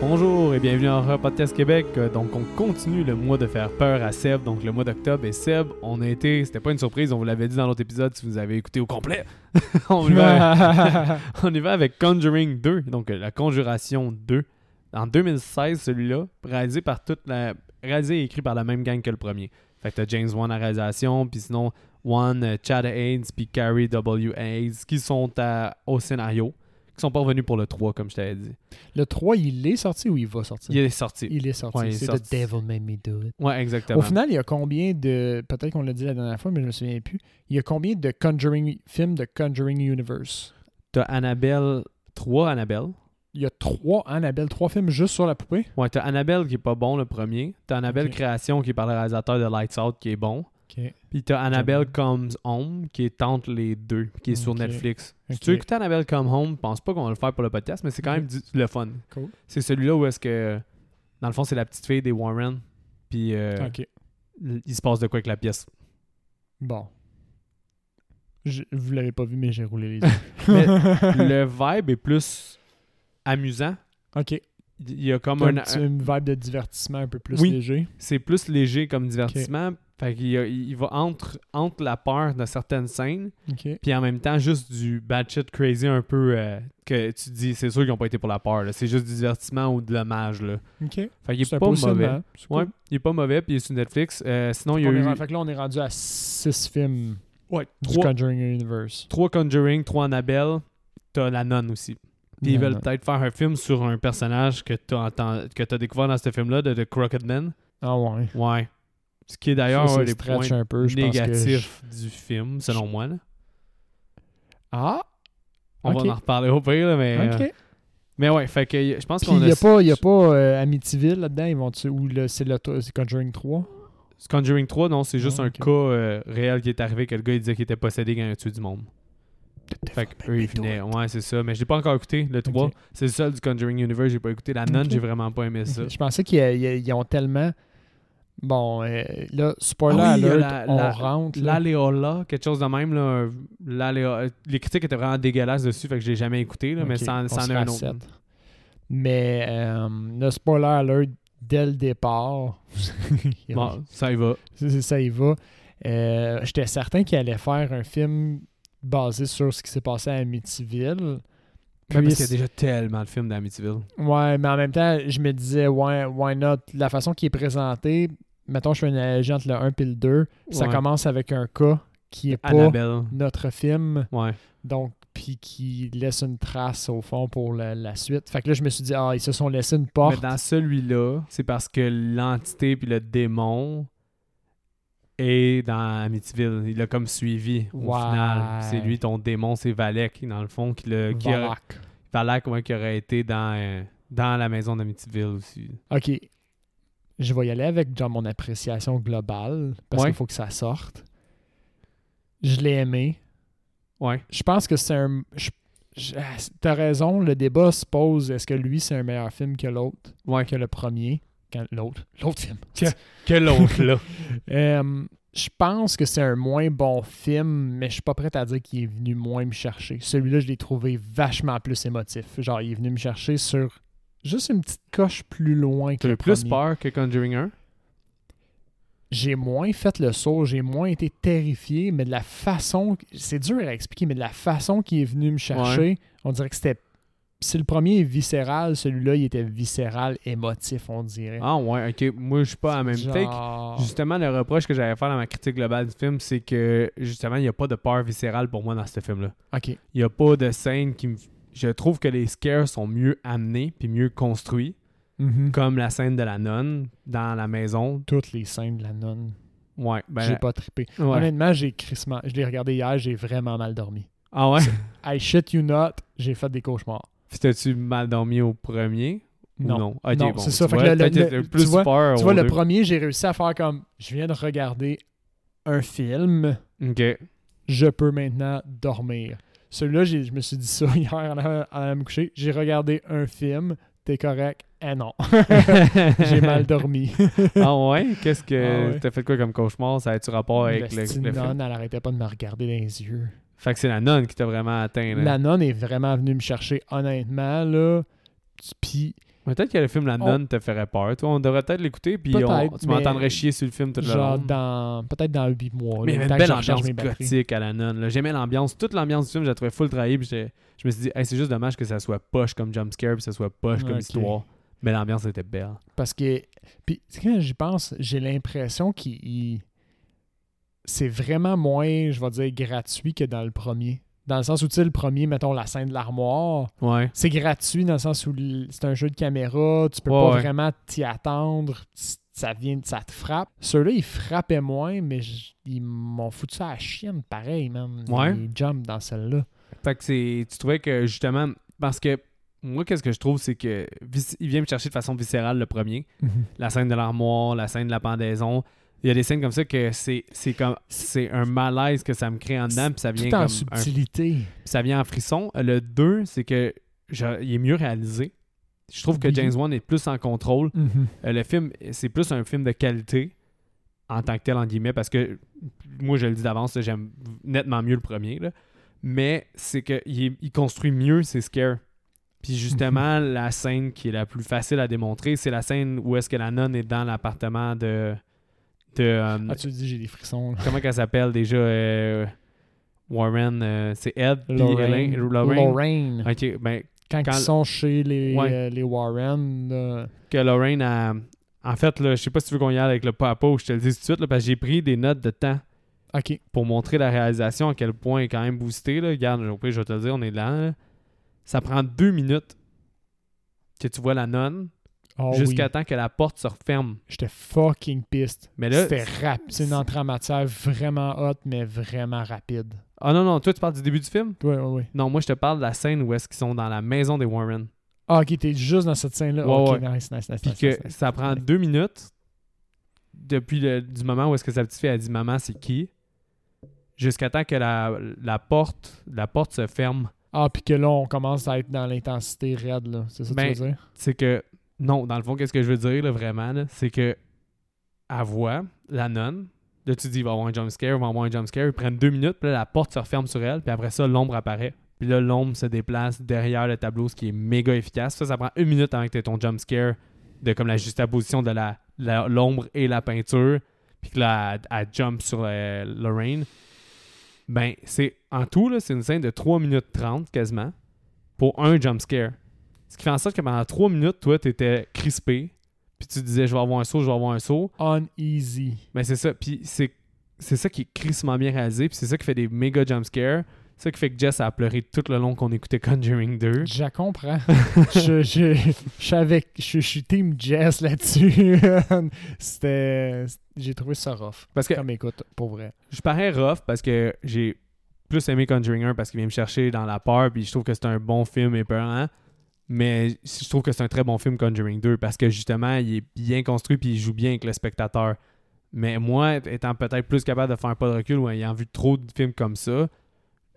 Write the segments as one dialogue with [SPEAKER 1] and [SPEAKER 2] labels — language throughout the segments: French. [SPEAKER 1] Bonjour et bienvenue en Horror Podcast Québec. Euh, Donc, on continue le mois de faire peur à Seb, donc le mois d'octobre. Et Seb, on a été, c'était pas une surprise, on vous l'avait dit dans l'autre épisode si vous avez écouté au complet. on, y va, on y va avec Conjuring 2, donc euh, la Conjuration 2. En 2016, celui-là, réalisé par toute la. réalisé et écrit par la même gang que le premier. Fait que t'as James Wan à la réalisation, puis sinon Wan, euh, Chad Haynes, puis Carrie W. Hayes, qui sont à- au scénario, qui sont pas revenus pour le 3, comme je t'avais dit.
[SPEAKER 2] Le 3, il est sorti ou il va sortir?
[SPEAKER 1] Il est sorti.
[SPEAKER 2] Il est sorti.
[SPEAKER 1] Ouais, il est
[SPEAKER 2] c'est
[SPEAKER 1] sorti.
[SPEAKER 2] The Devil Made Me Do It.
[SPEAKER 1] Ouais, exactement.
[SPEAKER 2] Au final, il y a combien de. Peut-être qu'on l'a dit la dernière fois, mais je me souviens plus. Il y a combien de Conjuring films de Conjuring Universe
[SPEAKER 1] T'as Annabelle 3, Annabelle.
[SPEAKER 2] Il y a trois hein, Annabelle, trois films juste sur la poupée.
[SPEAKER 1] Ouais, t'as Annabelle qui est pas bon, le premier. T'as Annabelle
[SPEAKER 2] Ok.
[SPEAKER 1] Création qui est par le réalisateur de Lights Out qui est bon. Puis t'as Annabelle Comes Home qui est entre les deux, qui est sur
[SPEAKER 2] Ok.
[SPEAKER 1] Netflix. Si
[SPEAKER 2] Ok.
[SPEAKER 1] tu veux écouter Annabelle Come Home, pense pas qu'on va le faire pour le podcast, mais c'est quand
[SPEAKER 2] Ok.
[SPEAKER 1] même du- le fun.
[SPEAKER 2] Cool.
[SPEAKER 1] C'est celui-là où est-ce que, dans le fond, c'est la petite fille des Warren. Puis euh,
[SPEAKER 2] Ok.
[SPEAKER 1] l- il se passe de quoi avec la pièce.
[SPEAKER 2] Bon. Je- vous l'avez pas vu, mais j'ai roulé les yeux.
[SPEAKER 1] Mais le vibe est plus amusant.
[SPEAKER 2] ok.
[SPEAKER 1] Il y a comme,
[SPEAKER 2] Comme
[SPEAKER 1] un,
[SPEAKER 2] tu- une vibe de divertissement un peu plus
[SPEAKER 1] Oui.
[SPEAKER 2] léger.
[SPEAKER 1] c'est plus léger comme divertissement. Fait qu'il y a- il va entre, entre la peur de certaines scènes,
[SPEAKER 2] Ok.
[SPEAKER 1] puis en même temps juste du bad shit crazy un peu euh, que tu dis, c'est sûr qu'ils n'ont pas été pour la peur. là. C'est juste du divertissement ou de l'hommage. Là.
[SPEAKER 2] Ok.
[SPEAKER 1] Fait qu'il est
[SPEAKER 2] C'est un
[SPEAKER 1] pas mauvais.
[SPEAKER 2] positionnement. C'est
[SPEAKER 1] Ouais,
[SPEAKER 2] cool.
[SPEAKER 1] il est pas mauvais, puis il est sur Netflix. Euh, sinon, il y a
[SPEAKER 2] On est
[SPEAKER 1] eu
[SPEAKER 2] rend- Fait que là, on est rendu à six films
[SPEAKER 1] ouais,
[SPEAKER 2] du
[SPEAKER 1] trois,
[SPEAKER 2] Conjuring Universe.
[SPEAKER 1] trois Conjuring, trois Annabelle, t'as la nonne aussi. Puis ils
[SPEAKER 2] Non,
[SPEAKER 1] veulent
[SPEAKER 2] non.
[SPEAKER 1] peut-être faire un film sur un personnage que t'as entend- que t'as découvert dans ce film-là, de The Crooked Man.
[SPEAKER 2] Ah ouais.
[SPEAKER 1] Ouais. Ce qui est d'ailleurs
[SPEAKER 2] D'ailleurs,
[SPEAKER 1] un
[SPEAKER 2] c'est
[SPEAKER 1] des points
[SPEAKER 2] stretch un peu, je pense que je-
[SPEAKER 1] négatif du film, selon moi. là.
[SPEAKER 2] Ah,
[SPEAKER 1] On
[SPEAKER 2] Ok.
[SPEAKER 1] va en reparler au pire, là, mais, euh,
[SPEAKER 2] ok.
[SPEAKER 1] mais ouais, fait que y- je pense
[SPEAKER 2] Puis
[SPEAKER 1] qu'on
[SPEAKER 2] il
[SPEAKER 1] a,
[SPEAKER 2] n'y a pas, y a pas euh, Amityville là-dedans, ils vont tu- ou le- c'est le c'est Conjuring 3.
[SPEAKER 1] Conjuring 3, non, c'est juste
[SPEAKER 2] Non,
[SPEAKER 1] un
[SPEAKER 2] ok.
[SPEAKER 1] cas euh, réel qui est arrivé que le gars il disait qu'il était possédé quand il a tué du monde. Fait que eux, ils venaient. Ouais, c'est ça. Mais je l'ai pas encore écouté, le 3.
[SPEAKER 2] Ok.
[SPEAKER 1] C'est le seul du Conjuring Universe, j'ai pas écouté. La nonne,
[SPEAKER 2] Ok.
[SPEAKER 1] j'ai vraiment pas aimé ça.
[SPEAKER 2] Je pensais qu'ils euh, ils- ils ont tellement bon euh, là spoiler
[SPEAKER 1] Ah oui, il y a
[SPEAKER 2] alert,
[SPEAKER 1] la-
[SPEAKER 2] on
[SPEAKER 1] la-
[SPEAKER 2] rentre là.
[SPEAKER 1] L'Aléola, quelque chose de même, là, euh, l'Aléola- les critiques étaient vraiment dégueulasses dessus, fait que je l'ai jamais écouté, là, mais
[SPEAKER 2] Ok,
[SPEAKER 1] c'en
[SPEAKER 2] on
[SPEAKER 1] c'en est
[SPEAKER 2] sera
[SPEAKER 1] un
[SPEAKER 2] à
[SPEAKER 1] autre.
[SPEAKER 2] sept. Mais euh, le spoiler alert dès le départ.
[SPEAKER 1] Bon, ça y va.
[SPEAKER 2] C'est- c'est ça y va. Euh, J'étais certain qu'il allait faire un film basé sur ce qui s'est passé à Amityville.
[SPEAKER 1] Ouais, parce
[SPEAKER 2] Puis-
[SPEAKER 1] qu'il y a déjà tellement de films d'Amityville.
[SPEAKER 2] Ouais, mais en même temps, je me disais, why, why not? La façon qui est présentée, mettons, je fais une agent entre le 1 et le 2, ça
[SPEAKER 1] Ouais.
[SPEAKER 2] commence avec un cas qui est pas
[SPEAKER 1] Annabelle.
[SPEAKER 2] notre film,
[SPEAKER 1] Ouais.
[SPEAKER 2] donc, puis qui laisse une trace au fond pour la, la suite. Fait que là, je me suis dit, ah, ils se sont laissés une
[SPEAKER 1] Mais
[SPEAKER 2] porte.
[SPEAKER 1] dans celui-là, c'est parce que l'entité puis le démon est dans Amityville. Il l'a comme suivi au
[SPEAKER 2] Ouais.
[SPEAKER 1] final. C'est lui, ton démon, c'est Valek, dans le fond, qui, le, qui, a-
[SPEAKER 2] Valak.
[SPEAKER 1] Valak, ouais, qui aurait été dans, euh, dans la maison d'Amityville aussi.
[SPEAKER 2] OK. Je vais y aller avec genre, mon appréciation globale parce
[SPEAKER 1] Ouais.
[SPEAKER 2] qu'il faut que ça sorte. Je l'ai aimé.
[SPEAKER 1] Ouais.
[SPEAKER 2] Je pense que c'est un. je- je- ah, T'as raison, le débat se pose est-ce que lui c'est un meilleur film que l'autre
[SPEAKER 1] Ouais.
[SPEAKER 2] Que le premier Quand- L'autre L'autre film.
[SPEAKER 1] Que l'autre, là.
[SPEAKER 2] Euh, je pense que c'est un moins bon film, mais je suis pas prêt à dire qu'il est venu moins me chercher. Celui-là, je l'ai trouvé vachement plus émotif. Genre, il est venu me chercher sur juste une petite coche plus loin que
[SPEAKER 1] T'as
[SPEAKER 2] le
[SPEAKER 1] eu plus
[SPEAKER 2] premier.
[SPEAKER 1] peur que Conjuring 1.
[SPEAKER 2] j'ai moins fait le saut, j'ai moins été terrifié, mais de la façon, c'est dur à expliquer, mais de la façon qui est venu me chercher, on dirait que c'était, si le premier est viscéral, celui-là, il était viscéral, émotif, on dirait.
[SPEAKER 1] Ah ouais, ok. Moi, je suis pas à la même take.
[SPEAKER 2] Genre-
[SPEAKER 1] Justement, le reproche que j'avais à faire dans ma critique globale du film, c'est que justement, il n'y a pas de peur viscérale pour moi dans ce film-là.
[SPEAKER 2] Ok,
[SPEAKER 1] Il n'y a pas de scène qui me... Je trouve que les scares sont mieux amenés puis mieux construits,
[SPEAKER 2] Mhm.
[SPEAKER 1] comme la scène de la nonne dans la maison.
[SPEAKER 2] toutes les scènes de la nonne,
[SPEAKER 1] Ouais, ben...
[SPEAKER 2] j'ai pas trippé.
[SPEAKER 1] ouais.
[SPEAKER 2] Honnêtement, j'ai crissement, je l'ai regardé hier, j'ai vraiment mal dormi.
[SPEAKER 1] Ah ouais?
[SPEAKER 2] I shit you not, j'ai fait des cauchemars.
[SPEAKER 1] Puis t'as-tu mal dormi au premier? ou
[SPEAKER 2] Non.
[SPEAKER 1] non? Ok,
[SPEAKER 2] Non,
[SPEAKER 1] bon,
[SPEAKER 2] c'est
[SPEAKER 1] tu
[SPEAKER 2] ça, fait
[SPEAKER 1] vois,
[SPEAKER 2] que le-
[SPEAKER 1] peut-être t'as
[SPEAKER 2] le- tu
[SPEAKER 1] plus
[SPEAKER 2] vois-
[SPEAKER 1] peur
[SPEAKER 2] Tu
[SPEAKER 1] au
[SPEAKER 2] vois, le
[SPEAKER 1] deux.
[SPEAKER 2] premier, j'ai réussi à faire comme, je viens de regarder un film,
[SPEAKER 1] Ok.
[SPEAKER 2] je peux maintenant dormir. Celui-là, j'ai- je me suis dit ça hier en allant en allant me coucher. J'ai regardé un film, t'es correct. Ah non, j'ai mal dormi.
[SPEAKER 1] Ah ouais? Qu'est-ce que...
[SPEAKER 2] Ah ouais.
[SPEAKER 1] T'as fait quoi comme cauchemar? Ça a-tu rapport avec le,
[SPEAKER 2] la
[SPEAKER 1] le film?
[SPEAKER 2] nonne, elle arrêtait pas de me regarder dans les yeux.
[SPEAKER 1] Fait que c'est la nonne qui t'a vraiment atteint, là.
[SPEAKER 2] La nonne est vraiment venue me chercher, honnêtement, là. Puis
[SPEAKER 1] Mais peut-être que le film La Nonne te ferait peur. Toi, on devrait peut-être l'écouter, puis on-
[SPEAKER 2] Peut-être,
[SPEAKER 1] tu
[SPEAKER 2] mais-
[SPEAKER 1] m'entendrais chier sur le film tout le
[SPEAKER 2] Genre
[SPEAKER 1] long.
[SPEAKER 2] dans peut-être dans 8 mois.
[SPEAKER 1] Mais il y
[SPEAKER 2] là,
[SPEAKER 1] avait une belle
[SPEAKER 2] le temps que je recharge
[SPEAKER 1] ambiance
[SPEAKER 2] mes batteries.
[SPEAKER 1] gothique à la nonne. là. J'aimais l'ambiance, toute l'ambiance du film, je la trouvais full trahie. puis j'étais- Je me suis dit, Hey, c'est juste dommage que ça soit poche comme jumpscare, puis ça soit poche comme
[SPEAKER 2] Ok.
[SPEAKER 1] histoire. Mais l'ambiance était belle.
[SPEAKER 2] Parce que. Puis, tu sais, quand j'y pense, j'ai l'impression qu'il. il- C'est vraiment moins, je vais dire, gratuit que dans le premier. Dans le sens où, tu sais, le premier, mettons, la scène de l'armoire,
[SPEAKER 1] Ouais.
[SPEAKER 2] c'est gratuit dans le sens où l- c'est un jeu de caméra, tu peux
[SPEAKER 1] Ouais,
[SPEAKER 2] pas
[SPEAKER 1] ouais.
[SPEAKER 2] vraiment t'y attendre, c- ça vient, ça te frappe. Ceux-là, ils frappaient moins, mais j- ils m'ont foutu ça à la chienne, pareil, même.
[SPEAKER 1] Ouais.
[SPEAKER 2] Ils jumpent dans celle-là.
[SPEAKER 1] Fait que c'est- tu trouvais que justement, parce que moi, qu'est-ce que je trouve, c'est que vis- il vient me chercher de façon viscérale le premier. La scène de l'armoire, la scène de la pendaison. Il y a des scènes comme ça que c'est c'est comme c'est un malaise que ça me crée en dedans, puis ça vient
[SPEAKER 2] Tout en
[SPEAKER 1] comme un
[SPEAKER 2] subtilité.
[SPEAKER 1] Puis ça vient en frisson. Le 2, c'est que je- il est mieux réalisé. Je trouve que
[SPEAKER 2] Oui.
[SPEAKER 1] James Wan est plus en contrôle.
[SPEAKER 2] Mhm.
[SPEAKER 1] Euh, le film, c'est plus un film de qualité en tant que tel, en guillemets, parce que moi, je le dis d'avance, là, j'aime nettement mieux le premier. là. Mais c'est que il, est- il construit mieux ses scares. Puis justement,
[SPEAKER 2] Mhm.
[SPEAKER 1] la scène qui est la plus facile à démontrer, c'est la scène où est-ce que la nonne est dans l'appartement de... de euh,
[SPEAKER 2] Ah, tu dis, j'ai des frissons. là.
[SPEAKER 1] comment qu'elle s'appelle déjà euh, Warren, euh, c'est Ed, puis Elaine- Lorraine.
[SPEAKER 2] Lorraine.
[SPEAKER 1] Ok, ben,
[SPEAKER 2] quand,
[SPEAKER 1] Quand-
[SPEAKER 2] ils sont chez les,
[SPEAKER 1] Ouais.
[SPEAKER 2] euh, les Warren. là.
[SPEAKER 1] que Lorraine a. En fait, là, je sais pas si tu veux qu'on y aille avec le pas à pas ou je te le dis tout de suite, là, parce que j'ai pris des notes de temps
[SPEAKER 2] OK.
[SPEAKER 1] pour montrer la réalisation, à quel point elle est quand même boostée. Là. Regarde, au pire, je vais te le dire, on est lent. là. Ça prend deux minutes que tu vois la nonne
[SPEAKER 2] Ah
[SPEAKER 1] jusqu'à
[SPEAKER 2] oui.
[SPEAKER 1] temps que la porte se referme.
[SPEAKER 2] J'étais fucking piste.
[SPEAKER 1] Mais là.
[SPEAKER 2] C'était rapide. C'est une entrée en matière vraiment hot, mais vraiment rapide.
[SPEAKER 1] Ah non, non, toi, tu parles du début du film?
[SPEAKER 2] Oui, oui, oui.
[SPEAKER 1] Non, moi, je te parle de la scène où est-ce qu'ils sont dans la maison des Warren.
[SPEAKER 2] Ah, OK, t'es juste dans cette scène-là.
[SPEAKER 1] Ouais,
[SPEAKER 2] OK,
[SPEAKER 1] ouais.
[SPEAKER 2] nice, nice, nice.
[SPEAKER 1] Puis
[SPEAKER 2] nice,
[SPEAKER 1] que
[SPEAKER 2] nice, nice.
[SPEAKER 1] ça prend deux minutes depuis le du moment où est-ce que sa petite fille a dit maman c'est qui jusqu'à temps que la, la porte la porte se ferme.
[SPEAKER 2] Ah, puis que là, on commence à être dans l'intensité raide, là. C'est ça que
[SPEAKER 1] Ben,
[SPEAKER 2] tu veux dire?
[SPEAKER 1] C'est que non, dans le fond, qu'est-ce que je veux dire là, vraiment, là, c'est que à voix, la nonne, là tu dis il va y avoir un jump scare, il va y avoir un jump scare, ils prennent deux minutes, puis là la porte se referme sur elle, puis après ça, l'ombre apparaît. Puis là, l'ombre se déplace derrière le tableau, ce qui est méga efficace. Ça, ça prend une minute avant que tu ton jump scare de comme la juxtaposition de la- la- l'ombre et la peinture, puis que là, elle, elle jump sur euh, Lorraine. Ben, c'est en tout, là, c'est une scène de 3 minutes 30 quasiment pour un jump scare. Ce qui fait en sorte que pendant 3 minutes, toi, t'étais crispé, puis tu disais, je vais avoir un saut, je vais avoir un saut.
[SPEAKER 2] Uneasy.
[SPEAKER 1] Mais c'est ça. Puis c'est, c'est ça qui est crissement bien réalisé. Puis c'est ça qui fait des méga jumpscares. C'est ça qui fait que Jess a pleuré tout le long qu'on écoutait Conjuring 2.
[SPEAKER 2] Je la comprends. je, je, je suis avec, je, je suis team Jess là-dessus. C'était... J'ai trouvé ça rough.
[SPEAKER 1] Parce que
[SPEAKER 2] Comme écoute, pour vrai.
[SPEAKER 1] je parais rough parce que j'ai plus aimé Conjuring 1 parce qu'il vient me chercher dans la peur. Puis je trouve que c'est un bon film épeurant. Mais je trouve que c'est un très bon film Conjuring 2 parce que justement, il est bien construit puis il joue bien avec le spectateur. Mais moi, étant peut-être plus capable de faire un pas de recul ou ayant vu trop de films comme ça,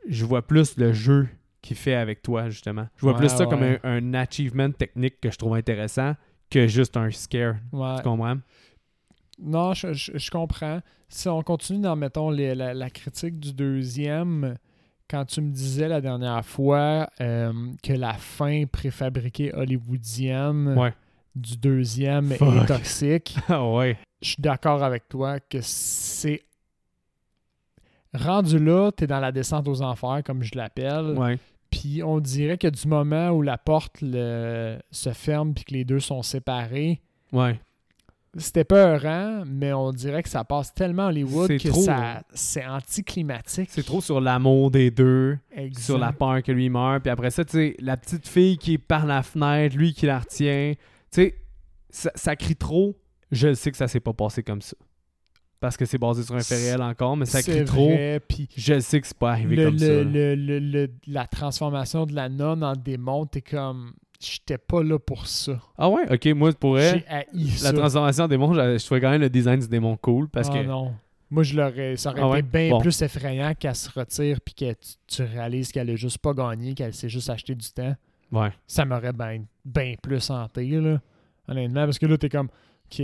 [SPEAKER 1] je vois plus le jeu qu'il fait avec toi, justement. Je vois
[SPEAKER 2] Ouais,
[SPEAKER 1] plus ça
[SPEAKER 2] ouais.
[SPEAKER 1] comme un, un achievement technique que je trouve intéressant que juste un scare.
[SPEAKER 2] Ouais.
[SPEAKER 1] Tu comprends?
[SPEAKER 2] Non, je, je- je comprends. Si on continue dans, mettons, les- la, la critique du deuxième, quand tu me disais la dernière fois euh, que la fin préfabriquée hollywoodienne
[SPEAKER 1] Ouais.
[SPEAKER 2] du deuxième est
[SPEAKER 1] Fuck.
[SPEAKER 2] toxique,
[SPEAKER 1] Ah ouais.
[SPEAKER 2] je suis d'accord avec toi que c'est... Rendu là, t'es dans la descente aux enfers, comme je l'appelle.
[SPEAKER 1] Ouais.
[SPEAKER 2] Puis on dirait que du moment où la porte le- se ferme puis que les deux sont séparés,
[SPEAKER 1] Ouais.
[SPEAKER 2] c'était peurant, mais on dirait que ça passe tellement à Hollywood
[SPEAKER 1] C'est
[SPEAKER 2] que
[SPEAKER 1] trop, hein.
[SPEAKER 2] ça c'est anticlimatique.
[SPEAKER 1] C'est trop sur l'amour des deux,
[SPEAKER 2] Exact.
[SPEAKER 1] sur la peur que lui meurt. Puis après ça, tu sais, la petite fille qui est par la fenêtre, lui qui la retient. Tu sais, ça, ça crie trop. Je le sais que ça s'est pas passé comme ça. Parce que c'est basé sur un fait
[SPEAKER 2] C'est-
[SPEAKER 1] réel encore, mais ça
[SPEAKER 2] C'est
[SPEAKER 1] crie trop.
[SPEAKER 2] vrai, puis
[SPEAKER 1] Je le sais que c'est pas arrivé
[SPEAKER 2] le-
[SPEAKER 1] comme ça. là.
[SPEAKER 2] le- le- le- le- la transformation de la nonne en démon, t'es comme j'étais pas là pour ça.
[SPEAKER 1] Ah ouais, ok, moi pour vrai,
[SPEAKER 2] J'ai haï
[SPEAKER 1] la
[SPEAKER 2] ça.
[SPEAKER 1] transformation en démon, j'a- je trouvais quand même le design du démon cool parce
[SPEAKER 2] Ah
[SPEAKER 1] que.
[SPEAKER 2] non. Moi, je l'aurais. Ça aurait
[SPEAKER 1] Ah ouais?
[SPEAKER 2] été bien
[SPEAKER 1] Bon.
[SPEAKER 2] plus effrayant qu'elle se retire puis que tu, tu réalises qu'elle a juste pas gagné, qu'elle s'est juste acheté du temps.
[SPEAKER 1] Ouais.
[SPEAKER 2] ben ça m'aurait bien ben plus hanté, là. Honnêtement, parce que là, t'es comme, OK,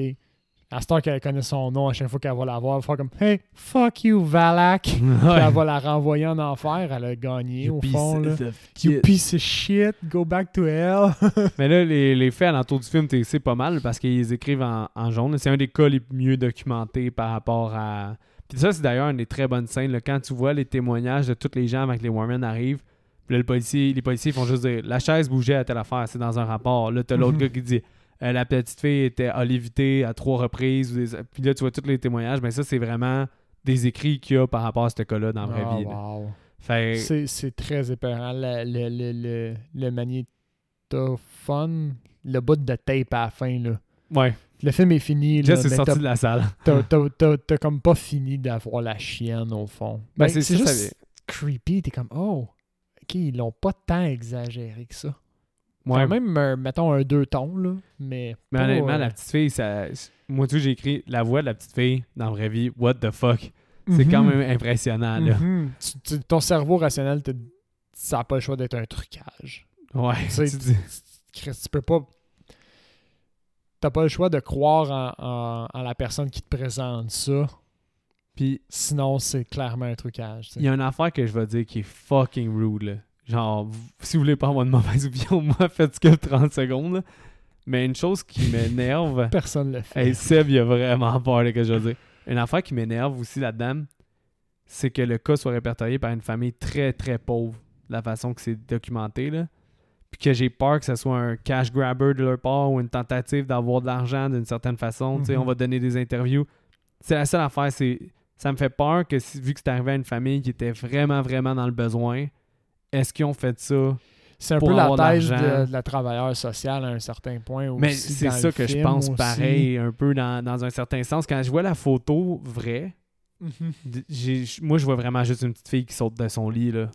[SPEAKER 2] À ce temps qu'elle connaît son nom, à chaque fois qu'elle va la voir, elle va faire comme Hey, fuck you, Valak. Puis elle va la renvoyer en enfer. Elle a gagné,
[SPEAKER 1] You
[SPEAKER 2] au
[SPEAKER 1] piece
[SPEAKER 2] fond. Là.
[SPEAKER 1] of
[SPEAKER 2] You
[SPEAKER 1] shit.
[SPEAKER 2] piece of shit, go back to hell.
[SPEAKER 1] Mais là, les, les faits alentour du film, t'es- c'est pas mal parce qu'ils les écrivent en, en jaune. C'est un des cas les mieux documentés par rapport à. Puis ça, c'est d'ailleurs une des très bonnes scènes. là. Quand tu vois les témoignages de tous les gens avec les Warmen arrivent, puis là, le policier, les policiers font juste dire la chaise bougeait à telle affaire, c'est dans un rapport. Là, t'as l'autre
[SPEAKER 2] Mhm.
[SPEAKER 1] gars qui dit Euh, la petite fille était a lévité à trois reprises. Ou des- Puis là, tu vois tous les témoignages. Mais ça, c'est vraiment des écrits qu'il y a par rapport à ce cas-là dans la vraie
[SPEAKER 2] Ah,
[SPEAKER 1] vie. là.
[SPEAKER 2] wow.
[SPEAKER 1] Fait-
[SPEAKER 2] C'est c'est très épeurant. Le, le, le, le, le magnétophone, le bout de tape à la fin. Là.
[SPEAKER 1] ouais,
[SPEAKER 2] Le film est fini. là,
[SPEAKER 1] Jess est
[SPEAKER 2] mais t'as-
[SPEAKER 1] sorti de la salle.
[SPEAKER 2] t'as- t'as- t'as- T'as comme pas fini d'avoir la chienne au fond.
[SPEAKER 1] Ben,
[SPEAKER 2] Mais
[SPEAKER 1] c'est ça, ça vient-
[SPEAKER 2] creepy. T'es comme, oh, ok, ils l'ont pas tant exagéré que ça.
[SPEAKER 1] Ouais.
[SPEAKER 2] Quand même, euh, mettons, un deux tons, là. Mais,
[SPEAKER 1] Mais
[SPEAKER 2] pas,
[SPEAKER 1] honnêtement,
[SPEAKER 2] euh,
[SPEAKER 1] la petite fille, ça... moi, tu sais, j'ai écrit la voix de la petite fille dans la vraie vie, what the fuck. C'est quand
[SPEAKER 2] Mhm.
[SPEAKER 1] même impressionnant, là.
[SPEAKER 2] Mhm. Tu- tu- ton cerveau rationnel, te- ça n'a pas le choix d'être un trucage.
[SPEAKER 1] Ouais.
[SPEAKER 2] Mhm. C'est-
[SPEAKER 1] tu dis-
[SPEAKER 2] Chris, tu peux pas. T'as pas le choix de croire en, en- en la personne qui te présente ça.
[SPEAKER 1] Puis,
[SPEAKER 2] Sinon, c'est clairement un trucage. tu
[SPEAKER 1] il
[SPEAKER 2] sais.
[SPEAKER 1] y a une affaire que je vais dire qui est fucking rude, là. Genre, vous- si vous voulez pas avoir de mauvaise opinion, moi, faites ce que 30 secondes, là. Mais une chose qui m'énerve.
[SPEAKER 2] Personne le fait.
[SPEAKER 1] hey, Seb, il a vraiment peur de ce que je veux dire. Une affaire qui m'énerve aussi là-dedans, c'est que le cas soit répertorié par une famille très, très pauvre, de la façon que c'est documenté, là. Puis que j'ai peur que ce soit un cash grabber de leur part ou une tentative d'avoir de l'argent d'une certaine façon. Tu sais,
[SPEAKER 2] Mhm.
[SPEAKER 1] On va donner des interviews. C'est la seule affaire, c'est. Ça me fait peur que si- vu que c'est arrivé à une famille qui était vraiment, vraiment dans le besoin, est-ce qu'ils ont fait ça?
[SPEAKER 2] C'est un
[SPEAKER 1] pour
[SPEAKER 2] peu la
[SPEAKER 1] avoir de
[SPEAKER 2] thèse
[SPEAKER 1] l'argent.
[SPEAKER 2] de, de la travailleuse sociale à un certain point. Aussi,
[SPEAKER 1] Mais c'est
[SPEAKER 2] dans le
[SPEAKER 1] ça que je
[SPEAKER 2] film
[SPEAKER 1] pense
[SPEAKER 2] aussi.
[SPEAKER 1] pareil, un peu dans, dans un certain sens. Quand je vois la photo vraie,
[SPEAKER 2] Mhm.
[SPEAKER 1] D- j'ai- j- moi je vois vraiment juste une petite fille qui saute de son lit là.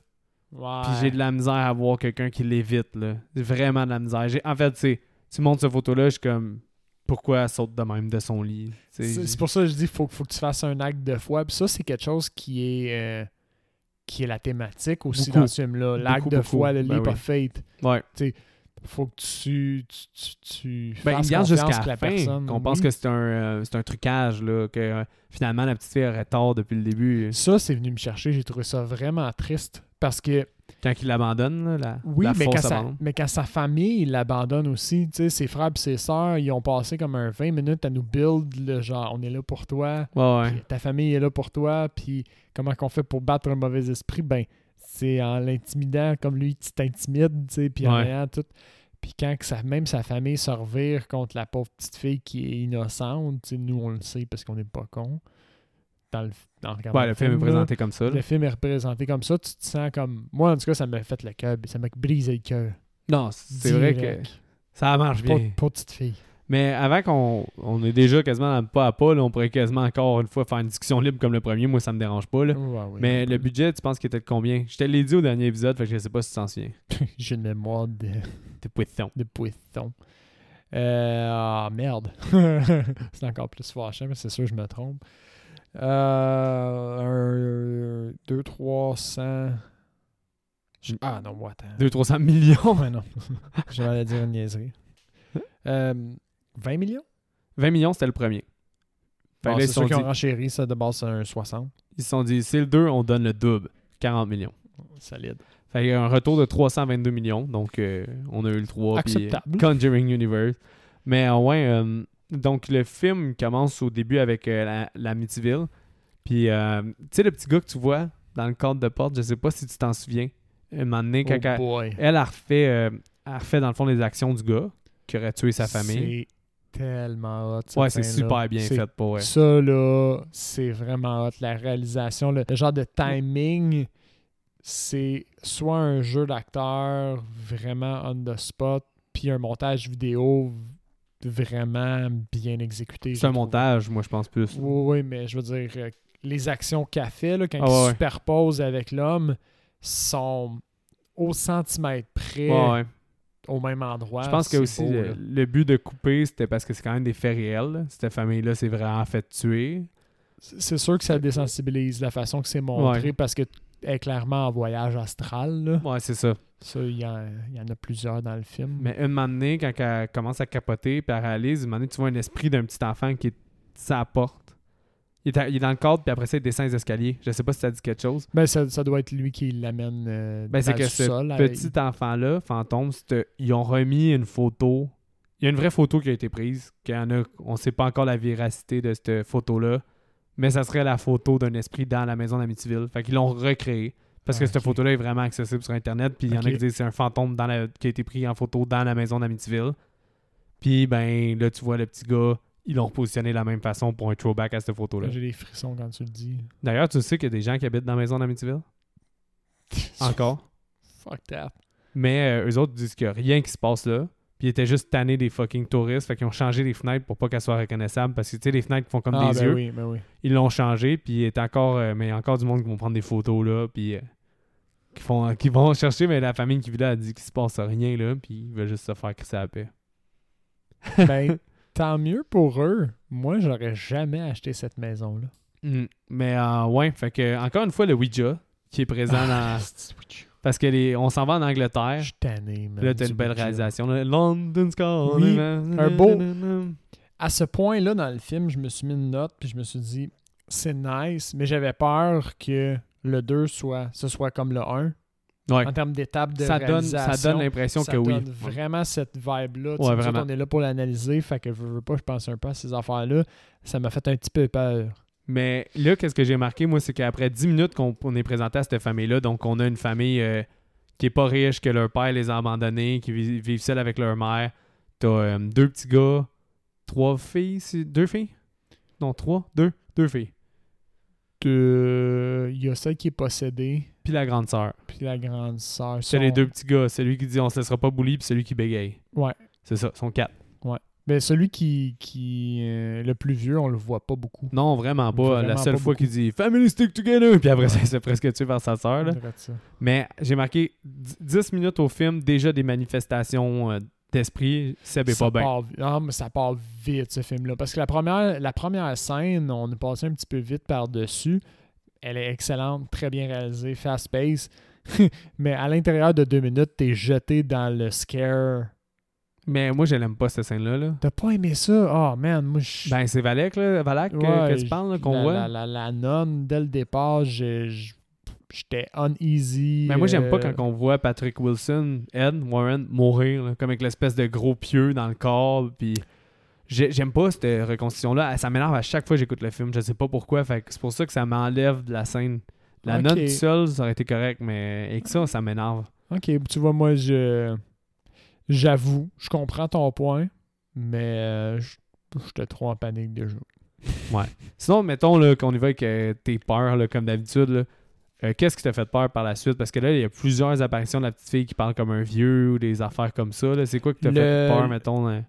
[SPEAKER 2] Ouais.
[SPEAKER 1] Puis j'ai de la misère à voir quelqu'un qui l'évite là. J'ai Vraiment de la misère. J'ai en fait, tu sais, tu montres cette photo là, je suis comme pourquoi elle saute de même de son lit Tu sais,
[SPEAKER 2] C'est
[SPEAKER 1] j-
[SPEAKER 2] c'est pour ça que je dis faut, faut que tu fasses un acte de foi. Puis ça, c'est quelque chose qui est, euh, qui est la thématique aussi
[SPEAKER 1] Beaucoup.
[SPEAKER 2] dans ce film-là. L'acte
[SPEAKER 1] Beaucoup,
[SPEAKER 2] de
[SPEAKER 1] beaucoup.
[SPEAKER 2] foi, le
[SPEAKER 1] Ben
[SPEAKER 2] leap
[SPEAKER 1] oui.
[SPEAKER 2] of faith.
[SPEAKER 1] Ouais.
[SPEAKER 2] Faut que tu, tu, tu, tu
[SPEAKER 1] Ben, il
[SPEAKER 2] fasses
[SPEAKER 1] garde
[SPEAKER 2] confiance
[SPEAKER 1] jusqu'à
[SPEAKER 2] que
[SPEAKER 1] la
[SPEAKER 2] la
[SPEAKER 1] fin
[SPEAKER 2] personne...
[SPEAKER 1] qu'on pense
[SPEAKER 2] Oui.
[SPEAKER 1] que c'est un euh, c'est un trucage là que euh, finalement la petite fille aurait tort depuis le début euh,
[SPEAKER 2] Ça, c'est venu me chercher. J'ai trouvé ça vraiment triste. Parce que,
[SPEAKER 1] quand il l'abandonne là, la
[SPEAKER 2] oui,
[SPEAKER 1] la
[SPEAKER 2] mais
[SPEAKER 1] fausse
[SPEAKER 2] quand, sa,
[SPEAKER 1] abandonne.
[SPEAKER 2] mais quand sa famille l'abandonne aussi, tu sais, ses frères et ses sœurs, ils ont passé comme un 20 minutes à nous build le genre, on est là pour toi,
[SPEAKER 1] Ouais, ouais.
[SPEAKER 2] Puis ta famille est là pour toi, puis comment qu'on fait pour battre un mauvais esprit? Ben, c'est en l'intimidant comme lui, tu t'intimides, tu sais, puis en
[SPEAKER 1] Ouais.
[SPEAKER 2] ayant tout. Puis quand que sa, même sa famille se revire contre la pauvre petite fille qui est innocente, tu sais, nous on le sait parce qu'on n'est pas con. Dans le, en regardant
[SPEAKER 1] Ouais, le film est
[SPEAKER 2] là,
[SPEAKER 1] présenté comme ça. là.
[SPEAKER 2] Le film est représenté comme ça, tu te sens comme. Moi, en tout cas, ça m'a fait le cœur, ça m'a brisé le cœur.
[SPEAKER 1] Non, c'est vrai que
[SPEAKER 2] Direct.
[SPEAKER 1] ça marche bien.
[SPEAKER 2] Pour, pour petite fille.
[SPEAKER 1] Mais avant qu'on on est déjà quasiment dans le pas à pas, là, on pourrait quasiment encore une fois faire une discussion libre comme le premier. Moi, ça me dérange pas. Là.
[SPEAKER 2] Ouais, ouais,
[SPEAKER 1] Mais
[SPEAKER 2] un
[SPEAKER 1] le
[SPEAKER 2] peu.
[SPEAKER 1] budget, tu penses qu'il était de combien Je te l'ai dit au dernier épisode, fait que je sais pas si tu t'en souviens.
[SPEAKER 2] J'ai une mémoire de.
[SPEAKER 1] T'es poisson.
[SPEAKER 2] de Pouithon. Euh, ah, merde. c'est encore plus fâchant, mais c'est sûr que je me trompe. Euh, un, deux, trois cents. Je- Ah non, moi, attends.
[SPEAKER 1] 200-300 millions.
[SPEAKER 2] mais non. je vais dire une niaiserie. Euh, 20 millions?
[SPEAKER 1] 20 millions, c'était le premier. Fait que
[SPEAKER 2] Bon,
[SPEAKER 1] là,
[SPEAKER 2] c'est
[SPEAKER 1] ils se sont
[SPEAKER 2] sûr qu'ils
[SPEAKER 1] dit-
[SPEAKER 2] ont renchéri, ça, de base, c'est un 60.
[SPEAKER 1] ils se sont dit, c'est le 2, on donne le double. 40 millions.
[SPEAKER 2] Solide.
[SPEAKER 1] Fait qu'il y a un retour de 322 millions. Donc, euh, on a eu le 3. puis, euh,
[SPEAKER 2] Acceptable.
[SPEAKER 1] Conjuring Universe. Mais euh, ouais, euh, donc le film commence au début avec euh, la, l'Amityville. Puis, euh, tu sais, le petit gars que tu vois dans le cadre de porte, je sais pas si tu t'en souviens. Un moment donné, quand
[SPEAKER 2] Oh
[SPEAKER 1] elle,
[SPEAKER 2] boy.
[SPEAKER 1] elle, a refait, euh, elle refait dans le fond les actions du gars qui aurait tué sa famille.
[SPEAKER 2] C'est tellement hot. cette
[SPEAKER 1] Ouais, c'est
[SPEAKER 2] scène-là.
[SPEAKER 1] super bien
[SPEAKER 2] C'est
[SPEAKER 1] fait pour elle.
[SPEAKER 2] Ça, là, c'est vraiment hot. La réalisation, le, le genre de timing, c'est soit un jeu d'acteur vraiment on the spot, puis un montage vidéo v- vraiment bien exécuté.
[SPEAKER 1] C'est un
[SPEAKER 2] je trouve.
[SPEAKER 1] montage, moi, je pense plus.
[SPEAKER 2] Oui, oui, mais je veux dire, euh, les actions qu'a fait, là, quand
[SPEAKER 1] Ah,
[SPEAKER 2] il
[SPEAKER 1] ouais,
[SPEAKER 2] se
[SPEAKER 1] ouais.
[SPEAKER 2] superpose avec l'homme, sont au centimètre près,
[SPEAKER 1] Ouais, ouais.
[SPEAKER 2] au même endroit.
[SPEAKER 1] Je pense que
[SPEAKER 2] C'est
[SPEAKER 1] aussi
[SPEAKER 2] beau,
[SPEAKER 1] le,
[SPEAKER 2] là.
[SPEAKER 1] le but de couper, c'était parce que c'est quand même des faits réels. là. Cette famille-là s'est vraiment fait tuer.
[SPEAKER 2] C'est c'est sûr que ça désensibilise la façon que c'est montré parce que t- elle est clairement en voyage astral. là.
[SPEAKER 1] Ouais, c'est ça.
[SPEAKER 2] Ça, il y, en- il y en a plusieurs dans le film.
[SPEAKER 1] Mais une moment donné, quand elle commence à capoter puis elle réalise, une moment donné, tu vois un esprit d'un petit enfant qui est sa porte. Il est, à- il est dans le cadre, puis après ça, il descend les escaliers. Je sais pas si ça dit quelque chose.
[SPEAKER 2] Ben, ça, ça doit être lui qui l'amène euh,
[SPEAKER 1] Ben, c'est
[SPEAKER 2] dans
[SPEAKER 1] que
[SPEAKER 2] le
[SPEAKER 1] ce
[SPEAKER 2] sol. là.
[SPEAKER 1] petit enfant-là, fantôme, c'est- euh, ils ont remis une photo. Il y a une vraie photo qui a été prise. qu'il y en a- on ne sait pas encore la véracité de cette photo-là. Mais ça serait la photo d'un esprit dans la maison d'Amityville. Fait qu'ils l'ont recréée. Parce que
[SPEAKER 2] Ah,
[SPEAKER 1] cette
[SPEAKER 2] ok.
[SPEAKER 1] photo-là est vraiment accessible sur Internet. Puis il y en a
[SPEAKER 2] Ok.
[SPEAKER 1] qui disent que c'est un fantôme dans la- qui a été pris en photo dans la maison d'Amityville. Puis ben là, tu vois le petit gars, ils l'ont repositionné de la même façon pour un throwback à cette photo-là.
[SPEAKER 2] J'ai des frissons quand tu le dis.
[SPEAKER 1] D'ailleurs, tu sais qu'il y a des gens qui habitent dans la maison d'Amityville? Encore.
[SPEAKER 2] Fuck that.
[SPEAKER 1] Mais euh, eux autres disent qu'il n'y a rien qui se passe là. Puis ils étaient juste tannés des fucking touristes. Fait qu'ils ont changé les fenêtres pour pas qu'elles soient reconnaissables. Parce que tu sais, les fenêtres qui font comme
[SPEAKER 2] ah,
[SPEAKER 1] des
[SPEAKER 2] ben
[SPEAKER 1] yeux.
[SPEAKER 2] oui, ben oui.
[SPEAKER 1] Ils l'ont changé. Puis il est encore, euh, mais il y a encore du monde qui vont prendre des photos là. Puis euh, qui, font, qui vont chercher. Mais la famille qui vit là a dit qu'il se passe rien là. Puis ils veulent juste se faire crisser à la paix.
[SPEAKER 2] Ben, tant mieux pour eux. Moi, j'aurais jamais acheté cette maison-là.
[SPEAKER 1] Mm. Mais euh, ouais, fait que encore une fois, le Ouija qui est présent dans.
[SPEAKER 2] c'est-
[SPEAKER 1] Parce que les, on s'en va en Angleterre.
[SPEAKER 2] Je suis tanné, man,
[SPEAKER 1] Là, t'as
[SPEAKER 2] du
[SPEAKER 1] une belle
[SPEAKER 2] budget.
[SPEAKER 1] réalisation. là. London's calling.
[SPEAKER 2] Oui,
[SPEAKER 1] un
[SPEAKER 2] beau- À ce point-là, dans le film, je me suis mis une note, puis je me suis dit, c'est nice, mais j'avais peur que le 2 soit, ce soit comme le 1.
[SPEAKER 1] Ouais.
[SPEAKER 2] En termes d'étapes de
[SPEAKER 1] ça donne, ça
[SPEAKER 2] réalisation.
[SPEAKER 1] donne l'impression
[SPEAKER 2] ça
[SPEAKER 1] que oui.
[SPEAKER 2] donne vraiment cette vibe-là. Tu
[SPEAKER 1] Ouais,
[SPEAKER 2] sais, nous
[SPEAKER 1] vraiment.
[SPEAKER 2] autres, On est là pour l'analyser, fait que je veux pas, je pense un peu à ces affaires-là. Ça m'a fait un petit peu peur.
[SPEAKER 1] Mais là, qu'est-ce que j'ai marqué, moi, c'est qu'après 10 minutes qu'on on est présenté à cette famille-là, donc on a une famille euh, qui est pas riche, que leur père les a abandonnés, qui vi- vivent seuls avec leur mère. T'as euh, deux petits gars, trois filles, c'est- deux filles? Non, trois, deux, deux filles.
[SPEAKER 2] De- Il y a celle qui est possédée,
[SPEAKER 1] Puis la grande sœur.
[SPEAKER 2] puis la grande sœur.
[SPEAKER 1] C'est
[SPEAKER 2] Son-
[SPEAKER 1] les deux petits gars, celui qui dit on se laissera pas bully, puis celui qui bégaye.
[SPEAKER 2] Ouais.
[SPEAKER 1] C'est ça, sont quatre.
[SPEAKER 2] Ben, celui qui, qui euh, le plus vieux, on le voit pas beaucoup.
[SPEAKER 1] Non, vraiment pas.
[SPEAKER 2] Vraiment
[SPEAKER 1] la seule
[SPEAKER 2] pas
[SPEAKER 1] fois qu'il dit Family stick together, puis après ça, il se fait presque tuer par sa sœur. là.
[SPEAKER 2] On dirait ça.
[SPEAKER 1] Mais j'ai marqué dix- 10 minutes au film, déjà des manifestations euh, d'esprit. Seb est
[SPEAKER 2] Ça
[SPEAKER 1] Eh ben, pas bien.
[SPEAKER 2] part, ah, mais ça part vite, ce film-là. Parce que la première, la première scène, on est passé un petit peu vite par-dessus. Elle est excellente, très bien réalisée, fast-paced. mais à l'intérieur de deux minutes, t'es jeté dans le scare.
[SPEAKER 1] Mais moi, je l'aime pas, cette scène-là. là.
[SPEAKER 2] T'as pas aimé ça? Oh man, moi je.
[SPEAKER 1] Ben, c'est Valak, là, Valak, euh,
[SPEAKER 2] Ouais,
[SPEAKER 1] que tu parles, là, qu'on
[SPEAKER 2] la,
[SPEAKER 1] voit.
[SPEAKER 2] La, la, la nonne, dès le départ, je- je- j'étais uneasy.
[SPEAKER 1] Mais Ben, moi, j'aime pas
[SPEAKER 2] euh,
[SPEAKER 1] quand on voit Patrick Wilson, Ed, Warren mourir, là, comme avec l'espèce de gros pieux dans le corps. Puis j'ai- j'aime pas cette reconstitution-là. Ça m'énerve à chaque fois que j'écoute le film. Je sais pas pourquoi. Fait que c'est pour ça que ça m'enlève de la scène. La
[SPEAKER 2] Ok.
[SPEAKER 1] note toute seule, ça aurait été correct, mais avec ça, ça m'énerve.
[SPEAKER 2] Ok, tu vois, moi, je. J'avoue, je comprends ton point, mais euh, je j'étais trop en panique déjà.
[SPEAKER 1] Sinon, mettons là, qu'on y va avec euh, tes peurs, là, comme d'habitude. là. Euh, Qu'est-ce qui t'a fait peur par la suite? Parce que là, il y a plusieurs apparitions de la petite fille qui parle comme un vieux ou des affaires comme ça. là. C'est quoi qui t'a
[SPEAKER 2] Le-
[SPEAKER 1] fait peur, mettons? hein?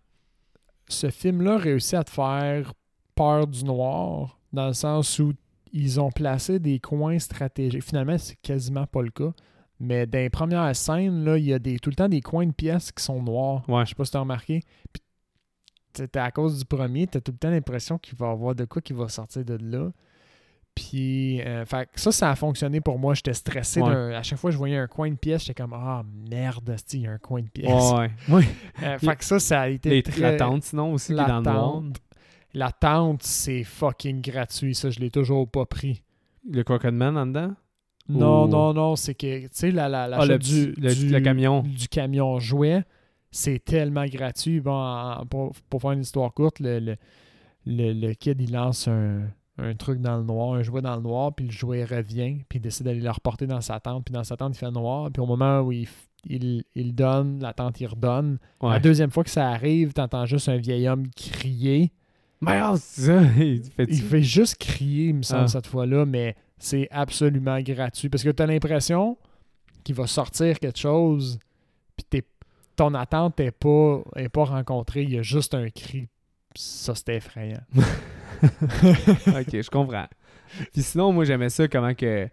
[SPEAKER 2] Ce film-là réussit à te faire peur du noir, dans le sens où ils ont placé des coins stratégiques. Finalement, c'est quasiment pas le cas. Mais dans les premières scènes, là, il y a des, tout le temps des coins de pièces qui sont noirs.
[SPEAKER 1] Ouais.
[SPEAKER 2] Ah, Je sais pas si t'as remarqué. Puis, c'était à cause du premier, t'as tout le temps l'impression qu'il va y avoir de quoi qui va sortir de là. Puis, euh, fait que ça, ça a fonctionné pour moi. J'étais stressé.
[SPEAKER 1] Ouais.
[SPEAKER 2] d'un- À chaque fois que je voyais un coin de pièce, j'étais comme Ah merde, hostie, il y a un coin de pièce.
[SPEAKER 1] Ouais, ouais.
[SPEAKER 2] Euh, fait que ça, ça a été.
[SPEAKER 1] Les
[SPEAKER 2] très-
[SPEAKER 1] l'attente, sinon aussi, qui est dans le noir.
[SPEAKER 2] L'attente. L'attente, c'est fucking gratuit. Ça, je l'ai toujours pas pris.
[SPEAKER 1] Le Crooked Man en dedans?
[SPEAKER 2] Non,
[SPEAKER 1] Ou-
[SPEAKER 2] non, non, c'est que, tu sais, la, la, la
[SPEAKER 1] Ah, le,
[SPEAKER 2] chose du,
[SPEAKER 1] petit- le-
[SPEAKER 2] du-
[SPEAKER 1] le camion.
[SPEAKER 2] du camion jouet, c'est tellement gratuit. Bon, en- pour, pour faire une histoire courte, le, le, le- le kid, il lance un, un truc dans le noir, un jouet dans le noir, puis le jouet revient, puis il décide d'aller le reporter dans sa tente, puis dans sa tente, il fait noir, puis au moment où il, f- il, il donne, la tente, il redonne.
[SPEAKER 1] Ouais.
[SPEAKER 2] La deuxième fois que ça arrive, t'entends juste un vieil homme crier.
[SPEAKER 1] Mais ah, c'est ça! Il fait
[SPEAKER 2] Il fait juste crier, il me semble,
[SPEAKER 1] Ah.
[SPEAKER 2] cette fois-là, mais c'est absolument gratuit. Parce que tu as l'impression qu'il va sortir quelque chose, puis t'es- ton attente n'est pas, est pas rencontrée. Il y a juste un cri. Ça, c'était effrayant.
[SPEAKER 1] ok, je comprends. Puis sinon, moi, j'aimais ça comment que...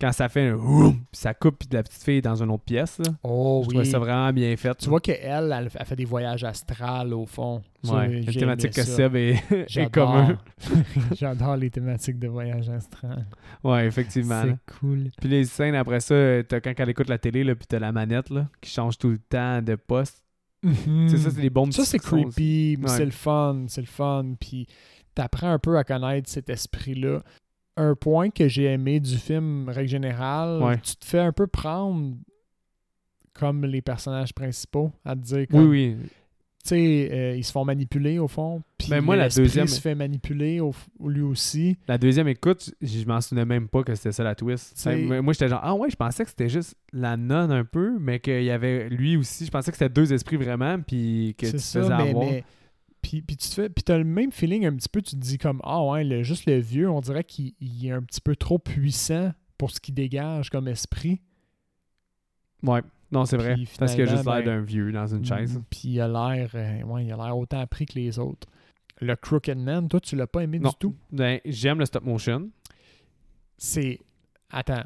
[SPEAKER 1] Quand ça fait un... oum, puis ça coupe puis de la petite fille est dans une autre pièce, là.
[SPEAKER 2] Oh
[SPEAKER 1] Je trouvais ça vraiment bien fait.
[SPEAKER 2] Tu vois qu'elle, elle, elle fait des voyages astrales, au fond. Ça,
[SPEAKER 1] Ouais,
[SPEAKER 2] j'ai
[SPEAKER 1] la
[SPEAKER 2] aimé
[SPEAKER 1] thématique que
[SPEAKER 2] ça.
[SPEAKER 1] Seb est, est
[SPEAKER 2] J'adore.
[SPEAKER 1] commun.
[SPEAKER 2] J'adore les thématiques de voyages astrales.
[SPEAKER 1] Ouais, effectivement.
[SPEAKER 2] C'est cool.
[SPEAKER 1] Puis les scènes après ça, euh, t'as quand elle écoute la télé, là, puis t'as la manette là, qui change tout le temps de poste. Tu sais, ça, c'est des bombes
[SPEAKER 2] Ça, c'est Hmm. creepy, mais
[SPEAKER 1] Ouais.
[SPEAKER 2] c'est le fun, c'est le fun. Puis t'apprends un peu à connaître cet esprit-là. Un point que j'ai aimé du film, règle générale,
[SPEAKER 1] Ouais.
[SPEAKER 2] tu te fais un peu prendre comme les personnages principaux, à te dire
[SPEAKER 1] Oui,
[SPEAKER 2] comme,
[SPEAKER 1] oui.
[SPEAKER 2] tu sais, euh, ils se font manipuler au fond, puis
[SPEAKER 1] Ben, moi, la
[SPEAKER 2] l'esprit
[SPEAKER 1] deuxième-
[SPEAKER 2] se fait manipuler au f- lui aussi.
[SPEAKER 1] La deuxième écoute, je m'en souvenais même pas que c'était ça la twist.
[SPEAKER 2] C'est-
[SPEAKER 1] Moi, moi, j'étais genre, ah ouais, je pensais que c'était juste la nonne un peu, mais qu'il y avait lui aussi. Je pensais que c'était deux esprits vraiment, puis que tu
[SPEAKER 2] C'est
[SPEAKER 1] te
[SPEAKER 2] ça,
[SPEAKER 1] faisais
[SPEAKER 2] mais,
[SPEAKER 1] avoir.
[SPEAKER 2] mais- puis, puis tu te fais, puis t'as le même feeling un petit peu, tu te dis comme, ah ouais, le- juste le vieux, on dirait qu'il il est un petit peu trop puissant pour ce qu'il dégage comme esprit.
[SPEAKER 1] Ouais, non, c'est vrai.
[SPEAKER 2] Puis
[SPEAKER 1] Parce qu'il a juste
[SPEAKER 2] finalement, ben
[SPEAKER 1] l'air d'un vieux dans une chaise.
[SPEAKER 2] Mm, Puis il a l'air euh, ouais, il a l'air autant appris que les autres. Le Crooked Man, toi, tu l'as pas aimé
[SPEAKER 1] Non.
[SPEAKER 2] du tout.
[SPEAKER 1] Ben, j'aime le stop motion.
[SPEAKER 2] C'est. Attends.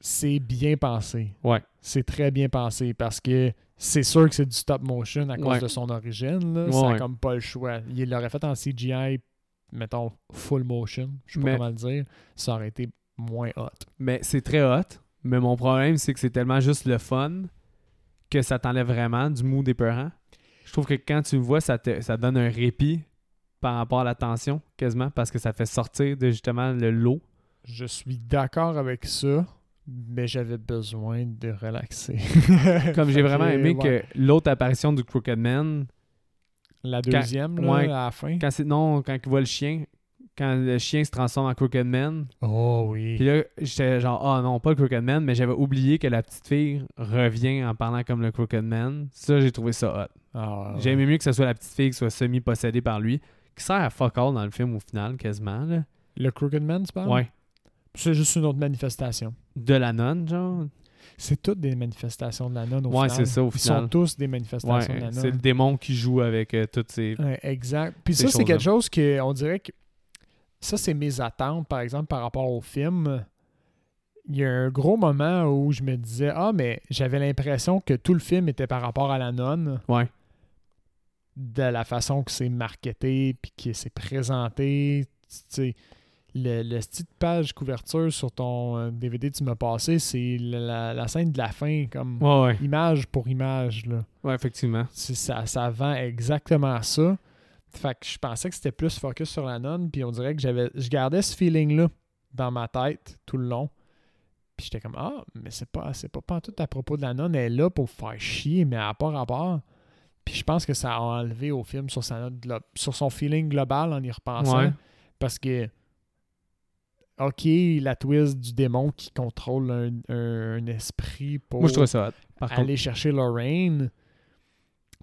[SPEAKER 2] C'est bien pensé.
[SPEAKER 1] Ouais.
[SPEAKER 2] C'est très bien pensé parce que c'est sûr que c'est du stop motion à cause
[SPEAKER 1] Ouais.
[SPEAKER 2] de son origine. là.
[SPEAKER 1] Ouais,
[SPEAKER 2] ça a
[SPEAKER 1] ouais.
[SPEAKER 2] comme pas le choix. Il l'aurait fait en CGI, mettons, full motion. Je sais pas
[SPEAKER 1] Mais-
[SPEAKER 2] comment le dire. Ça aurait été moins hot.
[SPEAKER 1] Mais c'est très hot. Mais mon problème, c'est que c'est tellement juste le fun que ça t'enlève vraiment du mood épeurant. Je trouve que quand tu le vois, ça, te, ça donne un répit par rapport à la tension, quasiment, parce que ça fait sortir de justement le lot.
[SPEAKER 2] Je suis d'accord avec ça, mais j'avais besoin de relaxer.
[SPEAKER 1] Comme j'ai
[SPEAKER 2] Fait
[SPEAKER 1] vraiment
[SPEAKER 2] que,
[SPEAKER 1] aimé
[SPEAKER 2] ouais.
[SPEAKER 1] que l'autre apparition du Crooked Man,
[SPEAKER 2] La deuxième, là,
[SPEAKER 1] ouais.
[SPEAKER 2] à la fin.
[SPEAKER 1] quand c'est non, quand il voit le chien, quand le chien se transforme en Crooked Man,
[SPEAKER 2] Oh
[SPEAKER 1] puis
[SPEAKER 2] oui.
[SPEAKER 1] là, j'étais genre, ah non, pas le Crooked Man, mais j'avais oublié que la petite fille revient en parlant comme le Crooked Man. Ça, j'ai trouvé ça hot.
[SPEAKER 2] Ah, ouais.
[SPEAKER 1] J'ai aimé mieux que ce soit la petite fille qui soit semi-possédée par lui, qui sert à fuck all dans le film au final, quasiment. Là.
[SPEAKER 2] Le Crooked Man, tu parles?
[SPEAKER 1] Ouais.
[SPEAKER 2] C'est juste une autre manifestation.
[SPEAKER 1] De la nonne, genre.
[SPEAKER 2] C'est toutes des manifestations de la nonne au
[SPEAKER 1] Ouais,
[SPEAKER 2] final.
[SPEAKER 1] c'est ça, au
[SPEAKER 2] Ils
[SPEAKER 1] final.
[SPEAKER 2] sont tous des manifestations de
[SPEAKER 1] Ouais,
[SPEAKER 2] la
[SPEAKER 1] c'est le
[SPEAKER 2] nonne.
[SPEAKER 1] démon qui joue avec euh, toutes ces.
[SPEAKER 2] Ouais, exact. Puis
[SPEAKER 1] Ces
[SPEAKER 2] ça, c'est
[SPEAKER 1] choses-là.
[SPEAKER 2] quelque chose que on dirait que... Ça, c'est mes attentes, par exemple, par rapport au film. Il y a un gros moment où je me disais, ah, mais j'avais l'impression que tout le film était par rapport à la nonne.
[SPEAKER 1] Ouais.
[SPEAKER 2] de la façon que c'est marketé puis que c'est présenté. Tu sais, le, le style de page couverture sur ton euh, DVD que tu m'as passé, c'est la, la- la scène de la fin, comme
[SPEAKER 1] Ouais, ouais.
[SPEAKER 2] image pour image. Là.
[SPEAKER 1] Ouais, effectivement.
[SPEAKER 2] C'est- Ça, ça vend exactement ça. Fait que je pensais que c'était plus focus sur la nonne, puis on dirait que j'avais je gardais ce feeling-là dans ma tête tout le long. Puis j'étais comme Ah, mais c'est pas c'est pas pantoute à propos de la nonne, elle est là pour faire chier, mais à part à part. Puis je pense que ça a enlevé au film sur, sa note glo- sur son feeling global en y repensant.
[SPEAKER 1] Ouais.
[SPEAKER 2] Parce que OK, la twist du démon qui contrôle un, un- un esprit pour
[SPEAKER 1] Moi, je trouve ça hot. Par contre,
[SPEAKER 2] aller chercher Lorraine.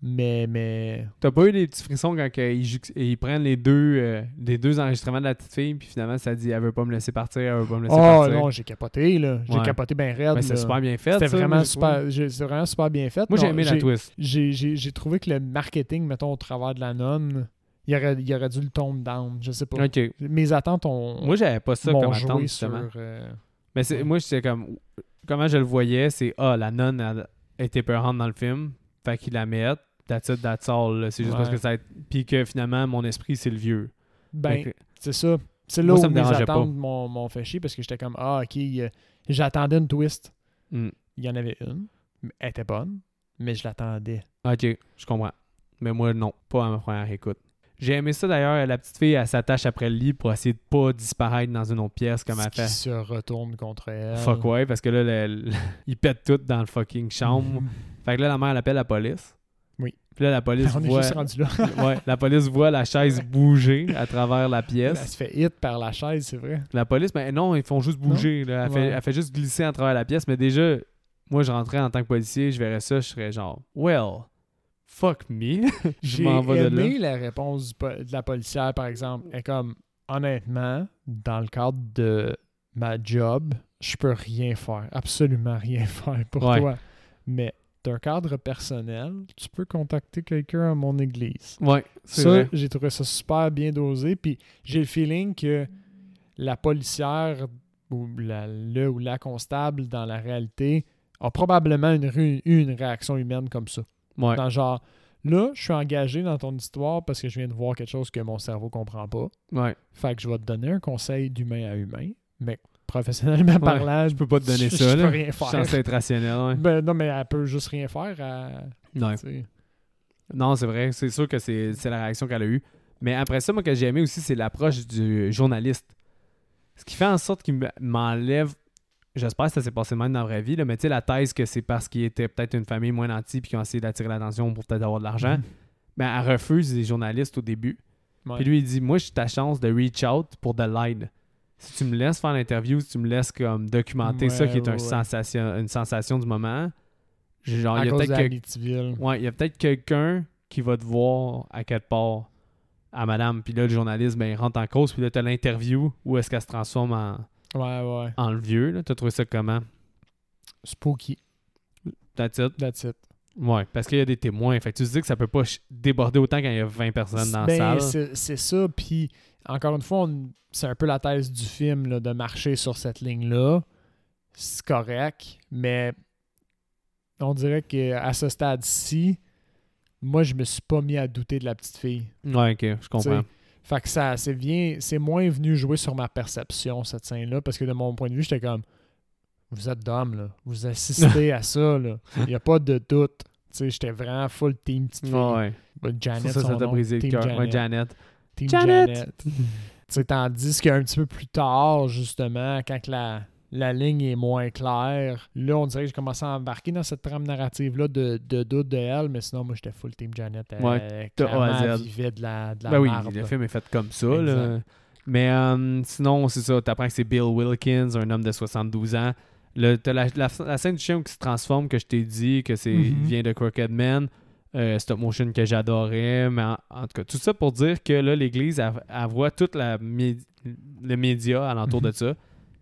[SPEAKER 2] Mais, mais.
[SPEAKER 1] t'as pas eu les petits frissons quand euh, ils, jux- ils prennent les deux, euh, les deux enregistrements de la petite fille, puis finalement, ça dit elle veut pas me laisser partir, elle veut pas me laisser
[SPEAKER 2] Oh
[SPEAKER 1] partir.
[SPEAKER 2] non, j'ai capoté, là. J'ai
[SPEAKER 1] Ouais.
[SPEAKER 2] capoté bien raide.
[SPEAKER 1] Mais c'est
[SPEAKER 2] là.
[SPEAKER 1] super bien fait.
[SPEAKER 2] C'était
[SPEAKER 1] ça,
[SPEAKER 2] vraiment,
[SPEAKER 1] moi, je trouve.
[SPEAKER 2] super- j'ai- c'est vraiment super bien fait.
[SPEAKER 1] Moi, j'ai
[SPEAKER 2] Non,
[SPEAKER 1] aimé la twist.
[SPEAKER 2] j'ai- j'ai- j'ai trouvé que le marketing, mettons, au travers de la nonne, il aurait, il aurait dû le tomber down. Je sais pas.
[SPEAKER 1] Ok.
[SPEAKER 2] Mes attentes ont,
[SPEAKER 1] Moi, j'avais pas ça
[SPEAKER 2] m'ont
[SPEAKER 1] comme
[SPEAKER 2] joué
[SPEAKER 1] attente,
[SPEAKER 2] sur.
[SPEAKER 1] justement.
[SPEAKER 2] euh,
[SPEAKER 1] Mais c'est,
[SPEAKER 2] Ouais.
[SPEAKER 1] moi, j'étais comme. Comment je le voyais, c'est Ah, la nonne elle était peurante dans le film. Fait qu'ils la mettent. That's it, that's all. là. C'est juste
[SPEAKER 2] Ouais.
[SPEAKER 1] parce que ça. a été- Puis que finalement, mon esprit, c'est le vieux.
[SPEAKER 2] ben,
[SPEAKER 1] Fait que-
[SPEAKER 2] c'est ça. C'est là
[SPEAKER 1] Moi,
[SPEAKER 2] où
[SPEAKER 1] ça me
[SPEAKER 2] mes
[SPEAKER 1] dérangeait
[SPEAKER 2] attentes
[SPEAKER 1] pas.
[SPEAKER 2] m'ont m'ont fait chier parce que j'étais comme, ah, ok, euh, j'attendais une twist.
[SPEAKER 1] Hmm.
[SPEAKER 2] Il y en avait une. Elle était bonne, mais je l'attendais.
[SPEAKER 1] Ok, je comprends. Mais moi, non. Pas à ma première écoute. J'ai aimé ça d'ailleurs. La petite fille, elle s'attache après le lit pour essayer de pas disparaître dans une autre pièce comme
[SPEAKER 2] Ce
[SPEAKER 1] elle
[SPEAKER 2] qui
[SPEAKER 1] fait.
[SPEAKER 2] se retourne contre elle.
[SPEAKER 1] Fuck ouais, parce que là, le- le- ils pètent tout dans le fucking
[SPEAKER 2] Mhm.
[SPEAKER 1] chambre. Fait que là, la mère, elle appelle la police.
[SPEAKER 2] Oui. Ben,
[SPEAKER 1] Puis là, la police
[SPEAKER 2] On est
[SPEAKER 1] voit.
[SPEAKER 2] juste rendu là.
[SPEAKER 1] ouais, la police voit la chaise bouger à travers la
[SPEAKER 2] Elle
[SPEAKER 1] pièce.
[SPEAKER 2] se fait hit par la chaise, c'est vrai.
[SPEAKER 1] La police, mais non, ils font juste bouger. là. Elle, fait,
[SPEAKER 2] Ouais.
[SPEAKER 1] elle fait juste glisser à travers la pièce. Mais déjà, moi, je rentrais en tant que policier, je verrais ça, je serais genre, well, fuck me. je
[SPEAKER 2] J'ai
[SPEAKER 1] m'en vais de là.
[SPEAKER 2] aimé la réponse du po- de la policière, par exemple. Elle est comme, honnêtement, dans le cadre de ma job, je peux rien faire, absolument rien faire pour
[SPEAKER 1] Ouais.
[SPEAKER 2] toi. Mais d'un cadre personnel, tu peux contacter quelqu'un à mon église.
[SPEAKER 1] Ouais, c'est
[SPEAKER 2] Ça,
[SPEAKER 1] vrai.
[SPEAKER 2] j'ai trouvé ça super bien dosé. Puis j'ai le feeling que la policière ou la, le ou la constable dans la réalité a probablement une, ré- eu une réaction humaine comme ça.
[SPEAKER 1] Ouais.
[SPEAKER 2] Dans le genre, là, je suis engagé dans ton histoire parce que je viens de voir quelque chose que mon cerveau comprend pas.
[SPEAKER 1] ouais.
[SPEAKER 2] Fait que je vais te donner un conseil d'humain à humain, mais professionnellement parlant,
[SPEAKER 1] Je peux pas te donner
[SPEAKER 2] je-
[SPEAKER 1] ça.
[SPEAKER 2] je
[SPEAKER 1] là.
[SPEAKER 2] peux rien
[SPEAKER 1] Je suis
[SPEAKER 2] faire.
[SPEAKER 1] censé être rationnel. ouais.
[SPEAKER 2] ben, non, mais elle peut juste rien faire. elle-
[SPEAKER 1] Ouais.
[SPEAKER 2] tu sais.
[SPEAKER 1] Non, c'est vrai. C'est sûr que c'est c'est la réaction qu'elle a eue. Mais après ça, moi, que j'ai aimé aussi, c'est l'approche du journaliste. Ce qui fait en sorte qu'il m'enlève. J'espère que ça s'est passé même dans la vraie vie, là, mais tu sais, la thèse que c'est parce qu'il était peut-être une famille moins nantie puis qu'ils ont essayé d'attirer l'attention pour peut-être avoir de l'argent.
[SPEAKER 2] Mhm.
[SPEAKER 1] Mais elle refuse les journalistes au début.
[SPEAKER 2] Ouais.
[SPEAKER 1] Puis lui, il dit Moi, j'ai ta chance de reach out pour de l'aide. Si tu me laisses faire l'interview, si tu me laisses comme documenter ça,
[SPEAKER 2] Ouais,
[SPEAKER 1] qui est un
[SPEAKER 2] ouais, ouais.
[SPEAKER 1] sensation, une sensation du moment, genre,
[SPEAKER 2] à
[SPEAKER 1] il y a
[SPEAKER 2] cause de
[SPEAKER 1] peut-être que-
[SPEAKER 2] Amityville.
[SPEAKER 1] Ouais, il y a peut-être quelqu'un qui va te voir à quelque part à madame. Puis là, le journaliste, ben, il rentre en cause. Puis là, t'as l'interview où est-ce qu'elle se transforme en,
[SPEAKER 2] Ouais, ouais.
[SPEAKER 1] en le vieux. là. T'as trouvé ça comment
[SPEAKER 2] Spooky.
[SPEAKER 1] That's it.
[SPEAKER 2] That's it.
[SPEAKER 1] Ouais, parce qu'il y a des témoins. Fait que tu te dis que ça peut pas ch- déborder autant quand il y a 20 personnes dans
[SPEAKER 2] Ben,
[SPEAKER 1] la salle.
[SPEAKER 2] c'est- C'est ça. Puis, encore une fois, on- c'est un peu la thèse du film là, de marcher sur cette ligne-là. C'est correct, mais on dirait qu'à ce stade-ci, moi, je me suis pas mis à douter de la petite fille.
[SPEAKER 1] Ouais, ok, je comprends.
[SPEAKER 2] T'sais, Fait que ça, c'est bien, c'est moins venu jouer sur ma perception, cette scène-là, parce que de mon point de vue, j'étais comme, vous êtes d'hommes, là. Vous assistez à ça, là. Il n'y a pas de doute. Tu sais, j'étais vraiment full team petite fille.
[SPEAKER 1] Ouais, ouais.
[SPEAKER 2] Ben, Janet,
[SPEAKER 1] ça, ça
[SPEAKER 2] son
[SPEAKER 1] t'a
[SPEAKER 2] nom,
[SPEAKER 1] brisé le
[SPEAKER 2] team
[SPEAKER 1] cœur.
[SPEAKER 2] Janet.
[SPEAKER 1] Ouais, Janet.
[SPEAKER 2] Team
[SPEAKER 1] Janet!
[SPEAKER 2] Janet. Tu sais, tandis qu'un petit peu plus tard, justement, quand que la, la ligne est moins claire, là, on dirait que j'ai commencé à embarquer dans cette trame narrative-là de, de doute de elle, mais sinon, moi, j'étais full Team Janet. Elle,
[SPEAKER 1] Ouais, de A à
[SPEAKER 2] clairement, elle
[SPEAKER 1] Z.
[SPEAKER 2] vivait de la, de la
[SPEAKER 1] Ben oui,
[SPEAKER 2] marde,
[SPEAKER 1] le
[SPEAKER 2] là.
[SPEAKER 1] film est fait comme ça.
[SPEAKER 2] Exact.
[SPEAKER 1] là. Mais euh, sinon, c'est ça. T'apprends que c'est Bill Wilkins, un homme de 72 ans. Le, t'as la, la- la scène du film qui se transforme, que je t'ai dit, que c'est
[SPEAKER 2] Mhm.
[SPEAKER 1] vient de Crooked Man. euh, stop motion que j'adorais. Mais en, en tout cas, tout ça pour dire que là, l'Église, elle, elle voit tout le média alentour de ça.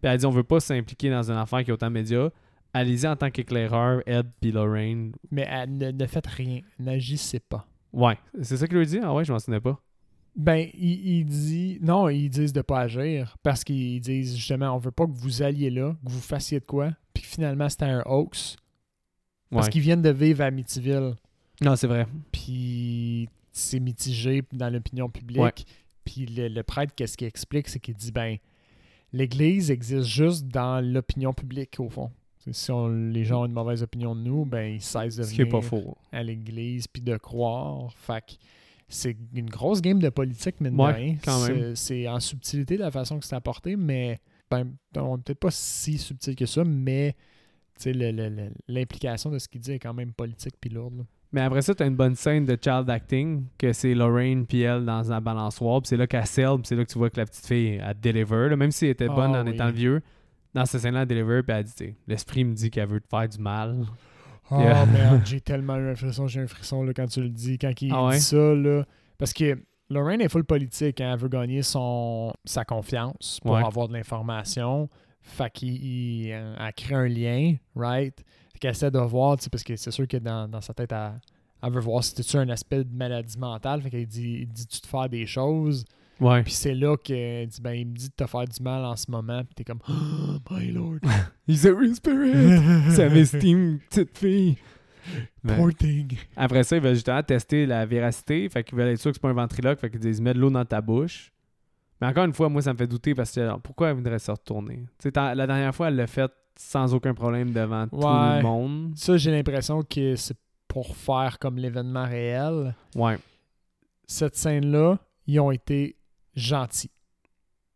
[SPEAKER 1] Puis elle dit on veut pas s'impliquer dans une affaire qui est autant média. Allez-y en tant qu'éclaireur, Ed puis Lorraine.
[SPEAKER 2] Mais elle ne, ne faites rien, n'agissez pas.
[SPEAKER 1] Ouais, c'est ça qu'il lui dit Ah ouais, je m'en souvenais pas.
[SPEAKER 2] Ben, il, il dit. Non, ils disent de pas agir parce qu'ils disent justement, on veut pas que vous alliez là, que vous fassiez de quoi. Puis finalement, c'était un hoax. Parce
[SPEAKER 1] Ouais.
[SPEAKER 2] qu'ils viennent de vivre à Amityville.
[SPEAKER 1] Non, c'est vrai.
[SPEAKER 2] Puis c'est mitigé dans l'opinion publique.
[SPEAKER 1] Ouais.
[SPEAKER 2] Puis le, le prêtre, qu'est-ce qu'il explique C'est qu'il dit, ben, l'Église existe juste dans l'opinion publique, au fond. C'est- Si on- les gens ont une mauvaise opinion de nous, ben, ils cessent de
[SPEAKER 1] Ce qui est
[SPEAKER 2] venir
[SPEAKER 1] pas faux.
[SPEAKER 2] à l'église puis de croire. Fait que c'est une grosse game de politique, mine de
[SPEAKER 1] Ouais,
[SPEAKER 2] rien.
[SPEAKER 1] quand
[SPEAKER 2] C'est-
[SPEAKER 1] même.
[SPEAKER 2] C'est en subtilité de la façon que c'est apporté, mais ben, on est peut-être pas si subtil que ça, mais tu sais, le- le- le- l'implication de ce qu'il dit est quand même politique puis lourde. là.
[SPEAKER 1] Mais après ça, t'as une bonne scène de child acting, que c'est Lorraine puis elle dans la balançoire, puis c'est là qu'elle scelle, puis c'est là que tu vois que la petite fille, elle deliver, là, même si elle était
[SPEAKER 2] Ah
[SPEAKER 1] bonne en
[SPEAKER 2] oui.
[SPEAKER 1] étant vieux. Dans cette scène-là, elle deliver, puis elle dit, tu sais, l'esprit me dit qu'elle veut te faire du mal. Yeah.
[SPEAKER 2] Oh merde, j'ai tellement eu un frisson, j'ai un frisson là, quand tu le dis, quand il
[SPEAKER 1] Ah ouais?
[SPEAKER 2] dit ça. Là, parce que Lorraine est full politique, hein, elle veut gagner son, sa confiance pour
[SPEAKER 1] Ouais.
[SPEAKER 2] avoir de l'information. Fait qu'il il- euh, elle crée un lien, right? Fait qu'elle essaie de voir, tu sais, parce que c'est sûr que dans, dans sa tête, elle, elle veut voir si tu un aspect de maladie mentale. Fait qu'elle dit, dit tu te faire des choses.
[SPEAKER 1] Ouais.
[SPEAKER 2] Puis c'est là qu'elle dit, ben il me dit de te faire du mal en ce moment. Puis t'es comme, oh my lord.
[SPEAKER 1] He's a real spirit! ça m'estime, petite fille! Mais
[SPEAKER 2] Poor thing.
[SPEAKER 1] après ça, ils veulent justement tester la véracité, fait qu'ils veulent être sûrs que c'est pas un ventriloque, fait qu'ils disent, mets de l'eau dans ta bouche. Mais encore une fois, moi, ça me fait douter parce que alors, pourquoi elle voudrait se retourner? Tu sais, t'en- la dernière fois, elle l'a fait sans aucun problème devant tout le
[SPEAKER 2] Ouais.
[SPEAKER 1] monde.
[SPEAKER 2] Ça, j'ai l'impression que c'est pour faire comme l'événement réel.
[SPEAKER 1] Ouais.
[SPEAKER 2] Cette scène-là, ils ont été gentils.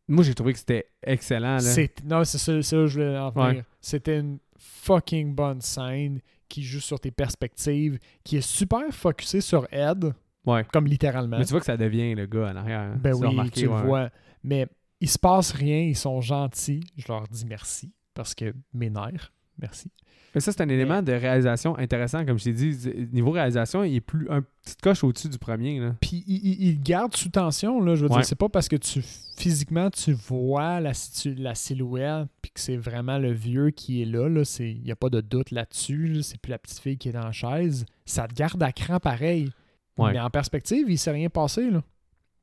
[SPEAKER 1] Moi, j'ai trouvé que c'était excellent. Ah, Là.
[SPEAKER 2] C'est- Non, c'est ça, c'est là que je voulais en venir.
[SPEAKER 1] Ouais.
[SPEAKER 2] C'était une fucking bonne scène qui joue sur tes perspectives, qui est super focusée sur Ed,
[SPEAKER 1] Ouais.
[SPEAKER 2] comme littéralement.
[SPEAKER 1] Mais tu vois que ça devient le gars à l'arrière. hein.
[SPEAKER 2] ben
[SPEAKER 1] Tu l'as
[SPEAKER 2] oui,
[SPEAKER 1] remarqué,
[SPEAKER 2] tu le
[SPEAKER 1] ouais.
[SPEAKER 2] vois. Mais il se passe rien, ils sont gentils. Je leur dis merci parce que mes nerfs, merci.
[SPEAKER 1] Mais ça, c'est un élément de réalisation intéressant. Comme je t'ai dit, Z- niveau réalisation, il est plus un petit coche au-dessus du premier. Là.
[SPEAKER 2] Puis il, il- il garde sous tension, là. Je veux
[SPEAKER 1] Ouais.
[SPEAKER 2] dire, c'est pas parce que tu physiquement tu vois la, situ- la silhouette puis que c'est vraiment le vieux qui est là. là. C'est- Il n'y a pas de doute là-dessus. là. C'est plus la petite fille qui est dans la chaise. Ça te garde à cran pareil.
[SPEAKER 1] Ouais.
[SPEAKER 2] Mais en perspective, il s'est rien passé, là.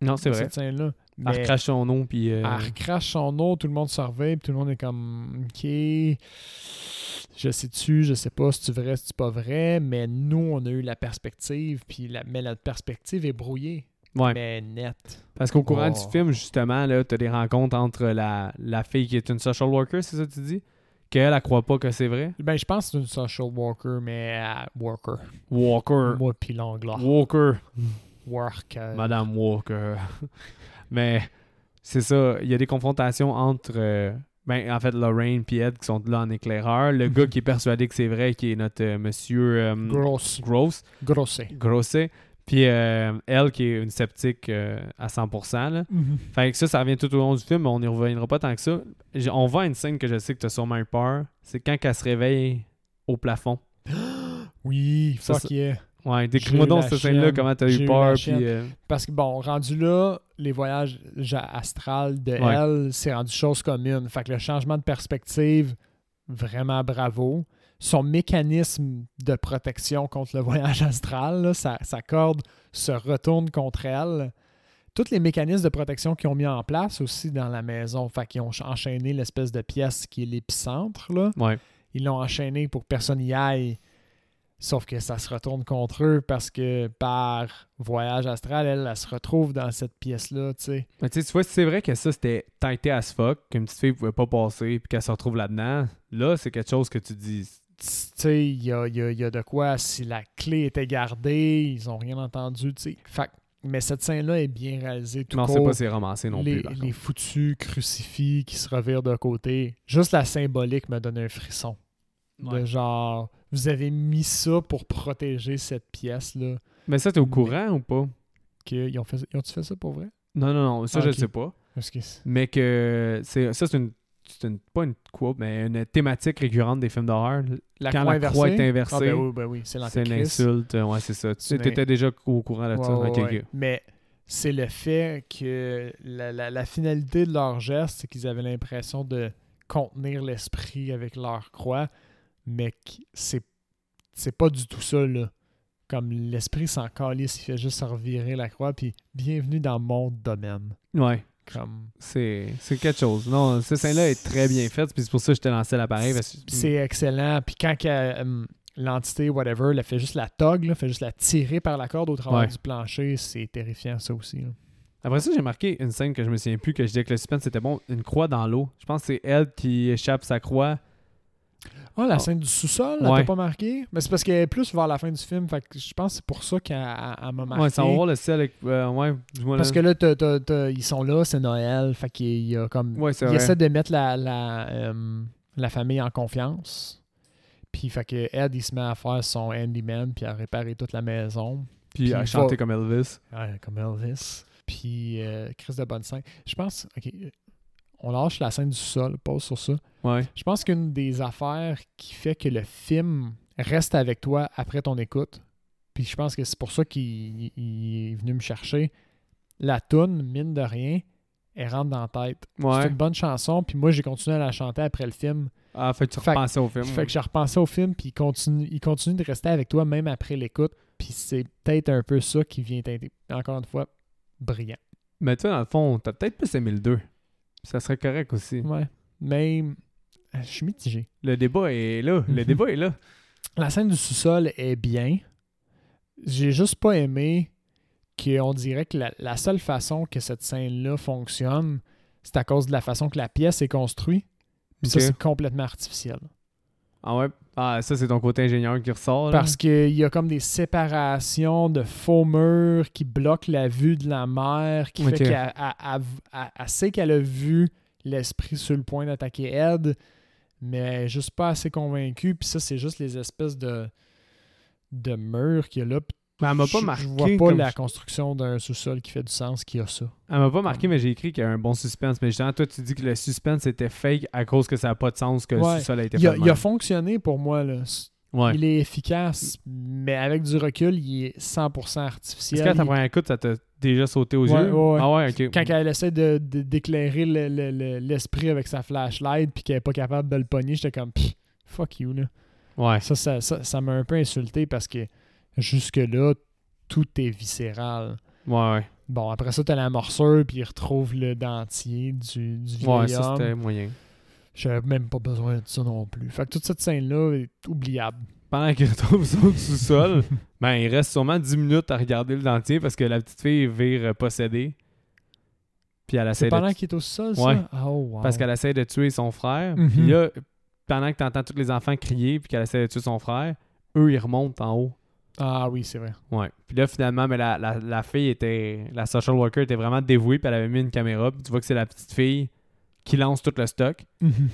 [SPEAKER 1] Non, c'est
[SPEAKER 2] dans
[SPEAKER 1] vrai.
[SPEAKER 2] Cette scène-là.
[SPEAKER 1] Elle
[SPEAKER 2] Mais
[SPEAKER 1] recrache son nom, puis. euh,
[SPEAKER 2] elle recrache son eau, tout le monde se reveille, puis tout le monde est comme OK. Je sais-tu, je sais pas si tu vrai, si tu pas vrai, mais nous, on a eu la perspective, puis la, mais la perspective est brouillée,
[SPEAKER 1] ouais.
[SPEAKER 2] mais nette.
[SPEAKER 1] Parce qu'au courant
[SPEAKER 2] Oh.
[SPEAKER 1] du film, justement, là, t'as des rencontres entre la, la fille qui est une social worker, c'est ça que tu dis? Qu'elle, elle croit pas que c'est vrai?
[SPEAKER 2] Ben, je pense que c'est une social worker, mais euh, worker.
[SPEAKER 1] Walker. Euh.
[SPEAKER 2] Moi, puis l'anglais.
[SPEAKER 1] Walker.
[SPEAKER 2] Walker.
[SPEAKER 1] Madame Walker. Mais c'est ça, il y a des confrontations entre. euh, ben, en fait, Lorraine et Ed qui sont là en éclaireur. Le gars qui est persuadé que c'est vrai, qui est notre euh, monsieur euh,
[SPEAKER 2] Grosse.
[SPEAKER 1] Gross,
[SPEAKER 2] Grossé.
[SPEAKER 1] Grosset. Puis euh, elle qui est une sceptique euh, à 100%. Là. Fait que ça, ça revient tout au long du film, mais on n'y reviendra pas tant que ça. J'ai- On voit une scène que je sais que tu as sûrement eu peur. C'est quand qu'elle se réveille au plafond.
[SPEAKER 2] Oui,
[SPEAKER 1] Ça,
[SPEAKER 2] fuck yeah.
[SPEAKER 1] Ouais, décris-moi
[SPEAKER 2] J'ai eu
[SPEAKER 1] donc
[SPEAKER 2] la
[SPEAKER 1] cette scène-là,
[SPEAKER 2] chienne.
[SPEAKER 1] comment t'as
[SPEAKER 2] J'ai
[SPEAKER 1] eu
[SPEAKER 2] eu
[SPEAKER 1] peur.
[SPEAKER 2] la
[SPEAKER 1] Puis,
[SPEAKER 2] chienne.
[SPEAKER 1] euh,
[SPEAKER 2] Parce que bon, rendu là, les voyages ja- astrales de
[SPEAKER 1] Ouais.
[SPEAKER 2] elle, c'est rendu chose commune. Fait que le changement de perspective, vraiment bravo. Son mécanisme de protection contre le voyage astral, là, sa, sa corde se retourne contre elle. Tous les mécanismes de protection qu'ils ont mis en place aussi dans la maison, fait qu'ils ont ch- enchaîné l'espèce de pièce qui est l'épicentre, là.
[SPEAKER 1] ouais.
[SPEAKER 2] ils l'ont enchaîné pour que personne n'y aille. Sauf que ça se retourne contre eux parce que par voyage astral, elle, elle se retrouve dans cette pièce-là, tu sais.
[SPEAKER 1] Mais tu sais, tu vois, si c'est vrai que ça, c'était tighté as fuck, qu'une petite fille pouvait pas passer, puis qu'elle se retrouve là-dedans. Là, c'est quelque chose que tu dis.
[SPEAKER 2] Tu sais, il y a, il y a- il y a de quoi, si la clé était gardée, ils ont rien entendu, tu sais. Fait que- mais cette scène-là est bien réalisée tout
[SPEAKER 1] Non, c'est
[SPEAKER 2] court.
[SPEAKER 1] pas c'est romancé non
[SPEAKER 2] les,
[SPEAKER 1] plus. Par
[SPEAKER 2] les
[SPEAKER 1] contre.
[SPEAKER 2] foutus crucifix qui se revirent de côté. Juste la symbolique me donne un frisson.
[SPEAKER 1] Ouais.
[SPEAKER 2] De genre, vous avez mis ça pour protéger cette pièce-là.
[SPEAKER 1] Mais ça, t'es au courant ou pas?
[SPEAKER 2] Qu'ils ont fait- Ils ont-tu fait ça pour vrai?
[SPEAKER 1] Non, non, non, ça,
[SPEAKER 2] Ah,
[SPEAKER 1] je le
[SPEAKER 2] ok.
[SPEAKER 1] sais pas.
[SPEAKER 2] Parce que c'est-
[SPEAKER 1] Mais que c'est ça, c'est une, c'est une- pas une quote, mais une thématique récurrente des films d'horreur.
[SPEAKER 2] la
[SPEAKER 1] Quand
[SPEAKER 2] croix
[SPEAKER 1] la croix
[SPEAKER 2] inversée?
[SPEAKER 1] est inversée,
[SPEAKER 2] Ah, ben oui, ben oui, c'est
[SPEAKER 1] c'est une
[SPEAKER 2] l'antéchrist.
[SPEAKER 1] insulte. euh, Ouais, c'est ça. Tu
[SPEAKER 2] C'est une-
[SPEAKER 1] étais déjà au courant de
[SPEAKER 2] Ouais,
[SPEAKER 1] ça.
[SPEAKER 2] ouais,
[SPEAKER 1] Ok,
[SPEAKER 2] ouais.
[SPEAKER 1] ok.
[SPEAKER 2] Mais c'est le fait que la, la- la finalité de leur geste, c'est qu'ils avaient l'impression de contenir l'esprit avec leur croix, mais qu- c'est c'est pas du tout ça, là. Comme l'esprit s'en calisse, il fait juste se revirer la croix, puis bienvenue dans mon domaine.
[SPEAKER 1] Ouais.
[SPEAKER 2] Comme...
[SPEAKER 1] C'est c'est quelque chose. Non, cette scène-là est très bien faite, puis c'est pour ça que je t'ai lancé l'appareil. parce que-
[SPEAKER 2] C'est excellent. Puis quand qu'elle, hum, l'entité, whatever, elle fait juste la togue, là, fait juste la tirer par la corde au travers
[SPEAKER 1] Ouais.
[SPEAKER 2] du plancher, c'est terrifiant, ça aussi. là.
[SPEAKER 1] Après ça, j'ai marqué une scène que je me souviens plus, que je disais que le suspense c'était bon, une croix dans l'eau. Je pense que c'est elle qui échappe sa croix.
[SPEAKER 2] Ah, la
[SPEAKER 1] Ah.
[SPEAKER 2] scène du sous-sol, elle
[SPEAKER 1] Ouais.
[SPEAKER 2] t'as pas marqué? Mais c'est parce qu'elle est plus vers la fin du film, fait que je pense que c'est pour ça qu'elle elle- elle m'a marqué.
[SPEAKER 1] Ouais, ça va voir le ciel. avec- euh, ouais, du moins.
[SPEAKER 2] parce que là, t'as- t'as- t'as- ils sont là, c'est Noël, fait qu'il y a comme...
[SPEAKER 1] Ouais, c'est
[SPEAKER 2] il
[SPEAKER 1] vrai.
[SPEAKER 2] essaie de mettre la, la, euh, la famille en confiance. Puis fait que Ed, il se met à faire son handyman, puis à réparer toute la maison.
[SPEAKER 1] Puis
[SPEAKER 2] Puis
[SPEAKER 1] à
[SPEAKER 2] il
[SPEAKER 1] chanter
[SPEAKER 2] va-
[SPEAKER 1] comme Elvis.
[SPEAKER 2] Ouais, comme Elvis. Puis euh, Chris de Bonne Je pense... OK, on lâche la scène du sous-sol, pause sur ça.
[SPEAKER 1] Ouais.
[SPEAKER 2] Je pense qu'une des affaires qui fait que le film reste avec toi après ton écoute, puis je pense que c'est pour ça qu'il il est venu me chercher, la toune, mine de rien, elle rentre dans la tête. C'est
[SPEAKER 1] Ouais.
[SPEAKER 2] une bonne chanson, puis moi j'ai continué à la chanter après le film.
[SPEAKER 1] Ah, fait que tu
[SPEAKER 2] Fait que-
[SPEAKER 1] repensais au film.
[SPEAKER 2] Fait que j'ai repensé au film, puis il continue, il continue de rester avec toi même après l'écoute, puis c'est peut-être un peu ça qui vient t'aider. Encore une fois, brillant.
[SPEAKER 1] Mais tu vois, dans le fond, t'as peut-être plus aimé le 2. Ça serait correct aussi.
[SPEAKER 2] Ouais. Mais euh, je suis mitigé.
[SPEAKER 1] Le débat est là. Le
[SPEAKER 2] Mhm.
[SPEAKER 1] débat est là.
[SPEAKER 2] La scène du sous-sol est bien. J'ai juste pas aimé qu'on dirait que la, la seule façon que cette scène-là fonctionne, c'est à cause de la façon que la pièce est construite. Puis
[SPEAKER 1] Ok.
[SPEAKER 2] ça, c'est complètement artificiel.
[SPEAKER 1] Ah ouais. Ah, ça, c'est ton côté ingénieur qui ressort. là.
[SPEAKER 2] Parce qu'il y a comme des séparations de faux murs qui bloquent la vue de la mer, qui
[SPEAKER 1] Ok.
[SPEAKER 2] fait qu'elle elle- elle- elle- elle sait qu'elle a vu l'esprit sur le point d'attaquer Ed, mais elle est juste pas assez convaincue. Puis ça, c'est juste les espèces de, de murs qu'il y a là. Puis
[SPEAKER 1] Mais elle m'a pas
[SPEAKER 2] je-
[SPEAKER 1] marqué.
[SPEAKER 2] Je vois pas
[SPEAKER 1] comme
[SPEAKER 2] la
[SPEAKER 1] je-
[SPEAKER 2] construction d'un sous-sol qui fait du sens qui a ça.
[SPEAKER 1] Elle m'a pas marqué, mais j'ai écrit qu'il y a un bon suspense. Mais justement, toi, tu dis que le suspense était fake à cause que ça n'a pas de sens que
[SPEAKER 2] Ouais.
[SPEAKER 1] le sous-sol a été
[SPEAKER 2] Il a,
[SPEAKER 1] fait de
[SPEAKER 2] il a
[SPEAKER 1] même.
[SPEAKER 2] fonctionné pour moi. Là.
[SPEAKER 1] Ouais.
[SPEAKER 2] Il est efficace, mais avec du recul, il est 100%
[SPEAKER 1] Est-ce
[SPEAKER 2] artificiel.
[SPEAKER 1] qu'à ta
[SPEAKER 2] Il-
[SPEAKER 1] première écoute, ça t'a déjà sauté aux
[SPEAKER 2] Ouais,
[SPEAKER 1] yeux?
[SPEAKER 2] ouais, ouais.
[SPEAKER 1] Ah ouais, ok.
[SPEAKER 2] quand elle essaie de- de- d'éclairer le- le- le- l'esprit avec sa flashlight puis qu'elle est pas capable de le pogner, j'étais comme Pff, fuck you là.
[SPEAKER 1] Ouais.
[SPEAKER 2] Ça ça, ça, ça m'a un peu insulté parce que jusque là tout est viscéral.
[SPEAKER 1] Ouais, ouais.
[SPEAKER 2] Bon, après ça, t'as la morsure, puis il retrouve le dentier du, du vieil
[SPEAKER 1] Ouais, ça,
[SPEAKER 2] homme.
[SPEAKER 1] c'était moyen.
[SPEAKER 2] J'avais même pas besoin de ça non plus. Fait que toute cette scène-là est oubliable.
[SPEAKER 1] Pendant qu'il retrouve son sous-sol, ben, il reste sûrement 10 minutes à regarder le dentier parce que la petite fille vire euh, possédée. Puis elle essaie
[SPEAKER 2] C'est
[SPEAKER 1] de
[SPEAKER 2] pendant qu'il est au sol, ça?
[SPEAKER 1] Ouais.
[SPEAKER 2] Oh, wow.
[SPEAKER 1] Parce qu'elle essaie de tuer son frère.
[SPEAKER 2] Mhm.
[SPEAKER 1] Puis là, pendant que tu entends tous les enfants crier puis qu'elle essaie de tuer son frère, eux, ils remontent en haut.
[SPEAKER 2] Ah oui, c'est vrai.
[SPEAKER 1] Ouais. Puis là, finalement, mais la, la, la fille était. La social worker était vraiment dévouée, puis elle avait mis une caméra. Puis tu vois que c'est la petite fille qui lance tout le stock.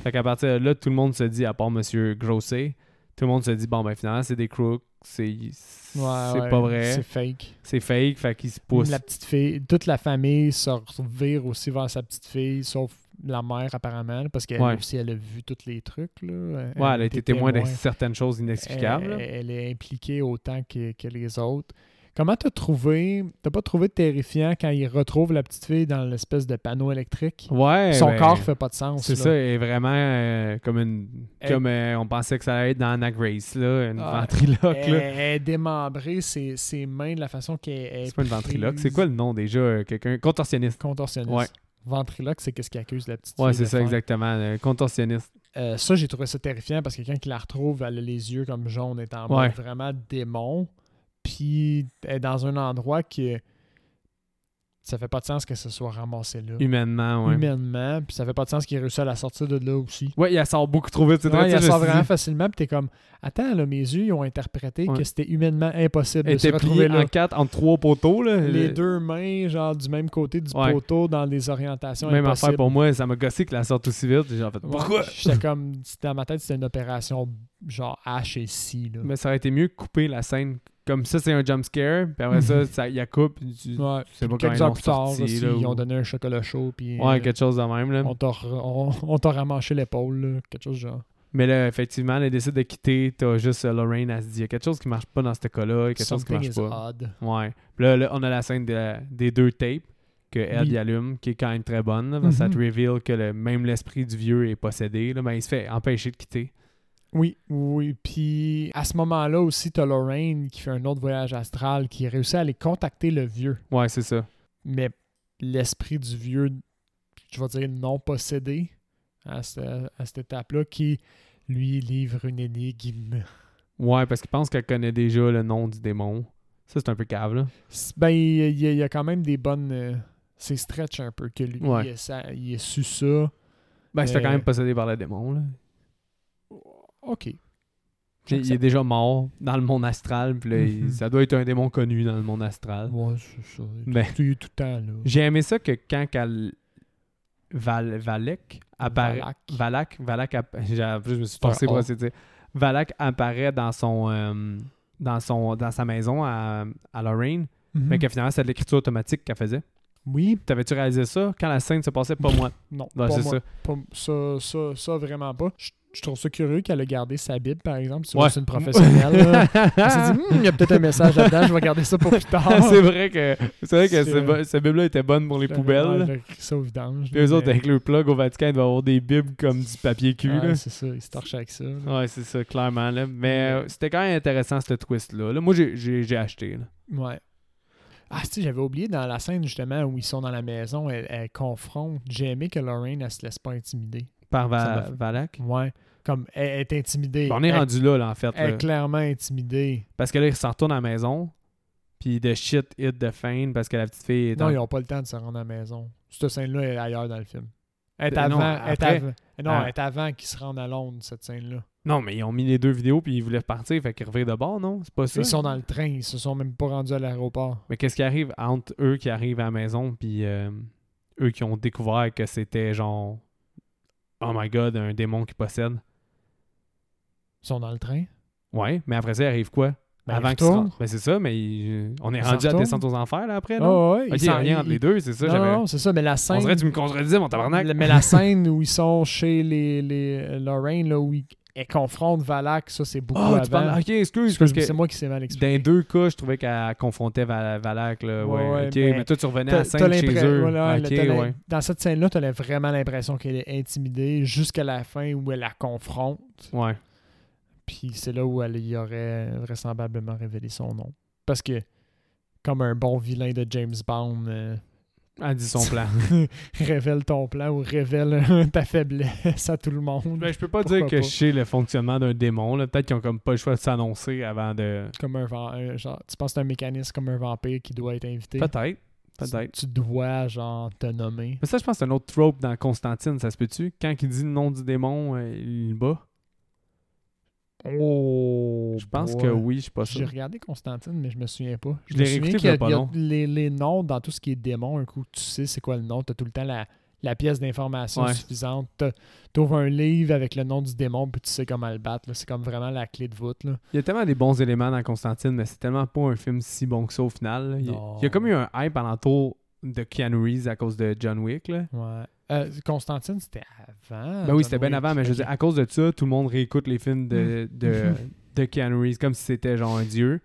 [SPEAKER 1] Fait qu'à partir de là, tout le monde se dit, à part Monsieur Grosset, tout le monde se dit, bon, ben finalement, c'est des crooks, c'est c'est
[SPEAKER 2] Ouais, ouais,
[SPEAKER 1] pas vrai,
[SPEAKER 2] C'est fake.
[SPEAKER 1] c'est fake, fait qu'ils se poussent.
[SPEAKER 2] La petite fille, toute la famille se revire aussi vers sa petite fille, sauf la mère apparemment, parce qu'elle
[SPEAKER 1] Ouais.
[SPEAKER 2] aussi, elle a vu tous les trucs. Là.
[SPEAKER 1] Ouais, elle a été témoin de
[SPEAKER 2] témoin.
[SPEAKER 1] certaines choses inexplicables. là.
[SPEAKER 2] Elle, elle est impliquée autant que, que les autres. Comment t'as trouvé, t'as pas trouvé terrifiant quand ils retrouvent la petite fille dans l'espèce de panneau électrique?
[SPEAKER 1] Ouais.
[SPEAKER 2] Son
[SPEAKER 1] ben,
[SPEAKER 2] corps fait pas de sens.
[SPEAKER 1] C'est
[SPEAKER 2] là.
[SPEAKER 1] ça, elle est vraiment euh, comme une.
[SPEAKER 2] Elle-
[SPEAKER 1] Comme euh, on pensait que ça allait être dans Anna Grace, là, une
[SPEAKER 2] Ah,
[SPEAKER 1] ventriloque,
[SPEAKER 2] Elle,
[SPEAKER 1] là.
[SPEAKER 2] elle est démembrée, ses, ses mains de la façon qu'elle est.
[SPEAKER 1] C'est pas une ventriloque. C'est quoi le nom déjà euh, Quelqu'un. Contorsionniste.
[SPEAKER 2] Contorsionniste.
[SPEAKER 1] Ouais.
[SPEAKER 2] Ventriloque, c'est qu'est-ce qui accuse la petite
[SPEAKER 1] Ouais,
[SPEAKER 2] fille
[SPEAKER 1] c'est
[SPEAKER 2] de
[SPEAKER 1] ça,
[SPEAKER 2] faire.
[SPEAKER 1] exactement. euh, contorsionniste.
[SPEAKER 2] Euh, ça, j'ai trouvé ça terrifiant parce que quand il la retrouve, elle a les yeux comme jaunes, elle est en
[SPEAKER 1] Ouais.
[SPEAKER 2] mode vraiment démon. Puis elle est dans un endroit que ça fait pas de sens que ce soit ramassé là.
[SPEAKER 1] Humainement, ouais.
[SPEAKER 2] Humainement. Puis ça fait pas de sens qu'il réussisse à la sortir de là aussi.
[SPEAKER 1] Ouais, il sort beaucoup trop vite. c'est vrai,
[SPEAKER 2] Ouais,
[SPEAKER 1] tu
[SPEAKER 2] il
[SPEAKER 1] sais, je
[SPEAKER 2] la sort
[SPEAKER 1] me suis
[SPEAKER 2] vraiment
[SPEAKER 1] dit,
[SPEAKER 2] facilement. Puis t'es comme, attends, là, mes yeux, ils ont interprété
[SPEAKER 1] Ouais.
[SPEAKER 2] que c'était humainement impossible
[SPEAKER 1] Elle
[SPEAKER 2] de se
[SPEAKER 1] était
[SPEAKER 2] retrouver
[SPEAKER 1] pliée
[SPEAKER 2] là.
[SPEAKER 1] en quatre, en trois poteaux, là. Euh,
[SPEAKER 2] Les
[SPEAKER 1] Le-
[SPEAKER 2] deux mains, genre, du même côté du
[SPEAKER 1] Ouais.
[SPEAKER 2] poteau dans des orientations
[SPEAKER 1] Même
[SPEAKER 2] impossibles.
[SPEAKER 1] affaire pour moi, ça m'a gossé que la sorte aussi vite. J'ai en fait,
[SPEAKER 2] Ouais,
[SPEAKER 1] pourquoi
[SPEAKER 2] J'étais comme, c'était dans ma tête, c'était une opération genre H et C. Là.
[SPEAKER 1] Mais ça aurait été mieux de couper la scène. Comme ça, c'est un jump scare. Puis après ça, ça- il y a coupe. Tu, tu
[SPEAKER 2] Ouais.
[SPEAKER 1] sais pas quand
[SPEAKER 2] Quelques
[SPEAKER 1] ils
[SPEAKER 2] heures
[SPEAKER 1] l'ont
[SPEAKER 2] plus tard,
[SPEAKER 1] sorti,
[SPEAKER 2] aussi,
[SPEAKER 1] là,
[SPEAKER 2] ils
[SPEAKER 1] ou-
[SPEAKER 2] ont donné un chocolat chaud, puis
[SPEAKER 1] Ouais,
[SPEAKER 2] euh,
[SPEAKER 1] quelque chose de même. Là.
[SPEAKER 2] on t'a re- on- on t'a ramaché l'épaule, là, quelque chose genre.
[SPEAKER 1] Mais là, effectivement, elle décide de quitter. T'as juste euh, Lorraine, elle se dit, il y a quelque chose qui marche pas dans ce cas-là. il y a Quelque
[SPEAKER 2] Something
[SPEAKER 1] chose
[SPEAKER 2] is
[SPEAKER 1] qui marche pas.
[SPEAKER 2] odd.
[SPEAKER 1] Ouais. Puis là, là, on a la scène de la- des deux tapes que Ed
[SPEAKER 2] Oui.
[SPEAKER 1] y allume, qui est quand même très bonne. là, parce que Ça te
[SPEAKER 2] Mhm.
[SPEAKER 1] révèle que le, même l'esprit du vieux est possédé. Là, ben, il se fait empêcher de quitter.
[SPEAKER 2] Oui, oui. Puis à ce moment-là aussi, t'as Lorraine qui fait un autre voyage astral, qui réussit à aller contacter le vieux.
[SPEAKER 1] Ouais, c'est ça.
[SPEAKER 2] Mais l'esprit du vieux, je vais dire non possédé à, ce- à cette étape-là, qui lui livre une énigme.
[SPEAKER 1] Ouais, parce qu'il pense qu'elle connaît déjà le nom du démon. Ça, c'est un peu cave, là.
[SPEAKER 2] C'est- Ben, il y, a- il y a- il y a quand même des bonnes. euh, c'est stretch un peu que lui,
[SPEAKER 1] Ouais.
[SPEAKER 2] il, est, sa- il est su ça.
[SPEAKER 1] Ben, il se fait quand
[SPEAKER 2] Euh,
[SPEAKER 1] même posséder par le démon, là.
[SPEAKER 2] Ok.
[SPEAKER 1] Il, il est déjà mort dans le monde astral, puis là, il-
[SPEAKER 2] Mhm.
[SPEAKER 1] ça doit être un démon connu dans le monde astral.
[SPEAKER 2] Ouais, c'est ça. Il est
[SPEAKER 1] hein. Ben.
[SPEAKER 2] tout- il est tout le temps là.
[SPEAKER 1] J'ai aimé ça que quand qu'elle- Val, Valek apparaît.
[SPEAKER 2] Valak.
[SPEAKER 1] Valak, Valak, app- j'ai- en plus, je me suis
[SPEAKER 2] C'est un
[SPEAKER 1] forcé
[SPEAKER 2] O.
[SPEAKER 1] pour essayer de dire. Valak apparaît dans son, euh, dans son, dans sa maison à, à Lorraine,
[SPEAKER 2] Mhm.
[SPEAKER 1] mais que finalement c'est de l'écriture automatique qu'elle faisait.
[SPEAKER 2] Oui,
[SPEAKER 1] T'avais-tu réalisé ça quand la scène se passait Pas moi.
[SPEAKER 2] non.
[SPEAKER 1] Ouais,
[SPEAKER 2] pas
[SPEAKER 1] c'est
[SPEAKER 2] moi.
[SPEAKER 1] ça.
[SPEAKER 2] Pas m- ça, ça, ça, vraiment pas. Je, je trouve ça curieux qu'elle a gardé sa Bible, par exemple. Si
[SPEAKER 1] Ouais.
[SPEAKER 2] c'est une professionnelle. là. Elle s'est dit, Hmm, il y a peut-être un message là-dedans, je vais garder ça pour plus tard.
[SPEAKER 1] c'est vrai que c'est vrai que
[SPEAKER 2] C'est
[SPEAKER 1] ce,
[SPEAKER 2] vrai.
[SPEAKER 1] bo- cette bible-là était bonne pour les poubelles. là.
[SPEAKER 2] J'ai écrit Euh, ça au vidange.
[SPEAKER 1] Puis eux autres,
[SPEAKER 2] mais-
[SPEAKER 1] avec le plug au Vatican, ils doivent avoir des bibles comme du papier cul.
[SPEAKER 2] Ouais,
[SPEAKER 1] là.
[SPEAKER 2] C'est ça, ils se torchent avec ça. là.
[SPEAKER 1] Ouais, c'est ça, clairement. Là.
[SPEAKER 2] Mm.
[SPEAKER 1] Mais euh, c'était quand même intéressant, ce twist-là. là. Moi, j'ai- j'ai j'ai acheté. là.
[SPEAKER 2] Ouais. Ah, si, j'avais oublié dans la scène justement où ils sont dans la maison, elle, elle confronte. J'ai aimé que Lorraine, elle se laisse pas intimider.
[SPEAKER 1] Par Va-
[SPEAKER 2] Ça m'a fait-
[SPEAKER 1] Valak.
[SPEAKER 2] Ouais. Comme elle, elle est intimidée.
[SPEAKER 1] Ben, On est
[SPEAKER 2] elle,
[SPEAKER 1] rendu là, là, en fait.
[SPEAKER 2] elle
[SPEAKER 1] là.
[SPEAKER 2] est clairement intimidée.
[SPEAKER 1] Parce que là, ils s'en retournent à la maison. Puis de shit hit de fame parce que la petite fille est
[SPEAKER 2] Non,
[SPEAKER 1] en-
[SPEAKER 2] ils ont pas le temps de se rendre à la maison. Cette scène-là est ailleurs dans le film. Elle est
[SPEAKER 1] Euh,
[SPEAKER 2] avant,
[SPEAKER 1] non,
[SPEAKER 2] elle est
[SPEAKER 1] après.
[SPEAKER 2] avant- Eh non,
[SPEAKER 1] Ah.
[SPEAKER 2] elle est avant qu'ils se rendent à Londres, cette scène-là.
[SPEAKER 1] Non, mais ils ont mis les deux vidéos puis ils voulaient partir. Fait qu'ils revirent de bord, non? C'est pas ça.
[SPEAKER 2] Ils sont dans le train, ils se sont même pas rendus à l'aéroport.
[SPEAKER 1] Mais qu'est-ce qui arrive entre eux qui arrivent à la maison puis euh, eux qui ont découvert que c'était genre... Oh my God, un démon qui possède.
[SPEAKER 2] Ils sont dans le train.
[SPEAKER 1] Ouais, mais après ça, il arrive quoi?
[SPEAKER 2] Ben,
[SPEAKER 1] Avant
[SPEAKER 2] ils
[SPEAKER 1] qu'ils se
[SPEAKER 2] retournent.
[SPEAKER 1] rendent- Ben, c'est ça, mais ils- on est
[SPEAKER 2] Ils
[SPEAKER 1] rendu à
[SPEAKER 2] retournent.
[SPEAKER 1] descendre aux enfers, là, après,
[SPEAKER 2] Ah
[SPEAKER 1] non?
[SPEAKER 2] ouais,
[SPEAKER 1] Ok,
[SPEAKER 2] ils
[SPEAKER 1] il y a
[SPEAKER 2] s'en-
[SPEAKER 1] rien entre
[SPEAKER 2] ils-
[SPEAKER 1] les deux, c'est ça,
[SPEAKER 2] Non,
[SPEAKER 1] j'avais...
[SPEAKER 2] non, c'est ça, mais la
[SPEAKER 1] On
[SPEAKER 2] scène.
[SPEAKER 1] dirait que tu me contredisais, mon tabarnak!
[SPEAKER 2] Le- Mais la scène où ils sont chez les, les euh, Lorraine, là, où ils, elle confronte Valak, ça c'est beaucoup
[SPEAKER 1] Oh,
[SPEAKER 2] avant.
[SPEAKER 1] tu parles... Ok, excuse, parce
[SPEAKER 2] Excuse-moi,
[SPEAKER 1] que
[SPEAKER 2] C'est moi qui s'est mal expliqué.
[SPEAKER 1] dans les deux cas, je trouvais qu'elle confrontait Val- Valak, là, ouais,
[SPEAKER 2] Ouais, ouais,
[SPEAKER 1] ok,
[SPEAKER 2] mais
[SPEAKER 1] mais, toi, tu revenais à
[SPEAKER 2] T'as-
[SPEAKER 1] la
[SPEAKER 2] t'as
[SPEAKER 1] scène
[SPEAKER 2] l'impre-
[SPEAKER 1] chez eux.
[SPEAKER 2] voilà,
[SPEAKER 1] ok,
[SPEAKER 2] t'as l'im-
[SPEAKER 1] ouais.
[SPEAKER 2] Dans cette scène-là, tu as vraiment l'impression qu'elle est intimidée jusqu'à la fin où elle la confronte.
[SPEAKER 1] Ouais.
[SPEAKER 2] Puis c'est là où elle y aurait vraisemblablement révélé son nom. Parce que, comme un bon vilain de James Bond, euh,
[SPEAKER 1] Elle dit son plan.
[SPEAKER 2] révèle ton plan ou révèle euh, ta faiblesse à tout le monde.
[SPEAKER 1] Ben, je peux pas
[SPEAKER 2] Pourquoi
[SPEAKER 1] dire que
[SPEAKER 2] pas?
[SPEAKER 1] je sais le fonctionnement d'un démon, là. Peut-être qu'ils ont comme pas le choix de s'annoncer avant de...
[SPEAKER 2] Comme un, vamp- un genre, tu penses que c'est un mécanisme comme un vampire qui doit être invité.
[SPEAKER 1] Peut-être, peut-être.
[SPEAKER 2] Tu, tu dois, genre, te nommer.
[SPEAKER 1] Mais ça, je pense que c'est un autre trope dans Constantine, ça se peut-tu? Quand il dit le nom du démon, euh, il le bat.
[SPEAKER 2] Oh.
[SPEAKER 1] Je pense
[SPEAKER 2] boy.
[SPEAKER 1] que oui, je suis pas
[SPEAKER 2] J'ai
[SPEAKER 1] sûr.
[SPEAKER 2] regardé Constantine, mais je me souviens pas.
[SPEAKER 1] Je
[SPEAKER 2] me
[SPEAKER 1] l'ai
[SPEAKER 2] souviens
[SPEAKER 1] réécouté
[SPEAKER 2] qu'il y a-
[SPEAKER 1] il y a
[SPEAKER 2] il y a
[SPEAKER 1] pas
[SPEAKER 2] Les, les noms dans tout ce qui est démon, un coup, tu sais c'est quoi le nom, tu as tout le temps la, la pièce d'information
[SPEAKER 1] Ouais.
[SPEAKER 2] suffisante. Tu ouvres un livre avec le nom du démon, puis tu sais comment le battre. là. C'est comme vraiment la clé de voûte. Là.
[SPEAKER 1] Il y a tellement des bons éléments dans Constantine, mais c'est tellement pas un film si bon que ça au final. là. Il,
[SPEAKER 2] Non.
[SPEAKER 1] il y a comme eu un hype alentour de Keanu Reeves à cause de John Wick. Là.
[SPEAKER 2] Ouais. Euh, Constantine, c'était avant.
[SPEAKER 1] Ben oui,
[SPEAKER 2] Ah, John
[SPEAKER 1] c'était bien
[SPEAKER 2] Wick.
[SPEAKER 1] avant, mais je veux
[SPEAKER 2] Ok. Mm.
[SPEAKER 1] dire, à cause de ça, tout le monde réécoute les films de, de, de Keanu Reeves comme si c'était genre un dieu.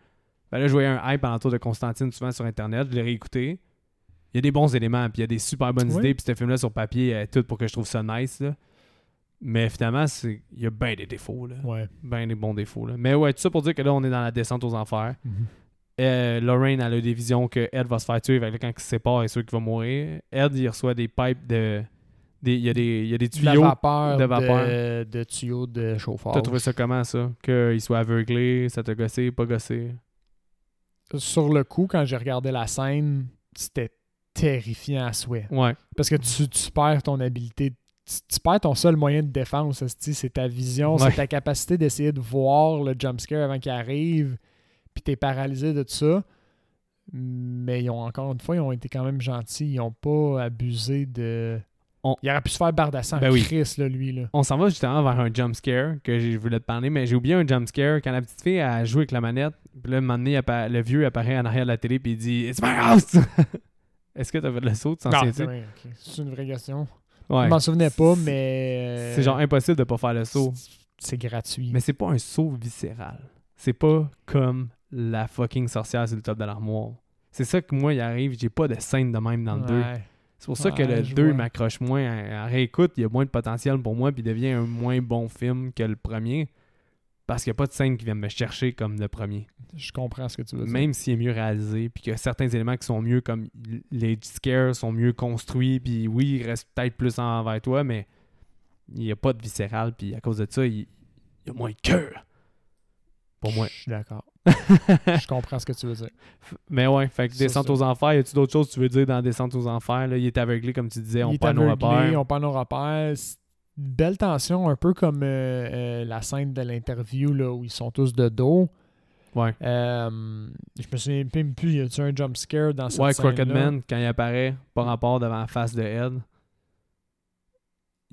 [SPEAKER 1] Ben là, je voyais un hype alentour de Constantine souvent sur Internet, je l'ai réécouté. Il y a des bons éléments, puis il y a des super bonnes
[SPEAKER 2] Oui.
[SPEAKER 1] idées, puis ce film-là sur papier, euh, tout pour que je trouve ça nice. là. Mais finalement, c'est- il y a bien des défauts, là.
[SPEAKER 2] Ouais.
[SPEAKER 1] bien ben des bons défauts. Là. Mais ouais, tout ça pour dire que là, on est dans la descente aux enfers.
[SPEAKER 2] Mhm.
[SPEAKER 1] Euh, Lorraine elle a des visions que Ed va se faire tuer, fait que là, quand il se sépare, et ceux qui vont mourir. Ed, il reçoit des pipes de. des- Il y, a des- il y a des
[SPEAKER 2] De la
[SPEAKER 1] tuyaux.
[SPEAKER 2] vapeur
[SPEAKER 1] de
[SPEAKER 2] de,
[SPEAKER 1] vapeur.
[SPEAKER 2] de, tuyaux de chauffage.
[SPEAKER 1] T'as trouvé ça comment, ça? Qu'il soit aveuglé, ça t'a gossé, pas gossé?
[SPEAKER 2] Sur le coup, quand j'ai regardé la scène, c'était terrifiant à souhait.
[SPEAKER 1] Ouais.
[SPEAKER 2] Parce que tu, tu perds ton habilité. Tu, tu perds ton seul moyen de défense, esti. c'est ta vision,
[SPEAKER 1] Ouais.
[SPEAKER 2] c'est ta capacité d'essayer de voir le jumpscare avant qu'il arrive, puis t'es paralysé de tout ça. Mais ils ont encore une fois, ils ont été quand même gentils. Ils ont pas abusé de.
[SPEAKER 1] On-
[SPEAKER 2] Il aurait pu se faire bardasser en
[SPEAKER 1] Ben oui.
[SPEAKER 2] Chris, là, lui. Là.
[SPEAKER 1] On s'en va justement vers un jump scare que j'ai- je voulais te parler, mais j'ai oublié un jump scare quand la petite fille a joué avec la manette. Puis là, un moment donné, appa- le vieux apparaît en arrière de la télé puis il dit It's my house! Est-ce que t'as fait le saut? Tu t'en
[SPEAKER 2] Ah,
[SPEAKER 1] souviens-tu?
[SPEAKER 2] ouais, ok. C'est une vraie question.
[SPEAKER 1] Ouais.
[SPEAKER 2] Je m'en souvenais pas, mais.
[SPEAKER 1] C'est genre impossible de pas faire le saut.
[SPEAKER 2] C'est gratuit.
[SPEAKER 1] Mais c'est pas un saut viscéral. C'est pas comme la fucking sorcière sur le top de l'armoire. C'est ça que moi, il arrive, j'ai pas de scène de même dans le 2.
[SPEAKER 2] Ouais.
[SPEAKER 1] C'est pour ça que
[SPEAKER 2] Ouais,
[SPEAKER 1] le
[SPEAKER 2] je
[SPEAKER 1] 2
[SPEAKER 2] vois.
[SPEAKER 1] m'accroche moins. À, à réécoute, il y a moins de potentiel pour moi, puis il devient un moins bon film que le premier. Parce qu'il n'y a pas de scène qui vient me chercher comme le premier.
[SPEAKER 2] Je comprends ce que tu veux dire.
[SPEAKER 1] Même s'il est mieux réalisé, puis qu'il y a certains éléments qui sont mieux, comme l- les scares sont mieux construits, puis oui, ils restent peut-être plus envers toi, mais il n'y a pas de viscéral, puis à cause de ça, il, il y a moins de cœur. Pour moi.
[SPEAKER 2] Je suis d'accord. Je comprends ce que tu veux dire.
[SPEAKER 1] mais ouais, fait que
[SPEAKER 2] Ça,
[SPEAKER 1] Descente
[SPEAKER 2] c'est-
[SPEAKER 1] aux Enfers, y a-tu d'autres choses que tu veux dire dans Descente aux Enfers là? Il est aveuglé, comme tu disais, on
[SPEAKER 2] Il est
[SPEAKER 1] perd nos
[SPEAKER 2] aveuglé,
[SPEAKER 1] repères.
[SPEAKER 2] On perd nos repères. C'est une Belle tension, un peu comme euh, euh, la scène de l'interview là, où ils sont tous de dos.
[SPEAKER 1] Ouais.
[SPEAKER 2] Euh, je me souviens même plus, y a-tu un jump scare dans cette
[SPEAKER 1] Ouais,
[SPEAKER 2] scène-là?
[SPEAKER 1] Crooked Man, quand il apparaît, par rapport devant la face de Ed,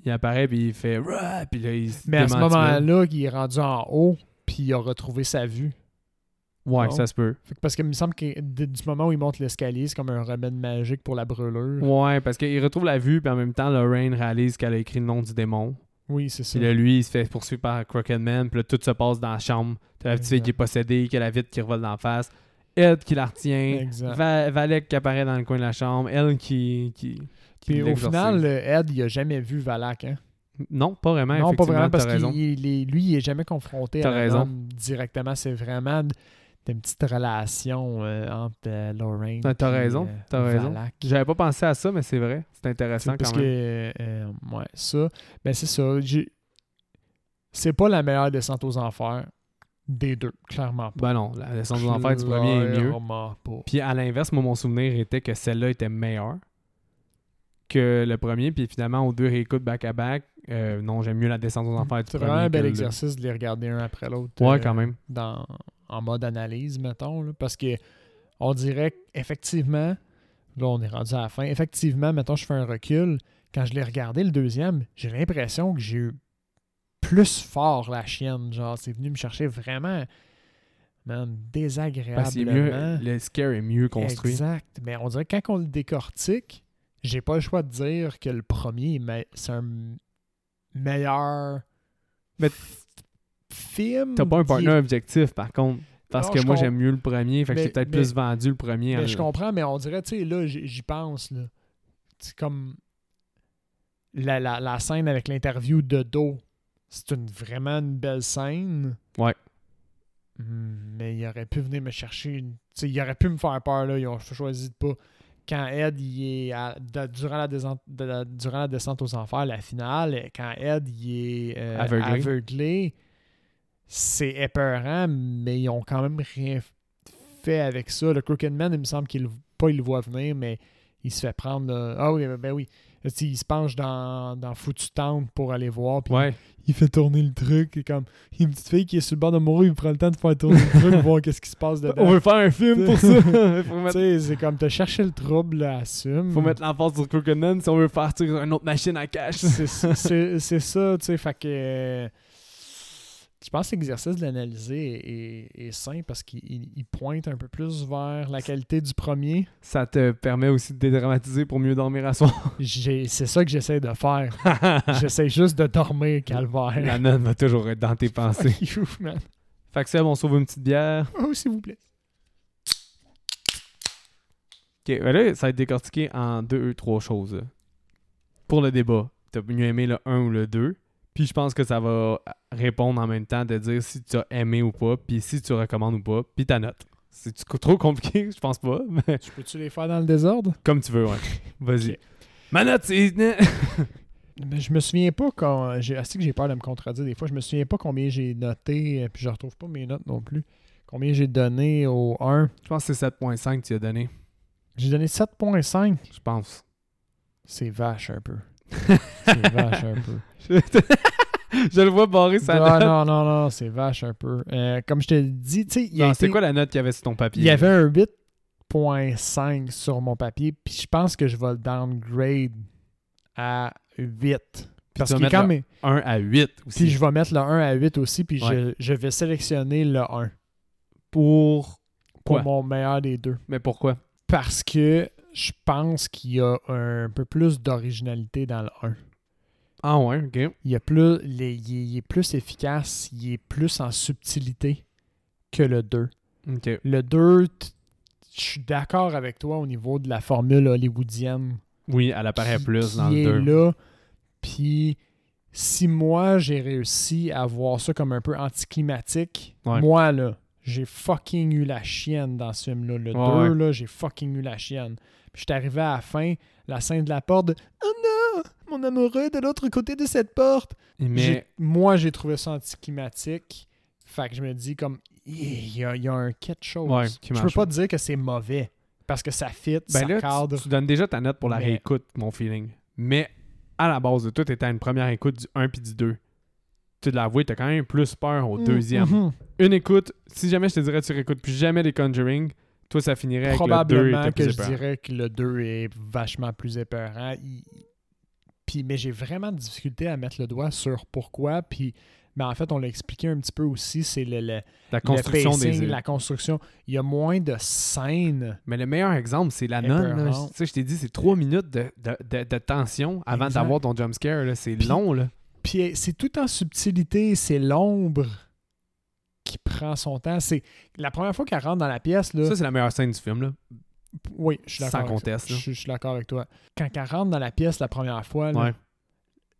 [SPEAKER 1] il apparaît puis il fait Rah! puis là il se
[SPEAKER 2] Mais à ce
[SPEAKER 1] démantibule.
[SPEAKER 2] moment-là, il est rendu en haut, puis il a retrouvé sa vue.
[SPEAKER 1] Ouais,
[SPEAKER 2] non?
[SPEAKER 1] ça se peut.
[SPEAKER 2] Fait que- parce qu'il me semble que d- du moment où il monte l'escalier, c'est comme un remède magique pour la brûlure.
[SPEAKER 1] Ouais, parce qu'il retrouve la vue puis en même temps Lorraine réalise qu'elle a écrit le nom du démon.
[SPEAKER 2] Oui, c'est ça.
[SPEAKER 1] Puis là lui, il se fait poursuivre par Crooked Man, puis là tout se passe dans la chambre. T'as la petite fille qui est possédée, qui a la vitre qui revole d'en face, Ed qui la retient,
[SPEAKER 2] Exact.
[SPEAKER 1] Va- Valek qui apparaît dans le coin de la chambre, elle qui qui, qui
[SPEAKER 2] Puis au
[SPEAKER 1] l'exorcise.
[SPEAKER 2] final, le Ed, il a jamais vu Valak. Hein?
[SPEAKER 1] non, pas vraiment
[SPEAKER 2] non, pas
[SPEAKER 1] effectivement,
[SPEAKER 2] vraiment, parce
[SPEAKER 1] t'as raison.
[SPEAKER 2] qu'il est- lui, il est jamais confronté
[SPEAKER 1] T'as
[SPEAKER 2] à la
[SPEAKER 1] raison.
[SPEAKER 2] norme directement. C'est vraiment d- une petite relation euh, entre euh, Lorraine
[SPEAKER 1] Ouais, t'as
[SPEAKER 2] puis,
[SPEAKER 1] raison,
[SPEAKER 2] euh,
[SPEAKER 1] t'as raison.
[SPEAKER 2] Valak.
[SPEAKER 1] J'avais pas pensé à ça mais c'est vrai, c'est intéressant
[SPEAKER 2] parce
[SPEAKER 1] quand même.
[SPEAKER 2] que, euh, ouais, ça, ben c'est ça. j'ai- C'est pas la meilleure descente aux enfers des deux, clairement pas.
[SPEAKER 1] Ben non, la descente aux enfers du premier est mieux.
[SPEAKER 2] Clairement pas.
[SPEAKER 1] Puis à l'inverse, moi, mon souvenir était que celle-là était meilleure que le premier. Puis finalement, aux deux réécoutes back-à-back, euh, non, j'aime mieux la descente aux enfers du
[SPEAKER 2] C'est
[SPEAKER 1] premier.
[SPEAKER 2] vraiment un
[SPEAKER 1] que
[SPEAKER 2] bel
[SPEAKER 1] le-
[SPEAKER 2] exercice de les regarder un après l'autre.
[SPEAKER 1] Ouais,
[SPEAKER 2] euh,
[SPEAKER 1] quand même.
[SPEAKER 2] dans, en mode analyse, mettons, là, parce que on dirait effectivement, là on est rendu à la fin, effectivement, mettons, je fais un recul, quand je l'ai regardé le deuxième, j'ai l'impression que j'ai eu plus fort la chienne, genre, c'est venu me chercher vraiment, man,
[SPEAKER 1] Parce que c'est
[SPEAKER 2] désagréablement.
[SPEAKER 1] mieux, le scare est mieux construit.
[SPEAKER 2] Exact, mais on dirait que quand on le décortique, j'ai pas le choix de dire que le premier, est me- c'est un meilleur
[SPEAKER 1] Mais
[SPEAKER 2] film.
[SPEAKER 1] t'as pas un
[SPEAKER 2] qui est
[SPEAKER 1] partenaire objectif, par contre. Parce
[SPEAKER 2] Non,
[SPEAKER 1] que
[SPEAKER 2] je
[SPEAKER 1] moi,
[SPEAKER 2] com-
[SPEAKER 1] j'aime mieux le premier. Fait que
[SPEAKER 2] Mais-
[SPEAKER 1] j'ai peut-être
[SPEAKER 2] mais-
[SPEAKER 1] plus vendu le premier. en-
[SPEAKER 2] Mais je comprends, mais on dirait, tu sais, là, j'y j'y pense, là. C'est comme la, la, la scène avec l'interview de dos. C'est une, vraiment une belle scène.
[SPEAKER 1] Ouais.
[SPEAKER 2] Hmm, Mais il aurait pu venir me chercher. une- Tu sais, il aurait pu me faire peur, là. Ils ont choisi de pas. Quand Ed, il est. à- de- durant, la désen- de la- durant la descente aux enfers, la finale, quand Ed, il est euh,
[SPEAKER 1] Aveuglé.
[SPEAKER 2] aveuglé, c'est épeurant, mais ils ont quand même rien fait avec ça. Le Crooked Man, il me semble qu'il pas il le voit venir, mais il se fait prendre. là. Ah oui, ben oui. tu sais, il se penche dans, dans Foutu Town pour aller voir. Puis
[SPEAKER 1] Ouais.
[SPEAKER 2] il fait tourner le truc. Et comme, il y a une petite fille qui est sur le bord de mourir, il prend le temps de faire tourner le truc, voir qu'est-ce qui se passe
[SPEAKER 1] On
[SPEAKER 2] dedans.
[SPEAKER 1] veut faire un film pour ça. faut
[SPEAKER 2] Tu
[SPEAKER 1] mettre,
[SPEAKER 2] sais, c'est comme, t'as cherché le trouble, assume.
[SPEAKER 1] faut mettre l'emphase sur Crookenman si on veut faire tu sais, une autre machine à cash.
[SPEAKER 2] C'est- c'est c'est ça, tu sais. Fait que. euh, Je pense que l'exercice de l'analyser est, est sain parce qu'il il- il pointe un peu plus vers la qualité du premier.
[SPEAKER 1] Ça te permet aussi de dédramatiser pour mieux dormir à soir.
[SPEAKER 2] J'ai- C'est ça que j'essaie de faire. j'essaie juste de dormir, calvaire.
[SPEAKER 1] La note va toujours être dans tes pensées.
[SPEAKER 2] Fuck you, man.
[SPEAKER 1] Fait que Seb, on sauve une petite bière.
[SPEAKER 2] Oh, s'il vous plaît.
[SPEAKER 1] Ok, ben là, ça va être décortiqué en deux, trois choses. Pour le débat, t'as mieux aimé le 1 ou le 2. Puis je pense que ça va répondre en même temps de dire si tu as aimé ou pas, puis si tu recommandes ou pas, puis ta note. C'est trop compliqué, je pense pas, mais
[SPEAKER 2] Tu peux-tu les faire dans le désordre?
[SPEAKER 1] comme tu veux, ouais. Vas-y.
[SPEAKER 2] Ok.
[SPEAKER 1] Ma note, c'est...
[SPEAKER 2] Mais Ben, je me souviens pas quand. j'ai- Ah, c'est que j'ai peur de me contredire des fois. Je me souviens pas combien j'ai noté, euh, puis je retrouve pas mes notes non plus. Combien j'ai donné au 1.
[SPEAKER 1] Je pense que c'est 7.5 que tu as donné.
[SPEAKER 2] J'ai donné 7.5.
[SPEAKER 1] Je pense.
[SPEAKER 2] C'est vache un peu. C'est vache un peu.
[SPEAKER 1] je je le vois barrer sa
[SPEAKER 2] Ah,
[SPEAKER 1] note.
[SPEAKER 2] non, non, non, c'est vache un peu. Euh, comme je te le dis, tu sais, il y, a
[SPEAKER 1] Non,
[SPEAKER 2] été-
[SPEAKER 1] c'est quoi la note qu'il y avait sur ton papier?
[SPEAKER 2] il y avait un 8.5 sur mon papier, puis je pense que je vais le downgrade à 8. Parce
[SPEAKER 1] tu vas
[SPEAKER 2] que
[SPEAKER 1] mettre
[SPEAKER 2] quand
[SPEAKER 1] le
[SPEAKER 2] même,
[SPEAKER 1] 1 à 8 aussi.
[SPEAKER 2] si je vais mettre le 1 à 8 aussi, puis
[SPEAKER 1] Ouais.
[SPEAKER 2] je, je vais sélectionner le 1
[SPEAKER 1] Pour...
[SPEAKER 2] pour
[SPEAKER 1] Ouais.
[SPEAKER 2] mon meilleur des deux.
[SPEAKER 1] Mais pourquoi?
[SPEAKER 2] Parce que je pense qu'il y a un peu plus d'originalité dans le 1.
[SPEAKER 1] Ah ouais, ok.
[SPEAKER 2] il, a plus, les- il est- il est plus efficace, il est plus en subtilité que le 2.
[SPEAKER 1] Ok.
[SPEAKER 2] Le 2, t- je suis d'accord avec toi au niveau de la formule hollywoodienne.
[SPEAKER 1] Oui, elle apparaît
[SPEAKER 2] qui-
[SPEAKER 1] plus
[SPEAKER 2] qui
[SPEAKER 1] dans le
[SPEAKER 2] est
[SPEAKER 1] 2.
[SPEAKER 2] là. Puis, si moi, j'ai réussi à voir ça comme un peu anticlimatique,
[SPEAKER 1] Ouais.
[SPEAKER 2] moi, là, j'ai fucking eu la chienne dans ce film-là. Le
[SPEAKER 1] Ouais,
[SPEAKER 2] 2, là, j'ai fucking eu la chienne. Puis, j'étais arrivé à la fin, la scène de la porte de « Oh non! Mon amoureux de l'autre côté de cette porte! » J'ai-
[SPEAKER 1] Mais
[SPEAKER 2] moi, j'ai trouvé ça anticlimatique. Fait que je me dis comme il y a, il y a un quelque chose.
[SPEAKER 1] Ouais, qui
[SPEAKER 2] je peux
[SPEAKER 1] marche
[SPEAKER 2] pas dire que c'est mauvais parce que ça fit, ça
[SPEAKER 1] ben là, tu,
[SPEAKER 2] cadre.
[SPEAKER 1] tu donnes déjà ta note pour la
[SPEAKER 2] Mais-
[SPEAKER 1] réécoute, mon feeling. Mais à la base de tout, t'étais à une première écoute du 1 puis du 2. Tu l'avoues, t'as quand même plus peur au
[SPEAKER 2] Mm,
[SPEAKER 1] deuxième.
[SPEAKER 2] mhm.
[SPEAKER 1] Une écoute, si jamais je te dirais tu réécoutes plus jamais les Conjuring, toi ça finirait avec le 2 et
[SPEAKER 2] Probablement
[SPEAKER 1] t'as plus
[SPEAKER 2] que je
[SPEAKER 1] peur.
[SPEAKER 2] dirais que le 2 est vachement plus épeurant. Il- Puis, mais j'ai vraiment de difficulté à mettre le doigt sur pourquoi. Puis, mais en fait, on l'a expliqué un petit peu aussi, c'est le, le-
[SPEAKER 1] La
[SPEAKER 2] le
[SPEAKER 1] construction des
[SPEAKER 2] pacing,
[SPEAKER 1] îles.
[SPEAKER 2] la construction. Il y a moins de scènes.
[SPEAKER 1] Mais le meilleur exemple, c'est la
[SPEAKER 2] Et
[SPEAKER 1] nonne. là.
[SPEAKER 2] peurante.
[SPEAKER 1] Tu sais, je t'ai dit, c'est 3 minutes de, de, de- de tension avant
[SPEAKER 2] Exact.
[SPEAKER 1] d'avoir ton jump scare. là. C'est
[SPEAKER 2] Puis-
[SPEAKER 1] long, là.
[SPEAKER 2] Puis euh, c'est tout en subtilité, c'est l'ombre qui prend son temps. C'est la première fois qu'elle rentre dans la pièce, là.
[SPEAKER 1] Ça, c'est la meilleure scène du film, là.
[SPEAKER 2] oui, je suis d'accord.
[SPEAKER 1] Sans
[SPEAKER 2] avec ça.
[SPEAKER 1] conteste, là.
[SPEAKER 2] Je, je suis d'accord avec toi. Quand elle rentre dans la pièce la première fois, là,
[SPEAKER 1] Ouais.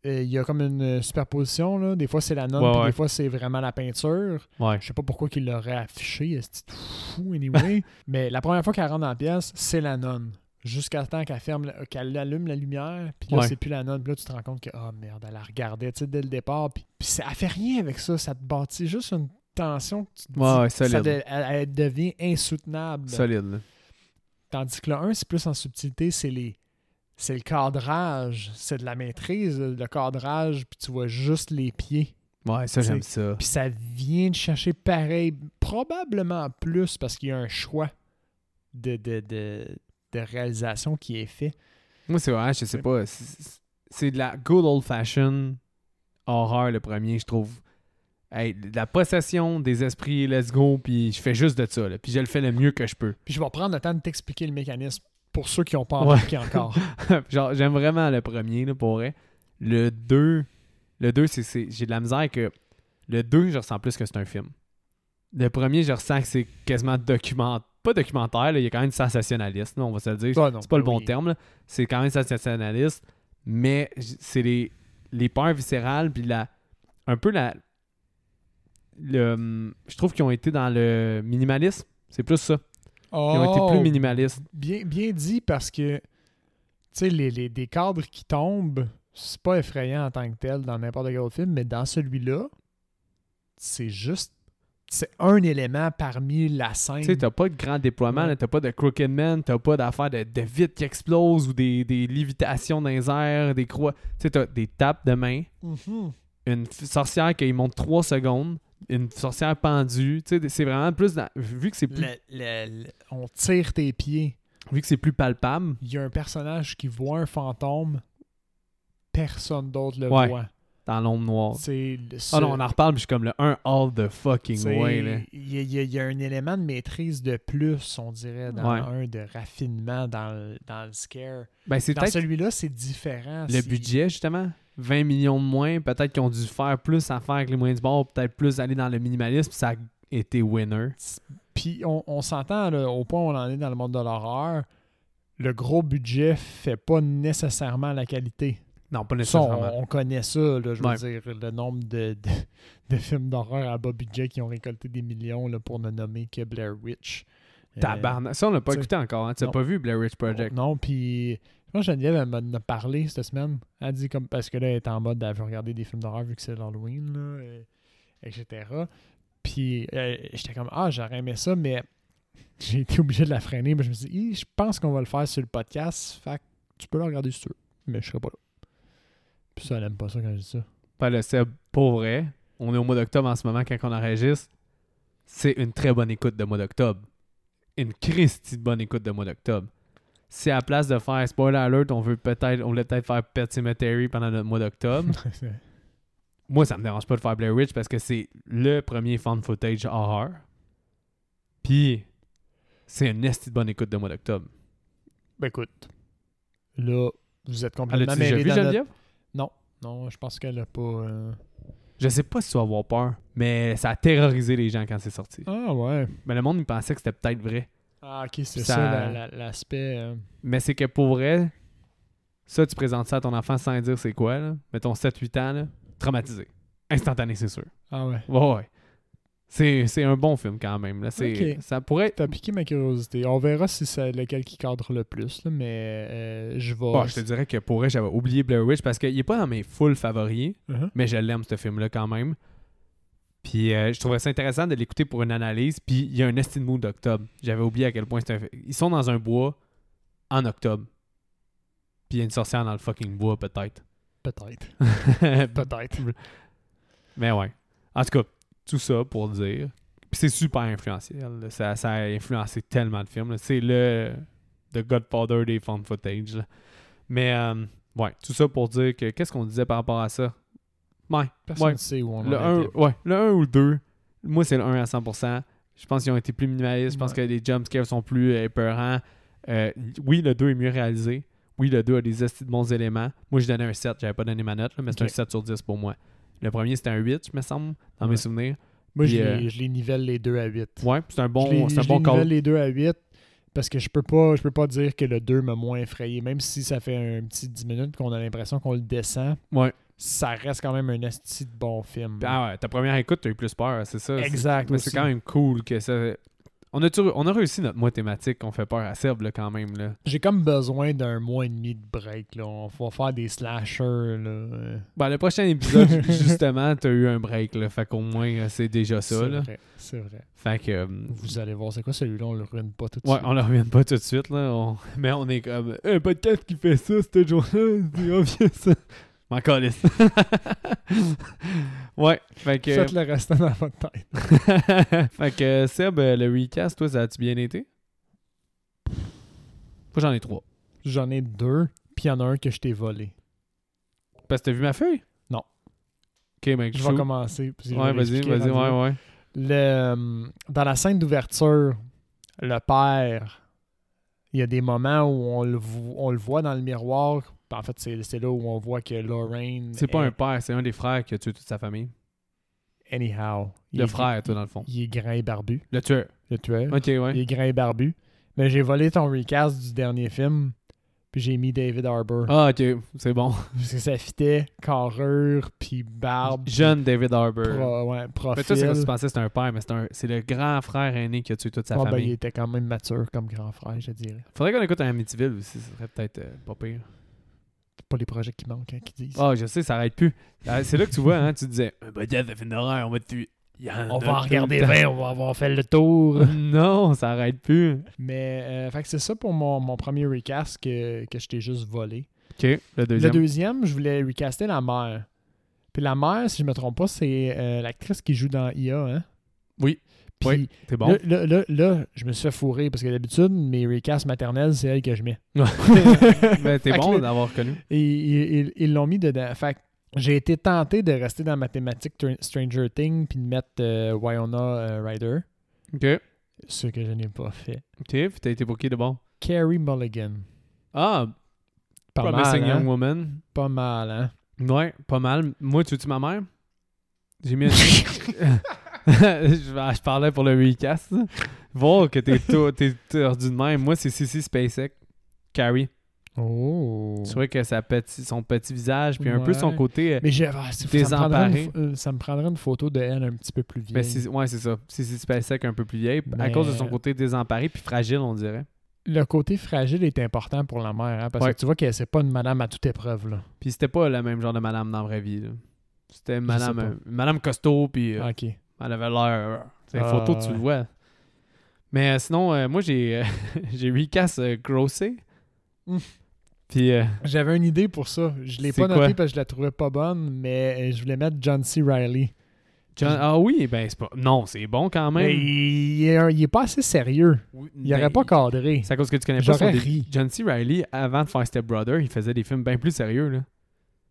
[SPEAKER 2] euh, il y a comme une superposition. Là. Des fois, c'est la nonne,
[SPEAKER 1] Ouais,
[SPEAKER 2] puis
[SPEAKER 1] ouais.
[SPEAKER 2] des fois, c'est vraiment la peinture.
[SPEAKER 1] Ouais.
[SPEAKER 2] Je sais pas pourquoi qu'il l'aurait affiché, c'est fou, anyway. Mais la première fois qu'elle rentre dans la pièce, c'est la nonne. Jusqu'à temps qu'elle ferme, la- qu'elle allume la lumière, puis là,
[SPEAKER 1] Ouais.
[SPEAKER 2] c'est plus la nonne. Puis là, tu te rends compte que, oh merde, elle la regardait, tu sais, dès le départ. Puis, puis ça, elle fait rien avec ça, ça te bâtit juste une tension que tu te dis-
[SPEAKER 1] Ouais, ouais,
[SPEAKER 2] ça
[SPEAKER 1] solide.
[SPEAKER 2] de- elle, elle devient insoutenable.
[SPEAKER 1] Solide, là.
[SPEAKER 2] Tandis que le 1, c'est plus en subtilité, c'est les. C'est le cadrage, c'est de la maîtrise, le cadrage, puis tu vois juste les pieds.
[SPEAKER 1] Ouais, ça, j'aime
[SPEAKER 2] C'est-
[SPEAKER 1] ça.
[SPEAKER 2] Puis ça vient de chercher pareil, probablement plus parce qu'il y a un choix de, de, de, de réalisation qui est fait.
[SPEAKER 1] Moi, c'est vrai, je sais
[SPEAKER 2] C'est-
[SPEAKER 1] pas. c'est- C'est de la good old fashion horreur, le premier, je trouve. Hey, de la possession des esprits, let's go, puis je fais juste de ça, là, puis je le fais le mieux que je peux.
[SPEAKER 2] Puis je vais prendre le temps de t'expliquer le mécanisme pour ceux qui n'ont pas
[SPEAKER 1] Ouais.
[SPEAKER 2] embarqué encore.
[SPEAKER 1] Genre, j'aime vraiment le premier, là, pour vrai. Le 2, le 2, c'est, c'est- j'ai de la misère que. Le 2, je ressens plus que c'est un film. Le premier, je ressens que c'est quasiment documentaire. Pas documentaire, là, il y a quand même sensationnaliste, là, on va se le dire.
[SPEAKER 2] Ah non,
[SPEAKER 1] C'est pas le
[SPEAKER 2] ben
[SPEAKER 1] bon
[SPEAKER 2] oui.
[SPEAKER 1] terme, là. c'est quand même sensationnaliste, mais j- c'est les, les peurs viscérales, puis la, un peu la. Le, hum, je trouve qu'ils ont été dans le minimalisme. C'est plus ça. Ils ont été plus
[SPEAKER 2] Oh,
[SPEAKER 1] minimalistes.
[SPEAKER 2] bien, bien dit parce que, tu sais, les, les, des cadres qui tombent, c'est pas effrayant en tant que tel dans n'importe quel autre film, mais dans celui-là, c'est juste c'est un élément parmi la scène.
[SPEAKER 1] Tu sais, t'as pas de grand déploiement,
[SPEAKER 2] Ouais.
[SPEAKER 1] là, t'as pas de Crooked Man, t'as pas d'affaires de, de vite qui explose ou des, des lévitations dans les airs, des croix. Tu sais, t'as des tapes de main,
[SPEAKER 2] Mhm.
[SPEAKER 1] une f- sorcière qui monte 3 secondes, une sorcière pendue. Tu sais, c'est vraiment plus. dans- vu que c'est plus,
[SPEAKER 2] Le- le- le- on tire tes pieds.
[SPEAKER 1] vu que c'est plus palpable,
[SPEAKER 2] Il y a un personnage qui voit un fantôme, personne d'autre le
[SPEAKER 1] Ouais.
[SPEAKER 2] voit.
[SPEAKER 1] dans l'ombre noire.
[SPEAKER 2] C'est le- ce-
[SPEAKER 1] Ah non, on en reparle, puis je suis comme le 1 all the fucking
[SPEAKER 2] c'est-
[SPEAKER 1] way. Là.
[SPEAKER 2] Il y, a- il y a- il y a un élément de maîtrise de plus, on dirait, dans
[SPEAKER 1] Ouais.
[SPEAKER 2] un de raffinement dans, le- dans le scare.
[SPEAKER 1] Ben, c'est
[SPEAKER 2] Dans
[SPEAKER 1] peut-être
[SPEAKER 2] celui-là, c'est différent.
[SPEAKER 1] le
[SPEAKER 2] C'est-
[SPEAKER 1] budget, justement. 20 millions de moins, peut-être qu'ils ont dû faire plus à faire avec les moyens du bord, peut-être plus aller dans le minimalisme, ça a été winner.
[SPEAKER 2] Puis on, on s'entend là, au point où on en est dans le monde de l'horreur. Le gros budget fait pas nécessairement la qualité.
[SPEAKER 1] Non, pas
[SPEAKER 2] Ça,
[SPEAKER 1] nécessairement.
[SPEAKER 2] on, on connaît ça, là, je veux
[SPEAKER 1] Ouais.
[SPEAKER 2] dire, le nombre de, de, de films d'horreur à bas budget qui ont récolté des millions là, pour ne nommer que Blair Witch. Euh,
[SPEAKER 1] Tabarnak. Ça, on l'a pas
[SPEAKER 2] t'sais,
[SPEAKER 1] écouté encore. Hein. Tu n'as
[SPEAKER 2] non.
[SPEAKER 1] pas vu Blair Witch Project.
[SPEAKER 2] Non, puis je pense que Geneviève elle m'en a parlé cette semaine. Elle dit comme parce que là, elle est en mode elle veut regarder des films d'horreur vu que c'est l'Halloween, là, euh, etc. Puis euh, j'étais comme Ah, j'aurais aimé ça, mais j'ai été obligé de la freiner. Mais je me suis dit, Hi, je pense qu'on va le faire sur le podcast. Fait que tu peux le regarder si tu veux. Mais je serai pas là. Puis ça, elle aime pas ça quand je dis ça.
[SPEAKER 1] Pas le Seb, pour vrai. On est au mois d'octobre en ce moment quand on enregistre. C'est une très bonne écoute de mois d'octobre. Une christie de bonne écoute de mois d'octobre. Si à la place de faire spoiler alert, on veut peut-être, on voulait peut-être faire Pet Cemetery pendant notre mois d'octobre. Moi, ça me dérange pas de faire Blair Witch parce que c'est le premier fan footage horror. Puis, c'est une esti de bonne écoute de mois d'octobre.
[SPEAKER 2] ben écoute, là, vous êtes
[SPEAKER 1] Elle
[SPEAKER 2] complètement
[SPEAKER 1] a-tu déjà
[SPEAKER 2] mêlés
[SPEAKER 1] vu,
[SPEAKER 2] dans notre-
[SPEAKER 1] Geneviève?
[SPEAKER 2] Non, je pense qu'elle a pas. euh,
[SPEAKER 1] Je sais pas si tu vas avoir peur, mais ça a terrorisé les gens quand c'est sorti.
[SPEAKER 2] Ah ouais.
[SPEAKER 1] Mais le monde, il pensait que c'était peut-être vrai.
[SPEAKER 2] Ah, ok, c'est
[SPEAKER 1] Ça-
[SPEAKER 2] ça, la- la- l'aspect. euh,
[SPEAKER 1] Mais c'est que pour vrai, ça, tu présentes ça à ton enfant sans dire c'est quoi, là. Mettons 7-8 ans, là, traumatisé. Instantané, c'est sûr.
[SPEAKER 2] Ah ouais.
[SPEAKER 1] Ouais, ouais. C'est, c'est un bon film quand même. Là. C'est,
[SPEAKER 2] Ok.
[SPEAKER 1] Ça pourrait être.
[SPEAKER 2] T'as piqué ma curiosité. On verra si c'est lequel qui cadre le plus, là, mais euh, je vais.
[SPEAKER 1] Bah, je te dirais que pour vrai, j'avais oublié Blair Witch parce qu'il est pas dans mes full favoris,
[SPEAKER 2] Uh-huh.
[SPEAKER 1] mais je l'aime, ce film-là, quand même. Puis euh, je trouverais ça intéressant de l'écouter pour une analyse. Puis il y a un estime mood d'octobre. J'avais oublié à quel point c'était. un- Ils sont dans un bois en octobre. Puis il y a une sorcière dans le fucking bois, peut-être.
[SPEAKER 2] Peut-être. Peut-être.
[SPEAKER 1] Mais ouais. En tout cas, tout ça pour dire. Puis c'est super influentiel. là. Ça, ça a influencé tellement de films. là. C'est le The Godfather des found footage. là. Mais euh, ouais, tout ça pour dire que qu'est-ce qu'on disait par rapport à ça? Ouais,
[SPEAKER 2] Personne ne
[SPEAKER 1] Ouais.
[SPEAKER 2] sait où on
[SPEAKER 1] le
[SPEAKER 2] en
[SPEAKER 1] 1
[SPEAKER 2] était.
[SPEAKER 1] ouais, le un ou le 2. Moi, c'est le 1 à 100%. Je pense qu'ils ont été plus minimalistes. Je pense que
[SPEAKER 2] Ouais.
[SPEAKER 1] les jumpscares sont plus euh, épeurants. Euh, oui, le 2 est mieux réalisé. Oui, le 2 a des esti de bons éléments. Moi, je donnais un 7. J'avais pas donné ma note, là, mais c'est
[SPEAKER 2] Ok.
[SPEAKER 1] un 7 sur 10 pour moi. Le premier, c'était un 8, je me semble, dans
[SPEAKER 2] Ouais.
[SPEAKER 1] mes souvenirs.
[SPEAKER 2] Moi, je
[SPEAKER 1] Puis,
[SPEAKER 2] les-
[SPEAKER 1] euh,
[SPEAKER 2] je les nivelle les deux à 8.
[SPEAKER 1] Ouais, c'est un
[SPEAKER 2] je les,
[SPEAKER 1] bon, c'est un
[SPEAKER 2] je
[SPEAKER 1] bon
[SPEAKER 2] les
[SPEAKER 1] call.
[SPEAKER 2] nivelle les deux à 8 parce que je peux pas je peux pas dire que le 2 m'a moins effrayé. Même si ça fait un petit 10 minutes qu'on a l'impression qu'on le descend,
[SPEAKER 1] Ouais.
[SPEAKER 2] ça reste quand même un asti de bon film.
[SPEAKER 1] Ah ouais, ta première écoute, t'as eu plus peur, c'est ça. c'est-
[SPEAKER 2] exact.
[SPEAKER 1] Mais c'est
[SPEAKER 2] aussi.
[SPEAKER 1] quand même cool que ça. On a, tu- on a réussi notre mois thématique qu'on fait peur à Seb, là, quand même. Là.
[SPEAKER 2] J'ai comme besoin d'un mois et demi de break. Là. On va faire des slashers. Là. Euh,
[SPEAKER 1] Ben, le prochain épisode, justement, t'as eu un break, là. Fait qu'au moins, euh, c'est déjà ça,
[SPEAKER 2] c'est
[SPEAKER 1] là.
[SPEAKER 2] vrai, C'est vrai.
[SPEAKER 1] Fait que. euh,
[SPEAKER 2] Vous allez voir, c'est quoi celui-là? On le ruine pas tout de
[SPEAKER 1] Ouais,
[SPEAKER 2] suite.
[SPEAKER 1] on le revient pas tout de suite, là. on- Mais on est comme. Un podcast qui fait ça, ce jour-là. C'est obvious, ça. M'en calisse. ouais, fait que.
[SPEAKER 2] Faites le restant dans votre tête.
[SPEAKER 1] fait que, Seb, euh, le recast, toi, ça a-tu bien été? Moi, j'en ai trois.
[SPEAKER 2] J'en ai deux, puis il y en a un que je t'ai volé.
[SPEAKER 1] Parce que t'as vu ma feuille?
[SPEAKER 2] Non.
[SPEAKER 1] Ok, mec,
[SPEAKER 2] Je vais commencer. puis je vais
[SPEAKER 1] Ouais, vas-y,
[SPEAKER 2] l'expliquer
[SPEAKER 1] vas-y,
[SPEAKER 2] rendu là.
[SPEAKER 1] ouais, ouais.
[SPEAKER 2] Le, euh, dans la scène d'ouverture, le père, il y a des moments où on le, vo- on le voit dans le miroir. En fait, c'est c'est là où on voit que Lorraine...
[SPEAKER 1] C'est pas
[SPEAKER 2] est-
[SPEAKER 1] un père, c'est un des frères qui a tué toute sa famille.
[SPEAKER 2] Anyhow. il
[SPEAKER 1] Le
[SPEAKER 2] est-
[SPEAKER 1] frère, toi, dans le fond.
[SPEAKER 2] Il est grand et barbu,
[SPEAKER 1] Le tueur.
[SPEAKER 2] le tueur.
[SPEAKER 1] Ok,
[SPEAKER 2] Il
[SPEAKER 1] ouais.
[SPEAKER 2] est grand et barbu. Mais j'ai volé ton recast du dernier film, puis j'ai mis David Harbour.
[SPEAKER 1] Ah, ok, c'est bon.
[SPEAKER 2] Parce que ça fitait carrure, puis barbe, puis
[SPEAKER 1] Jeune David Harbour.
[SPEAKER 2] pro- ouais,
[SPEAKER 1] euh, Mais
[SPEAKER 2] profil.
[SPEAKER 1] toi, c'est parce que tu pensais que c'était un père, mais c'est un- c'est le grand frère aîné qui a tué toute sa
[SPEAKER 2] Ouais, ben, il
[SPEAKER 1] famille.
[SPEAKER 2] était quand même mature comme grand frère, je dirais.
[SPEAKER 1] Faudrait qu'on écoute un Amityville aussi, ce serait peut-être euh, pas pire.
[SPEAKER 2] C'est pas les projets qui manquent, hein, qui disent.
[SPEAKER 1] Ah, je sais, ça arrête plus. Ah, C'est là que tu vois, hein, tu disais, un podcast de film d'horreur, on va te tuer. Il y en
[SPEAKER 2] On
[SPEAKER 1] a
[SPEAKER 2] va en
[SPEAKER 1] tout
[SPEAKER 2] regarder
[SPEAKER 1] le temps.
[SPEAKER 2] 20, on va avoir fait le tour.
[SPEAKER 1] Non, ça arrête plus.
[SPEAKER 2] Mais euh, fait que c'est ça pour mon, mon premier recast que, que je t'ai juste volé.
[SPEAKER 1] Ok, le deuxième.
[SPEAKER 2] Le deuxième, je voulais recaster la mère. Puis la mère, si je me trompe pas, c'est euh, l'actrice qui joue dans IA, hein?
[SPEAKER 1] Oui.
[SPEAKER 2] Puis
[SPEAKER 1] Oui, C'est bon.
[SPEAKER 2] là, là, là, là, je me suis fait fourrer parce que d'habitude, mes recasts maternelles, c'est elle que je mets.
[SPEAKER 1] Ben, t'es
[SPEAKER 2] Fait que
[SPEAKER 1] bon
[SPEAKER 2] le-
[SPEAKER 1] d'avoir connu.
[SPEAKER 2] Et ils- ils- ils l'ont mis dedans. Fait que j'ai été tenté de rester dans ma thématique Tr- Stranger Things puis de mettre euh, Winona euh, Ryder,
[SPEAKER 1] Ok.
[SPEAKER 2] ce que je n'ai pas fait.
[SPEAKER 1] Ok, puis t'as été pour qui de bon?
[SPEAKER 2] Carrie Mulligan.
[SPEAKER 1] Ah,
[SPEAKER 2] Pas
[SPEAKER 1] Promising
[SPEAKER 2] mal, hein?
[SPEAKER 1] Young Woman.
[SPEAKER 2] Pas mal, hein?
[SPEAKER 1] Ouais, pas mal. Moi, tu tu ma mère? J'ai mis une... je, je parlais pour le recast. là. Voir que t'es tout- t'es tordu de même. Moi, c'est Sissy Spacek. Carrie.
[SPEAKER 2] Oh!
[SPEAKER 1] Tu vois que sa petit, son petit visage, puis un peu son
[SPEAKER 2] Ouais.
[SPEAKER 1] côté... euh,
[SPEAKER 2] Mais j'ai... ah, c'est- ça, me prendrait
[SPEAKER 1] Désemparé.
[SPEAKER 2] une, euh, ça me prendrait une photo de elle un petit peu plus vieille.
[SPEAKER 1] Ben, c'est- ouais, c'est ça. Sissy Spacek un peu plus vieille, à
[SPEAKER 2] Mais-
[SPEAKER 1] cause de son côté désemparé puis fragile, on dirait.
[SPEAKER 2] Le côté fragile est important pour la mère, hein, parce
[SPEAKER 1] Ouais.
[SPEAKER 2] que tu vois qu'elle c'est pas une madame à toute épreuve. Là.
[SPEAKER 1] Puis c'était pas le même genre de madame dans la vraie vie. là. C'était
[SPEAKER 2] sais
[SPEAKER 1] madame,
[SPEAKER 2] pas.
[SPEAKER 1] euh, madame costaud, puis euh,
[SPEAKER 2] Ok.
[SPEAKER 1] elle avait l'air. C'est
[SPEAKER 2] Ah,
[SPEAKER 1] photo, tu
[SPEAKER 2] ouais.
[SPEAKER 1] le vois. Mais euh, sinon, euh, moi, j'ai euh, j'ai recast euh, Grosset.
[SPEAKER 2] Mm.
[SPEAKER 1] Puis euh,
[SPEAKER 2] J'avais une idée pour ça. Je l'ai
[SPEAKER 1] C'est
[SPEAKER 2] pas notée
[SPEAKER 1] quoi?
[SPEAKER 2] parce que je la trouvais pas bonne, mais euh, je voulais mettre John C. Riley.
[SPEAKER 1] John-
[SPEAKER 2] Je-
[SPEAKER 1] Ah oui, ben c'est pas. Non, c'est bon quand même. Ben,
[SPEAKER 2] Mais Ben, il est, un- il est pas assez sérieux.
[SPEAKER 1] Oui,
[SPEAKER 2] ben, Il
[SPEAKER 1] mais-
[SPEAKER 2] aurait pas cadré.
[SPEAKER 1] C'est à cause que tu connais pas son
[SPEAKER 2] J'aurais
[SPEAKER 1] dé-
[SPEAKER 2] ri.
[SPEAKER 1] John C. Riley, avant de faire Step Brother, il faisait des films bien plus sérieux. là.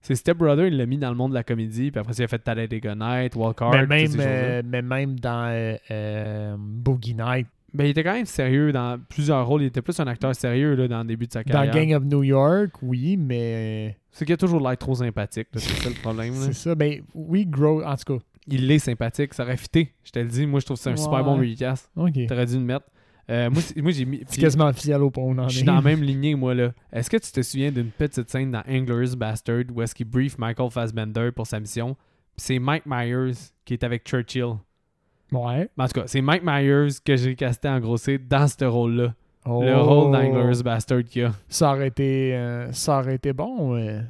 [SPEAKER 1] C'est Step Brother, il l'a mis dans le monde de la comédie, puis après ça, il a fait Talent Go Night, Walk Hard,
[SPEAKER 2] Mais
[SPEAKER 1] toutes
[SPEAKER 2] Ben, même,
[SPEAKER 1] ces choses-là.
[SPEAKER 2] euh, mais même dans euh, euh, Boogie Night,
[SPEAKER 1] Ben, il était quand même sérieux dans plusieurs rôles. Il était plus un acteur sérieux là, dans le début de sa
[SPEAKER 2] dans
[SPEAKER 1] carrière.
[SPEAKER 2] Gang of New York, oui, mais
[SPEAKER 1] C'est qu'il a toujours l'air trop sympathique. là, C'est ça le problème. là.
[SPEAKER 2] c'est ça. Ben oui, Grow, en tout cas.
[SPEAKER 1] Il est sympathique. Ça aurait fité. Je te le dis. Moi, je trouve que c'est un super
[SPEAKER 2] Ouais.
[SPEAKER 1] bon recast.
[SPEAKER 2] Ok.
[SPEAKER 1] T'aurais dû le mettre. Euh, moi, c'est- moi, j'ai mis.
[SPEAKER 2] C'est
[SPEAKER 1] puis
[SPEAKER 2] quasiment officiel au point où on en
[SPEAKER 1] Je
[SPEAKER 2] est.
[SPEAKER 1] suis dans la même lignée, moi, là. Est-ce que tu te souviens d'une petite scène dans Angler's Bastard où est-ce qu'il brief Michael Fassbender pour sa mission? Puis C'est Mike Myers qui est avec Churchill.
[SPEAKER 2] Ouais.
[SPEAKER 1] Mais En tout cas, c'est Mike Myers que j'ai casté en gros c'est dans ce rôle-là. Le
[SPEAKER 2] Oh.
[SPEAKER 1] rôle d'Angler's Bastard qu'il a.
[SPEAKER 2] Ça aurait été, euh, ça aurait été bon, euh,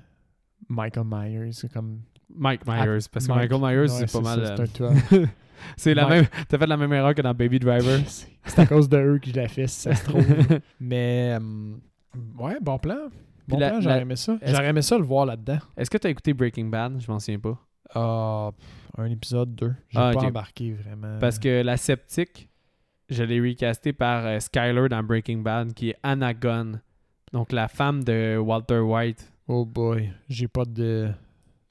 [SPEAKER 2] Michael Myers. c'est Comme...
[SPEAKER 1] Mike
[SPEAKER 2] Ah,
[SPEAKER 1] Myers. parce que
[SPEAKER 2] Mike-
[SPEAKER 1] Michael Myers,
[SPEAKER 2] Ouais,
[SPEAKER 1] c'est pas mal.
[SPEAKER 2] ça,
[SPEAKER 1] euh,
[SPEAKER 2] c'est un tueur.
[SPEAKER 1] C'est la
[SPEAKER 2] Ouais.
[SPEAKER 1] même. T'as fait la même erreur que dans Baby Driver.
[SPEAKER 2] C'est c'est à cause de eux que je la fais, si ça se trouve. Mais, euh, ouais, bon plan. Bon
[SPEAKER 1] la-
[SPEAKER 2] plan, j'aurais
[SPEAKER 1] la-
[SPEAKER 2] aimé ça.
[SPEAKER 1] est-ce-
[SPEAKER 2] J'aurais aimé ça le voir là-dedans.
[SPEAKER 1] Est-ce que t'as écouté Breaking Bad Je m'en souviens pas.
[SPEAKER 2] Ah, pff, un épisode, deux. J'ai
[SPEAKER 1] Ah,
[SPEAKER 2] pas
[SPEAKER 1] ok.
[SPEAKER 2] embarqué vraiment.
[SPEAKER 1] Parce que la sceptique, je l'ai recastée par euh, Skyler dans Breaking Bad, qui est Anna Gunn. Donc la femme de Walter White.
[SPEAKER 2] Oh boy, j'ai pas de...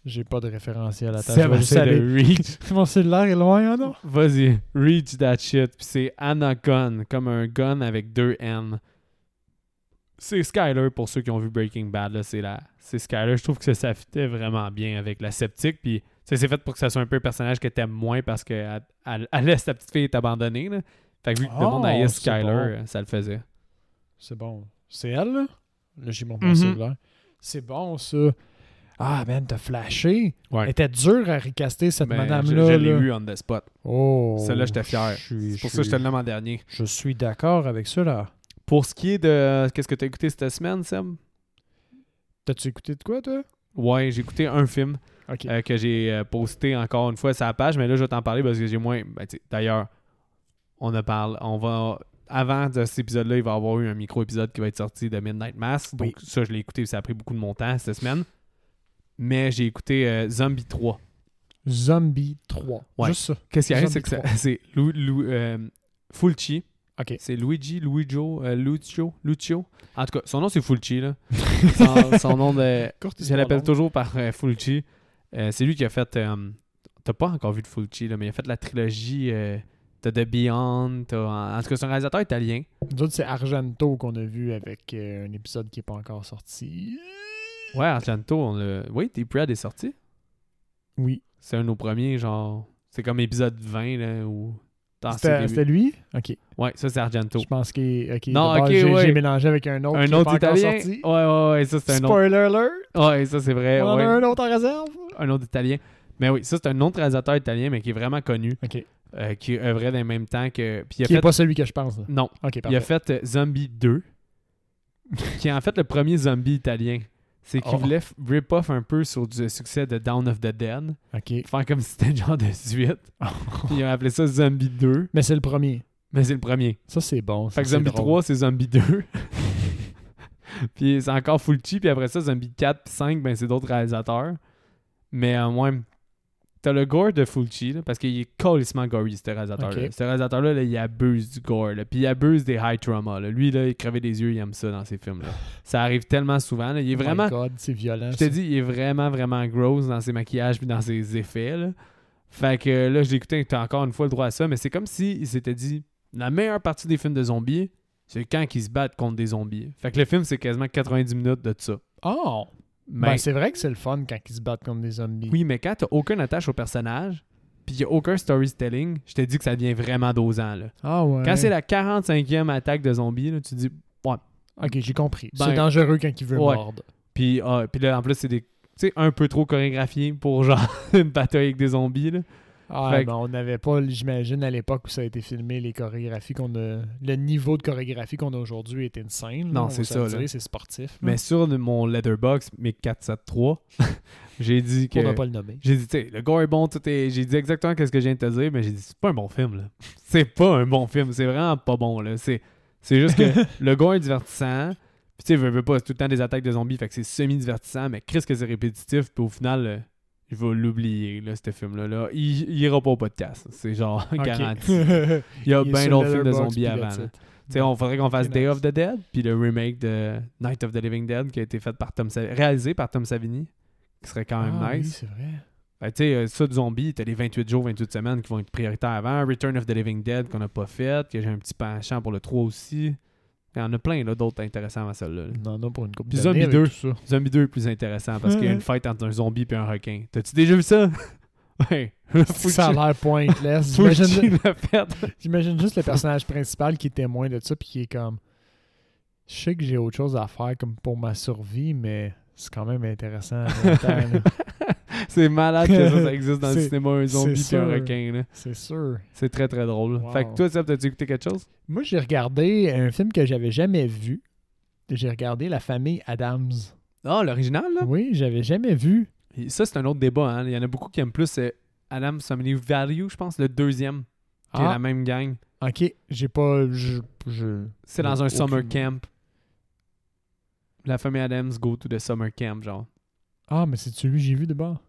[SPEAKER 2] J'ai pas de référentiel à ta
[SPEAKER 1] C'est de Reach.
[SPEAKER 2] Mon cellulaire est loin, hein, non?
[SPEAKER 1] Vas-y, Reach that shit. Puis c'est Anna Gunn, comme un gun avec deux N. C'est Skyler pour ceux qui ont vu Breaking Bad. là, C'est la... c'est Skyler. Je trouve que ça, ça fitait vraiment bien avec la sceptique. Puis ça, c'est fait pour que ça soit un peu un personnage que t'aimes moins parce qu'elle elle, elle laisse ta petite fille est abandonnée. là. Fait que vu que le monde
[SPEAKER 2] Oh,
[SPEAKER 1] haït
[SPEAKER 2] c'est
[SPEAKER 1] Skyler,
[SPEAKER 2] bon.
[SPEAKER 1] euh, ça le faisait.
[SPEAKER 2] C'est bon. C'est elle, là? Là, j'ai mon
[SPEAKER 1] Mhm.
[SPEAKER 2] cellulaire. C'est bon, ça. Ah, man, t'as flashé.
[SPEAKER 1] Ouais.
[SPEAKER 2] Elle était dure à recaster, cette
[SPEAKER 1] Ben,
[SPEAKER 2] madame-là.
[SPEAKER 1] je je l'ai
[SPEAKER 2] là.
[SPEAKER 1] eu on the spot.
[SPEAKER 2] Oh.
[SPEAKER 1] Celle-là, j'étais fier.
[SPEAKER 2] je suis-
[SPEAKER 1] C'est pour
[SPEAKER 2] je
[SPEAKER 1] ça que je
[SPEAKER 2] suis-
[SPEAKER 1] te le nomme en dernier.
[SPEAKER 2] Je suis d'accord avec ça, là.
[SPEAKER 1] Pour ce qui est de. euh, Qu'est-ce que t'as écouté cette semaine, Seb
[SPEAKER 2] T'as-tu écouté de quoi, toi?
[SPEAKER 1] Ouais, j'ai écouté un film.
[SPEAKER 2] OK.
[SPEAKER 1] euh, que j'ai euh, posté encore une fois sur la page, mais là je vais t'en parler parce que j'ai moins. ben, tu sais, D'ailleurs, on en parle. On va avant de cet épisode-là, il va y avoir eu un micro épisode qui va être sorti de Midnight Mass. Donc ça, je l'ai écouté, ça a pris beaucoup de mon temps cette semaine. Mais j'ai écouté euh, Zombie 3.
[SPEAKER 2] Zombie 3.
[SPEAKER 1] Ouais.
[SPEAKER 2] Juste ça.
[SPEAKER 1] Qu'est-ce qui arrive, c'est
[SPEAKER 2] Zombie
[SPEAKER 1] que ça- c'est Lu- Lu- euh, Fulci.
[SPEAKER 2] OK.
[SPEAKER 1] C'est Luigi, Luigio, euh, Lucio, Lucio. En tout cas, son nom c'est Fulci là. son, son nom de
[SPEAKER 2] Courte
[SPEAKER 1] Je
[SPEAKER 2] histoire
[SPEAKER 1] l'appelle
[SPEAKER 2] longue.
[SPEAKER 1] toujours par euh, Fulci. Euh, c'est lui qui a fait. euh, t'as pas encore vu de Fulci, là, mais il a fait la trilogie euh, de The Beyond. t'as- En, en tout cas, c'est un réalisateur italien.
[SPEAKER 2] Nous autres, c'est Argento qu'on a vu avec euh, un épisode qui n'est pas encore sorti.
[SPEAKER 1] Ouais, Argento, on l'a. Oui, Deep Red est sorti.
[SPEAKER 2] Oui.
[SPEAKER 1] C'est un de nos premiers, genre. C'est comme épisode 20, là, ou. dans ses
[SPEAKER 2] C'était
[SPEAKER 1] débuts.
[SPEAKER 2] c'était lui? OK.
[SPEAKER 1] Ouais, ça, c'est Argento.
[SPEAKER 2] Je pense qu'il ok,
[SPEAKER 1] Non,
[SPEAKER 2] de base,
[SPEAKER 1] ok,
[SPEAKER 2] j'ai,
[SPEAKER 1] ouais.
[SPEAKER 2] j'ai mélangé avec un autre.
[SPEAKER 1] Un
[SPEAKER 2] qui est
[SPEAKER 1] autre
[SPEAKER 2] pas encore
[SPEAKER 1] italien.
[SPEAKER 2] sorti.
[SPEAKER 1] Ouais, ouais, ouais, ça, c'est un autre.
[SPEAKER 2] Spoiler alert!
[SPEAKER 1] Ouais, ça, c'est vrai.
[SPEAKER 2] On en
[SPEAKER 1] ouais.
[SPEAKER 2] a un autre en réserve.
[SPEAKER 1] Un autre italien. Mais oui, ça, c'est un autre réalisateur italien, mais qui est vraiment connu,
[SPEAKER 2] Ok.
[SPEAKER 1] euh, qui œuvrait dans le même temps que. Puis il a
[SPEAKER 2] Qui n'est
[SPEAKER 1] fait.
[SPEAKER 2] pas celui que je pense. là.
[SPEAKER 1] Non,
[SPEAKER 2] Ok,
[SPEAKER 1] Il
[SPEAKER 2] parfait.
[SPEAKER 1] a fait euh, Zombie 2, qui est en fait le premier zombie italien. c'est qu'il
[SPEAKER 2] Oh.
[SPEAKER 1] voulait f- rip off un peu sur du succès de Down of the Dead.
[SPEAKER 2] OK.
[SPEAKER 1] Faire comme si c'était le genre de suite.
[SPEAKER 2] Oh.
[SPEAKER 1] Puis ils ont appelé ça Zombie 2,
[SPEAKER 2] Mais c'est le premier.
[SPEAKER 1] mais c'est le premier.
[SPEAKER 2] Ça, c'est bon. ça,
[SPEAKER 1] Fait que
[SPEAKER 2] c'est
[SPEAKER 1] Zombie
[SPEAKER 2] drôle.
[SPEAKER 1] 3, c'est Zombie 2. puis c'est encore full cheap. Puis après ça, Zombie 4 puis 5, ben c'est d'autres réalisateurs. Mais au moins, t'as le gore de Fulci, là, parce qu'il est colissement gory, ce réalisateur-là.
[SPEAKER 2] Ok.
[SPEAKER 1] Ce réalisateur-là, là, il abuse du gore. là, puis il abuse des high trauma. là. Lui, là, il crevait des yeux, il aime ça dans ses films-là. ça arrive tellement souvent. là. Il est
[SPEAKER 2] Oh my
[SPEAKER 1] vraiment
[SPEAKER 2] God, c'est violent.
[SPEAKER 1] je te
[SPEAKER 2] ça.
[SPEAKER 1] dis, il est vraiment, vraiment gross dans ses maquillages puis dans ses effets. Là. Fait que euh, là, je l'écoutais, t'as encore une fois le droit à ça, mais c'est comme si il s'était dit la meilleure partie des films de zombies, c'est quand ils se battent contre des zombies. Fait que le film, c'est quasiment 90 minutes de ça.
[SPEAKER 2] Oh!
[SPEAKER 1] Mais
[SPEAKER 2] Ben, c'est vrai que c'est le fun quand ils se battent comme des zombies.
[SPEAKER 1] oui, mais quand t'as aucune attache au personnage, puis y a aucun storytelling, je te dis que ça devient vraiment dosant. Là.
[SPEAKER 2] Ah ouais.
[SPEAKER 1] Quand c'est la 45e attaque de zombies, là, tu dis
[SPEAKER 2] Ok, j'ai compris.
[SPEAKER 1] Ben,
[SPEAKER 2] c'est dangereux quand il veut
[SPEAKER 1] ouais.
[SPEAKER 2] mordre.
[SPEAKER 1] Puis, ah, puis là, en plus, c'est des. Tu sais, un peu trop chorégraphié pour genre une bataille avec des zombies. Là.
[SPEAKER 2] Ah,
[SPEAKER 1] Fait que-
[SPEAKER 2] ben, on n'avait pas, j'imagine, à l'époque où ça a été filmé, les chorégraphies qu'on a. Le niveau de chorégraphie qu'on a aujourd'hui est insane.
[SPEAKER 1] Non,
[SPEAKER 2] là, on
[SPEAKER 1] c'est
[SPEAKER 2] va se le
[SPEAKER 1] ça,
[SPEAKER 2] dire,
[SPEAKER 1] là.
[SPEAKER 2] C'est sportif.
[SPEAKER 1] Mais
[SPEAKER 2] là,
[SPEAKER 1] sur le- mon letterbox, mes 473, j'ai dit que.
[SPEAKER 2] Pour ne pas le nommer.
[SPEAKER 1] J'ai dit, tu sais, le gore est bon, tout est. J'ai dit exactement ce que je viens de te dire, mais j'ai dit, c'est pas un bon film, là. C'est pas un bon film, c'est vraiment pas bon, là. C'est, c'est juste que le gore est divertissant, puis tu sais, veux, veux pas, c'est tout le temps des attaques de zombies, fait que c'est semi-divertissant, mais Chris, que c'est répétitif, puis au final, euh, je vais l'oublier, là, ce film-là. Là. Il, il ira pas au podcast, c'est genre
[SPEAKER 2] Ok.
[SPEAKER 1] garanti. Il y a
[SPEAKER 2] Il est
[SPEAKER 1] bien
[SPEAKER 2] sur
[SPEAKER 1] d'autres films de
[SPEAKER 2] Letterboxd,
[SPEAKER 1] zombies
[SPEAKER 2] puis
[SPEAKER 1] avant,
[SPEAKER 2] that's
[SPEAKER 1] là.
[SPEAKER 2] it.
[SPEAKER 1] Tu sais, on faudrait qu'on fasse
[SPEAKER 2] Ok,
[SPEAKER 1] Day
[SPEAKER 2] nice.
[SPEAKER 1] of the Dead, puis le remake de Night of the Living Dead qui a été fait par Tom Sa- réalisé par Tom Savini, qui serait quand même
[SPEAKER 2] Ah oui,
[SPEAKER 1] nice.
[SPEAKER 2] c'est vrai.
[SPEAKER 1] Fait que, tu sais, euh, ça de zombie, t'as les 28 jours, 28 semaines qui vont être prioritaires avant. Return of the Living Dead qu'on n'a pas fait, que j'ai un petit penchant pour le 3 aussi. Il y en a plein là, d'autres intéressants avant celle-là. là.
[SPEAKER 2] Non, non, pour une coupe
[SPEAKER 1] Puis
[SPEAKER 2] de
[SPEAKER 1] Zombie 2.
[SPEAKER 2] ça.
[SPEAKER 1] Zombie 2 est plus intéressant parce qu'il y a une fight entre un zombie et un requin. T'as-tu déjà vu ça? ouais. Faut
[SPEAKER 2] Ça a
[SPEAKER 1] que
[SPEAKER 2] l'air pointless.
[SPEAKER 1] tu- faut que
[SPEAKER 2] J'imagine-
[SPEAKER 1] tu le fasses.
[SPEAKER 2] J'imagine juste le personnage principal qui est témoin de ça puis qui est comme je sais que j'ai autre chose à faire comme pour ma survie mais c'est quand même intéressant en même temps, là.
[SPEAKER 1] C'est malade que ça, ça existe dans le
[SPEAKER 2] C'est-
[SPEAKER 1] cinéma, un zombie
[SPEAKER 2] c'est
[SPEAKER 1] et un
[SPEAKER 2] sûr.
[SPEAKER 1] requin. Là.
[SPEAKER 2] c'est sûr.
[SPEAKER 1] C'est très très drôle.
[SPEAKER 2] Wow.
[SPEAKER 1] Fait que toi, Seb, t'as-tu écouté quelque chose?
[SPEAKER 2] Moi j'ai regardé un film que j'avais jamais vu. J'ai regardé La famille Adams.
[SPEAKER 1] Ah, l'original, là?
[SPEAKER 2] Oui, j'avais jamais vu.
[SPEAKER 1] Et Ça, c'est un autre débat. hein. Il y en a beaucoup qui aiment plus euh, Adam's Family Value, je pense, le deuxième, qui est la
[SPEAKER 2] Ah,
[SPEAKER 1] même gang.
[SPEAKER 2] OK, j'ai pas je, je-
[SPEAKER 1] C'est dans un
[SPEAKER 2] Aucune
[SPEAKER 1] summer
[SPEAKER 2] idée.
[SPEAKER 1] camp. La famille Adams go to the summer camp, genre.
[SPEAKER 2] Ah, mais c'est celui que j'ai vu de bord.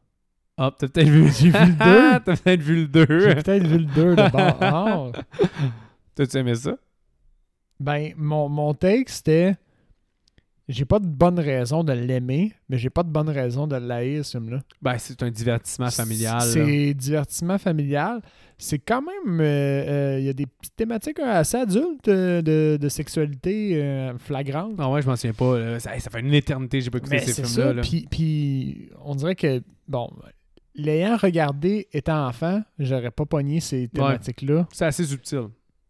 [SPEAKER 1] Hop, t'as peut-être vu,
[SPEAKER 2] J'ai vu le deux.
[SPEAKER 1] t'as peut-être vu le
[SPEAKER 2] J'ai
[SPEAKER 1] 2.
[SPEAKER 2] peut-être vu le 2 de bord. Ah,
[SPEAKER 1] T'as-tu aimé ça?
[SPEAKER 2] Ben, mon, mon take, c'était. J'ai pas de bonne raison de l'aimer, mais j'ai pas de bonne raison de l'haïr, ce film-là.
[SPEAKER 1] Ben, c'est un divertissement familial. là.
[SPEAKER 2] C'est divertissement familial. C'est quand même. euh, euh, Il y a des petites thématiques euh, assez adultes euh, de, de sexualité euh, flagrante.
[SPEAKER 1] Ah ouais, je m'en souviens pas. là. Ça, hey, ça fait une éternité que j'ai pas écouté
[SPEAKER 2] Mais
[SPEAKER 1] ces
[SPEAKER 2] c'est
[SPEAKER 1] films-là.
[SPEAKER 2] ça.
[SPEAKER 1] là.
[SPEAKER 2] Puis, puis on dirait que, bon, l'ayant regardé étant enfant, j'aurais pas pogné ces thématiques-là.
[SPEAKER 1] C'est assez subtil.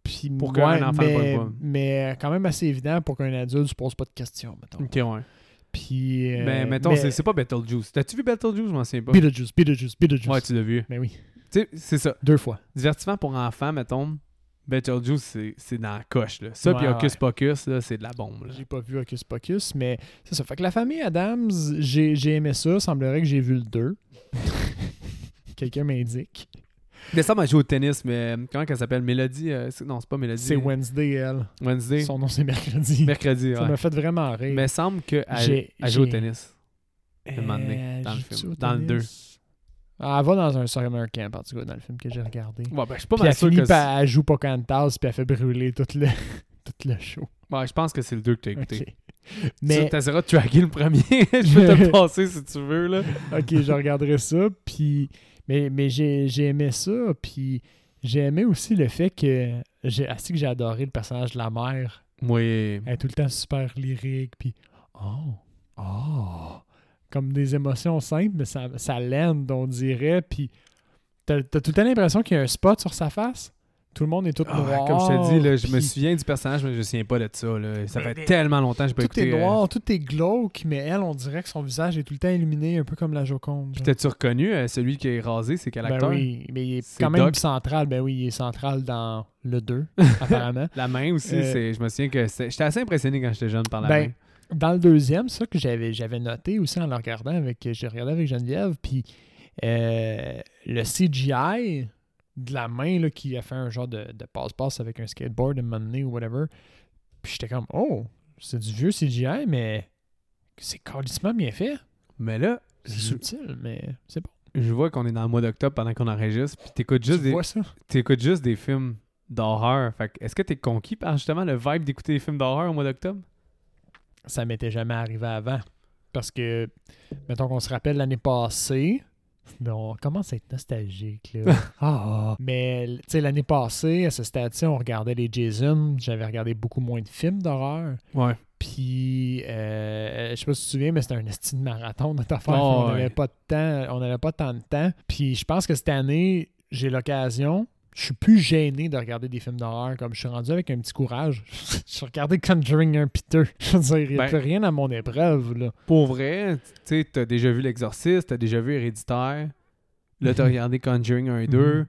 [SPEAKER 2] Puis,
[SPEAKER 1] Pour
[SPEAKER 2] ouais,
[SPEAKER 1] qu'un enfant le pogne
[SPEAKER 2] mais,
[SPEAKER 1] pas.
[SPEAKER 2] mais euh, quand même assez évident pour qu'un adulte se pose pas de questions, mettons.
[SPEAKER 1] Ok, ouais.
[SPEAKER 2] Puis. euh,
[SPEAKER 1] Ben, mettons, c'est- c'est pas Beetlejuice. T'as-tu vu Beetlejuice? Je m'en souviens pas.
[SPEAKER 2] Beetlejuice, Beetlejuice, Beetlejuice.
[SPEAKER 1] Ouais, tu l'as vu.
[SPEAKER 2] Mais oui,
[SPEAKER 1] Tu sais, c'est ça.
[SPEAKER 2] deux fois.
[SPEAKER 1] divertissement pour enfants, mettons, Beetlejuice, c'est, c'est dans la coche. Là. Ça,
[SPEAKER 2] Ouais,
[SPEAKER 1] puis Hocus
[SPEAKER 2] ouais.
[SPEAKER 1] Pocus, là, c'est de la bombe. là.
[SPEAKER 2] J'ai pas vu Hocus Pocus, mais c'est ça. Fait que la famille Adams, j'ai j'ai aimé ça. Semblerait que j'ai vu le 2. Quelqu'un m'indique.
[SPEAKER 1] Mais ça, moi, je joue au tennis, mais euh, comment qu'elle s'appelle Mélodie euh, c'est- Non, c'est pas Mélodie.
[SPEAKER 2] C'est Wednesday, elle.
[SPEAKER 1] Wednesday.
[SPEAKER 2] Son nom, c'est mercredi.
[SPEAKER 1] Mercredi,
[SPEAKER 2] ça
[SPEAKER 1] ouais.
[SPEAKER 2] m'a fait vraiment rire.
[SPEAKER 1] Mais semble qu'elle
[SPEAKER 2] J'ai-
[SPEAKER 1] elle joue au
[SPEAKER 2] j'ai- Euh,
[SPEAKER 1] tennis. un moment donné, dans le
[SPEAKER 2] joue-tu
[SPEAKER 1] film.
[SPEAKER 2] au
[SPEAKER 1] Dans le
[SPEAKER 2] tennis? Ah, elle va dans un summer camp, en tout cas, dans le film que j'ai regardé.
[SPEAKER 1] Ouais, ben, je suis pas
[SPEAKER 2] Puis
[SPEAKER 1] mal
[SPEAKER 2] elle
[SPEAKER 1] sûr
[SPEAKER 2] finit
[SPEAKER 1] que. c'est-
[SPEAKER 2] par, elle joue Pocahontas, puis elle fait brûler tout le, tout le show.
[SPEAKER 1] Ouais, je pense que c'est le 2 que t'as écouté.
[SPEAKER 2] Ok.
[SPEAKER 1] Mais...
[SPEAKER 2] Mais,
[SPEAKER 1] t'essaieras de traquer le premier. je peux te le passer si tu veux, là.
[SPEAKER 2] ok, je regarderai ça. Puis, mais, mais j'ai j'ai aimé ça. Puis, j'ai aimé aussi le fait que j'ai assez que j'ai adoré le personnage de la mère.
[SPEAKER 1] Oui.
[SPEAKER 2] Elle est tout le temps super lyrique. Puis, oh, oh, comme des émotions simples, mais ça, ça l'aide, on dirait. Puis, t'as t'as tout le temps l'impression qu'il y a un spot sur sa face. Tout le monde est tout
[SPEAKER 1] Ah,
[SPEAKER 2] noir.
[SPEAKER 1] comme je te dis, là, je me
[SPEAKER 2] puis
[SPEAKER 1] souviens du personnage, mais je me souviens pas de ça. Là. Ça
[SPEAKER 2] Mais-
[SPEAKER 1] fait
[SPEAKER 2] mais-
[SPEAKER 1] tellement longtemps que j'ai pas
[SPEAKER 2] Tout
[SPEAKER 1] écouté.
[SPEAKER 2] est
[SPEAKER 1] euh,
[SPEAKER 2] noir, tout est glauque, mais elle, on dirait que son visage est tout le temps illuminé, un peu comme la Joconde. genre.
[SPEAKER 1] T'as-tu reconnu euh, celui qui est rasé, c'est quel
[SPEAKER 2] Ben
[SPEAKER 1] acteur
[SPEAKER 2] oui, mais il est,
[SPEAKER 1] C'est
[SPEAKER 2] quand même
[SPEAKER 1] Doc.
[SPEAKER 2] central. Ben oui, il est central dans le 2, apparemment.
[SPEAKER 1] La main aussi,
[SPEAKER 2] Euh,
[SPEAKER 1] c'est, je me souviens que c'est- j'étais assez impressionné quand j'étais jeune par la
[SPEAKER 2] ben,
[SPEAKER 1] main.
[SPEAKER 2] dans le deuxième, ça que j'avais, j'avais noté aussi en le regardant avec. J'ai regardé avec Geneviève, puis euh, le CGI de la main là, qui a fait un genre de, de passe-passe avec un skateboard à un moment donné ou whatever. Puis j'étais comme Oh, c'est du vieux CGI, mais c'est carrément bien fait.
[SPEAKER 1] Mais là,
[SPEAKER 2] C'est
[SPEAKER 1] je,
[SPEAKER 2] subtil, mais c'est bon.
[SPEAKER 1] je vois qu'on est dans le mois d'octobre pendant qu'on enregistre, puis t'écoutes juste,
[SPEAKER 2] tu
[SPEAKER 1] des,
[SPEAKER 2] vois ça?
[SPEAKER 1] t'écoutes juste des films d'horreur. Fait que est-ce que t'es conquis par justement le vibe d'écouter des films d'horreur au mois d'octobre?
[SPEAKER 2] ça m'était jamais arrivé avant. Parce que, mettons qu'on se rappelle l'année passée, ben, on commence à être nostalgique. Là. Ah! Mais, tu sais, l'année passée, à ce stade-ci, on regardait les Jason. J'avais regardé beaucoup moins de films d'horreur.
[SPEAKER 1] Ouais.
[SPEAKER 2] Puis, euh, je sais pas si tu te souviens, mais c'était un style marathon, notre affaire.
[SPEAKER 1] Oh,
[SPEAKER 2] on n'avait
[SPEAKER 1] ouais.
[SPEAKER 2] pas de temps. On n'avait pas tant de temps. Puis, je pense que cette année, j'ai l'occasion. Je suis plus gêné de regarder des films d'horreur. Comme je suis rendu avec un petit courage. je regardais Conjuring 1 pis 2. Je veux dire, il n'y a
[SPEAKER 1] Ben.
[SPEAKER 2] plus rien à mon épreuve, là.
[SPEAKER 1] Pour vrai, tu sais, t'as déjà vu L'Exorciste, t'as déjà vu Héréditaire. Là, t'as
[SPEAKER 2] Mhm.
[SPEAKER 1] regardé Conjuring 1 et
[SPEAKER 2] Mhm.
[SPEAKER 1] 2.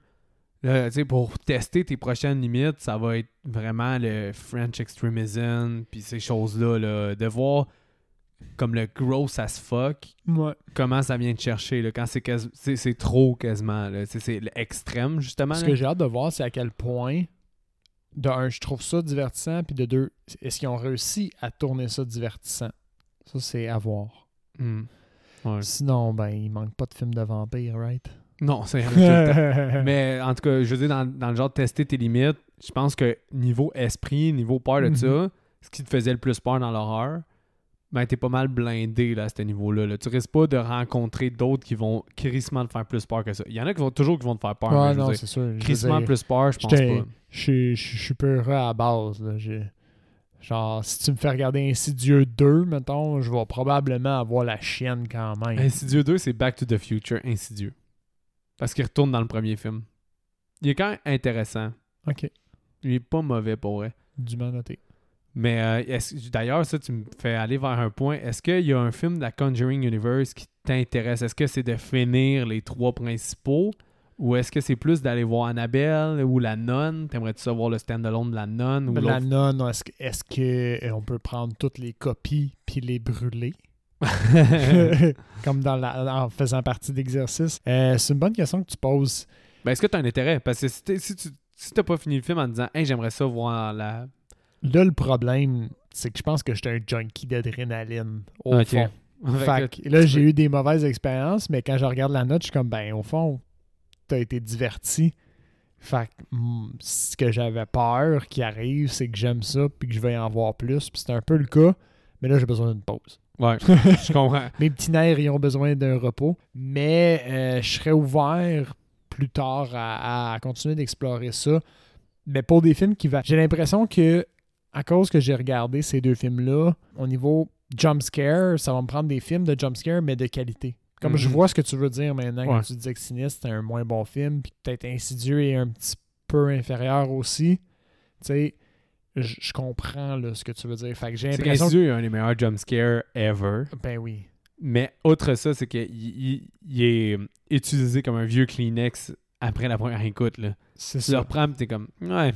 [SPEAKER 1] Là, tu sais, pour tester tes prochaines limites, ça va être vraiment le French extremism, puis ces choses-là, là, de voir comme le gross as fuck,
[SPEAKER 2] Ouais.
[SPEAKER 1] comment ça vient te chercher, là, quand c'est quasi- c'est c'est trop quasiment, là, tu sais, c'est l'extrême, justement.
[SPEAKER 2] Ce
[SPEAKER 1] là.
[SPEAKER 2] que j'ai hâte de voir, c'est à quel point, de un, je trouve ça divertissant, puis de deux, est-ce qu'ils ont réussi à tourner ça divertissant? Ça, c'est à voir.
[SPEAKER 1] Hmm. Ouais.
[SPEAKER 2] Sinon, ben, il manque pas de films de vampires, right?
[SPEAKER 1] Non, c'est
[SPEAKER 2] Mais
[SPEAKER 1] Mais en tout cas, je veux dire, dans, dans le genre de tester tes limites, je pense que niveau esprit, niveau peur de
[SPEAKER 2] Mhm.
[SPEAKER 1] ça, ce qui te faisait le plus peur dans l'horreur, ben t'es pas mal blindé là, à ce niveau-là. là. Tu risques pas de rencontrer d'autres qui vont crissement te faire plus peur que ça. Il y en a qui vont toujours qui vont te faire peur. mais je veux
[SPEAKER 2] non,
[SPEAKER 1] dire,
[SPEAKER 2] c'est sûr. je veux
[SPEAKER 1] crissement
[SPEAKER 2] dire,
[SPEAKER 1] plus peur, je pense
[SPEAKER 2] j'étais-
[SPEAKER 1] pas.
[SPEAKER 2] Je suis- je suis peu heureux à la base. là. J'ai- Genre, si tu me fais regarder Insidieux 2, mettons, je vais probablement avoir la chienne quand même.
[SPEAKER 1] Insidieux 2, c'est Back to the Future Insidieux. Parce qu'il retourne dans le premier film. Il est quand même intéressant.
[SPEAKER 2] Ok,
[SPEAKER 1] Il est pas mauvais pour vrai.
[SPEAKER 2] dûment noté.
[SPEAKER 1] Mais euh, est-ce- d'ailleurs, ça, tu me fais aller vers un point. Est-ce qu'il y a un film de la Conjuring Universe qui t'intéresse? Est-ce que c'est de finir les trois principaux? Ou est-ce que c'est plus d'aller voir Annabelle ou La Nonne? T'aimerais-tu savoir le stand-alone de La Nonne? Ou
[SPEAKER 2] Mais Ben, La
[SPEAKER 1] l'autre?
[SPEAKER 2] nonne, est-ce que- est-ce que euh, on peut prendre toutes les copies puis les brûler? Comme dans la- en faisant partie d'exercice. Euh, C'est une bonne question que tu poses.
[SPEAKER 1] Ben, est-ce que tu as un intérêt? Parce que si, t'es- si tu si t'as pas fini le film en disant Hey, j'aimerais ça voir la...
[SPEAKER 2] Là, le problème, c'est que je pense que j'étais un junkie d'adrénaline, au
[SPEAKER 1] Ok.
[SPEAKER 2] fond. Fait que là, j'ai eu des mauvaises expériences, mais quand je regarde la note, je suis comme, ben, au fond, t'as été diverti. Fait que hmm, ce que j'avais peur qui arrive, c'est que j'aime ça, puis que je vais en voir plus, puis c'est un peu le cas. Mais là, j'ai besoin d'une pause.
[SPEAKER 1] Ouais, je comprends.
[SPEAKER 2] Mes petits nerfs, ils ont besoin d'un repos. Mais euh, je serais ouvert plus tard à, à continuer d'explorer ça. Mais pour des films qui va. J'ai l'impression que, à cause que j'ai regardé ces deux films-là, au niveau jump scare, ça va me prendre des films de jump scare, mais de qualité. Comme je
[SPEAKER 1] Mhm.
[SPEAKER 2] vois ce que tu veux dire maintenant, quand
[SPEAKER 1] Ouais.
[SPEAKER 2] tu disais que Sinistre, c'était un moins bon film, puis peut-être Insidieux est un petit peu inférieur aussi. Tu sais, je je comprends là, ce que tu veux dire. Fait que j'ai
[SPEAKER 1] C'est
[SPEAKER 2] l'impression. que-
[SPEAKER 1] Insidieux, un des meilleurs jumpscares ever.
[SPEAKER 2] Ben oui.
[SPEAKER 1] Mais outre ça, c'est qu'il il, il est euh, utilisé comme un vieux Kleenex après la première écoute. Là.
[SPEAKER 2] C'est
[SPEAKER 1] Tu le
[SPEAKER 2] ça.
[SPEAKER 1] reprends pis t'es comme Ouais,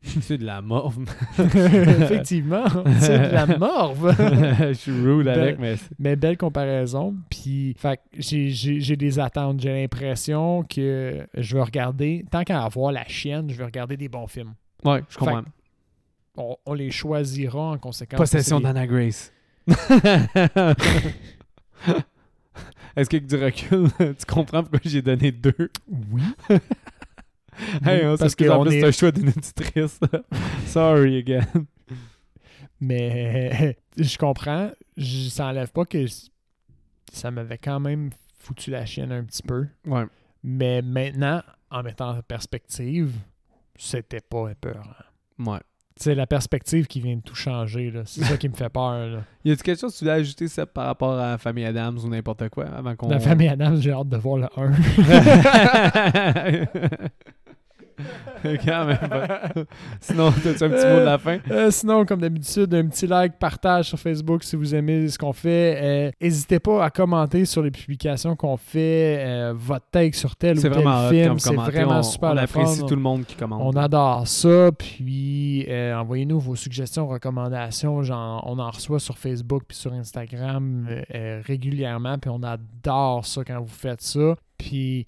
[SPEAKER 1] c'est de la morve.
[SPEAKER 2] Effectivement, c'est de la morve.
[SPEAKER 1] Je suis rude
[SPEAKER 2] Ben,
[SPEAKER 1] avec, mais c'est-
[SPEAKER 2] Mais belle comparaison. Puis, fait que j'ai- j'ai j'ai des attentes. J'ai l'impression que je vais regarder, tant qu'à avoir la chienne, je vais regarder des bons films.
[SPEAKER 1] Ouais, je comprends.
[SPEAKER 2] Fait On, on les choisira en conséquence.
[SPEAKER 1] Possession
[SPEAKER 2] C'est des-
[SPEAKER 1] d'Anna Grace. Est-ce que avec du recul, tu comprends pourquoi j'ai donné deux?
[SPEAKER 2] Oui.
[SPEAKER 1] Hey,
[SPEAKER 2] Oui,
[SPEAKER 1] on
[SPEAKER 2] parce
[SPEAKER 1] parce que en
[SPEAKER 2] qu'on
[SPEAKER 1] plus,
[SPEAKER 2] est-
[SPEAKER 1] c'est un choix d'une auditrice. Sorry again.
[SPEAKER 2] Mais je comprends. Je- Ça enlève pas que je- ça m'avait quand même foutu la chienne un petit peu.
[SPEAKER 1] Ouais.
[SPEAKER 2] Mais maintenant, en mettant en perspective, c'était pas épeurant.
[SPEAKER 1] Ouais.
[SPEAKER 2] C'est la perspective qui vient de tout changer. là. C'est ça qui me fait peur. là.
[SPEAKER 1] Y a-tu quelque chose que tu voulais ajouter, ça par rapport à la famille Adams ou n'importe quoi avant qu'on.
[SPEAKER 2] La famille Adams, j'ai hâte de voir le 1.
[SPEAKER 1] Quand même pas. Sinon, tu as un petit mot de la fin?
[SPEAKER 2] Euh, sinon, comme d'habitude, un petit like, partage sur Facebook si vous aimez ce qu'on fait. Euh, N'hésitez pas à commenter sur les publications qu'on fait, euh, votre take sur tel ou
[SPEAKER 1] C'est
[SPEAKER 2] tel
[SPEAKER 1] vraiment hot
[SPEAKER 2] film.
[SPEAKER 1] comme
[SPEAKER 2] C'est
[SPEAKER 1] commentaire.
[SPEAKER 2] vraiment
[SPEAKER 1] on,
[SPEAKER 2] super
[SPEAKER 1] on
[SPEAKER 2] le fun.
[SPEAKER 1] apprécie tout le monde qui commente.
[SPEAKER 2] On adore ça. Puis, euh, envoyez-nous vos suggestions, recommandations. Genre, on en reçoit sur Facebook puis sur Instagram euh, euh, régulièrement. Puis, on adore ça quand vous faites ça. Puis,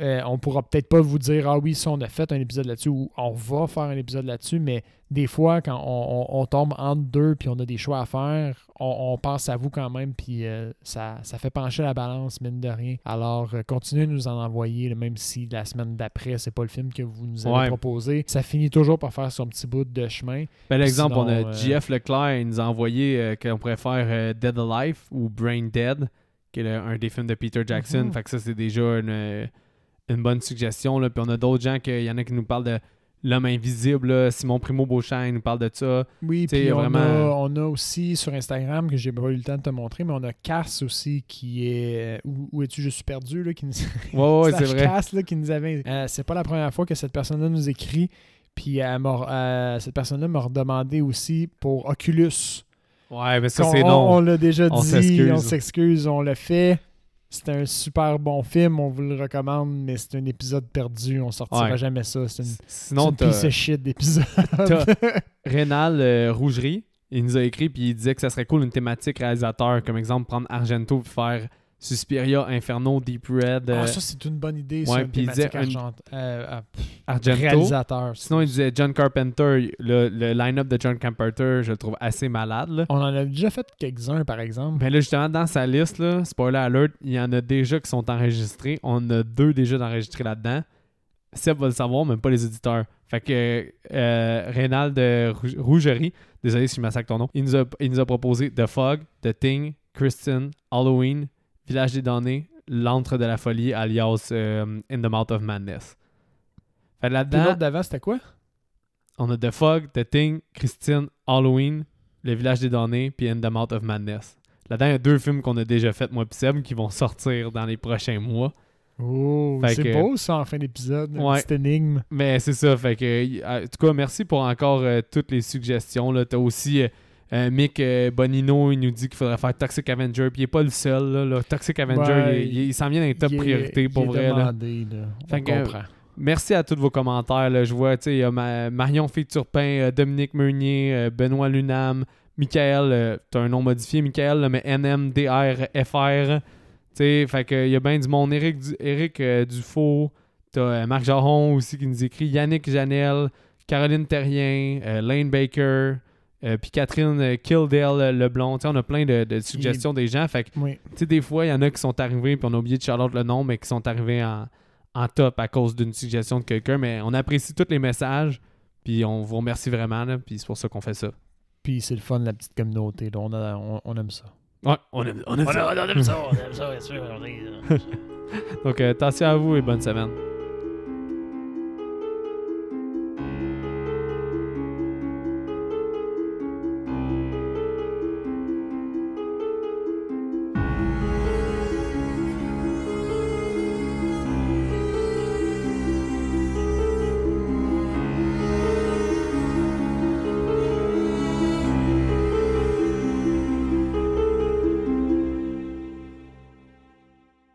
[SPEAKER 2] euh, on pourra peut-être pas vous dire, ah oui, ça, on a fait un épisode là-dessus ou on va faire un épisode là-dessus. Mais des fois, quand on, on- on tombe entre deux puis on a des choix à faire, on, on pense à vous quand même. Puis, euh, ça, ça fait pencher la balance, mine de rien. Alors, euh, continuez de nous en envoyer, là, même si la semaine d'après, c'est pas le film que vous nous avez
[SPEAKER 1] Ouais.
[SPEAKER 2] proposé. Ça finit toujours par faire son petit bout de chemin.
[SPEAKER 1] Ben, Par exemple,
[SPEAKER 2] Sinon,
[SPEAKER 1] on a
[SPEAKER 2] euh,
[SPEAKER 1] JF Leclerc, il nous a envoyé euh, qu'on pourrait faire euh, Dead Alive ou Brain Dead, qui est le- un des films de Peter Jackson.
[SPEAKER 2] Mhm.
[SPEAKER 1] Fait que ça, c'est déjà une, euh, une bonne suggestion. là. Puis on a d'autres gens, que- il y en a qui nous parlent de L'homme invisible, là. Simon Primo Beauchamp, il nous parle de ça.
[SPEAKER 2] Oui,
[SPEAKER 1] T'sais,
[SPEAKER 2] puis on,
[SPEAKER 1] vraiment-
[SPEAKER 2] a, on a aussi sur Instagram, que j'ai pas eu le temps de te montrer, mais on a Cass aussi qui est. euh, Où, où es-tu, je suis perdu, là, qui nous...
[SPEAKER 1] Ouais, ouais, ouais, c'est
[SPEAKER 2] slash
[SPEAKER 1] vrai.
[SPEAKER 2] Cass, là, qui nous avait. Euh, c'est pas la première fois que cette personne-là nous écrit. Puis elle m'a re- euh, cette personne-là m'a redemandé aussi pour Oculus.
[SPEAKER 1] Ouais, mais ça,
[SPEAKER 2] Qu'on-
[SPEAKER 1] c'est
[SPEAKER 2] on,
[SPEAKER 1] non.
[SPEAKER 2] on l'a déjà
[SPEAKER 1] On
[SPEAKER 2] dit,
[SPEAKER 1] s'excuse.
[SPEAKER 2] on s'excuse, on l'a fait. C'était un super bon film, on vous le recommande, mais c'est un épisode perdu, on sortira
[SPEAKER 1] Ouais.
[SPEAKER 2] jamais ça. C'est une,
[SPEAKER 1] S- Sinon,
[SPEAKER 2] c'est une piece
[SPEAKER 1] t'as
[SPEAKER 2] of shit d'épisode.
[SPEAKER 1] t'as- Rénal euh, Rougerie, il nous a écrit, puis il disait que ça serait cool une thématique réalisateur. Comme exemple, prendre Argento puis faire Suspiria, Inferno, Deep Red, euh,
[SPEAKER 2] Ah, ça, c'est une bonne idée, ça,
[SPEAKER 1] ouais,
[SPEAKER 2] une
[SPEAKER 1] puis il
[SPEAKER 2] thématique
[SPEAKER 1] disait une-
[SPEAKER 2] argente- euh, ah, pff,
[SPEAKER 1] Argento.
[SPEAKER 2] réalisateur.
[SPEAKER 1] Sinon, il disait John Carpenter. Le, le line-up de John Carpenter, je le trouve assez malade. là.
[SPEAKER 2] On en a déjà fait quelques-uns, par exemple.
[SPEAKER 1] Mais Ben là, justement, dans sa liste, là, spoiler alert, il y en a déjà qui sont enregistrés. On en a deux déjà d'enregistrés là-dedans. Seb va le savoir, même pas les éditeurs. Fait que euh, Reynald de Rou- Rougerie, désolé si je massacre ton nom, il nous a, il nous a proposé The Fog, The Thing, Kristen, Halloween, Village des Données, L'Antre de la Folie, alias euh, In the Mouth of Madness. Fait que
[SPEAKER 2] Puis
[SPEAKER 1] là-dedans,
[SPEAKER 2] l'autre d'avant, c'était quoi?
[SPEAKER 1] on a The Fog, The Thing, Christine, Halloween, Le Village des Données, puis In the Mouth of Madness. Là-dedans, il y a deux films qu'on a déjà fait, moi et Seb, qui vont sortir dans les prochains mois.
[SPEAKER 2] Oh,
[SPEAKER 1] Fait
[SPEAKER 2] c'est
[SPEAKER 1] que-
[SPEAKER 2] beau, ça, en fin d'épisode. Une
[SPEAKER 1] Ouais.
[SPEAKER 2] petite énigme.
[SPEAKER 1] Mais c'est ça, fait que, y- en tout cas, merci pour encore euh, toutes les suggestions. Là. T'as aussi euh, euh, Mick euh, Bonino, il nous dit qu'il faudrait faire Toxic Avenger, puis il est pas le seul. Là, là. Toxic Avenger,
[SPEAKER 2] Ouais,
[SPEAKER 1] il, il- il s'en vient dans les top
[SPEAKER 2] Il est-
[SPEAKER 1] priorités pour
[SPEAKER 2] il est
[SPEAKER 1] vrai. là.
[SPEAKER 2] demandé, là.
[SPEAKER 1] Fait
[SPEAKER 2] On
[SPEAKER 1] que- euh,
[SPEAKER 2] comprend.
[SPEAKER 1] Merci à tous vos commentaires. là. Je vois, tu sais, il y a Ma- Marion Fille-Turpin, euh, Dominique Meunier, euh, Benoît Lunam, Michael, euh, t'as un nom modifié, Michael, là, mais NMDRFR. Tu sais, fait que il y a bien du monde. Éric, Du- Éric euh, Dufault, t'as euh, Marc Jaron aussi qui nous écrit, Yannick Janel, Caroline Terrien, euh, Lane Baker, euh, puis Catherine euh, Kildell Leblond. Tu sais, on a plein de, de suggestions des gens. Fait que
[SPEAKER 2] Oui.
[SPEAKER 1] tu sais, des fois, il y en a qui sont arrivés, puis on a oublié de Charlotte le nom, mais qui sont arrivés en, en top à cause d'une suggestion de quelqu'un. Mais on apprécie tous les messages, puis on vous remercie vraiment, là, puis c'est pour ça qu'on fait ça.
[SPEAKER 2] Puis c'est le fun, la petite communauté. là. On, a- on- on aime ça.
[SPEAKER 1] Ouais, on aime, on aime
[SPEAKER 3] On,
[SPEAKER 1] ça.
[SPEAKER 3] on aime ça, on aime ça, bien sûr. on est-
[SPEAKER 1] Donc, euh, attention à vous et bonne semaine.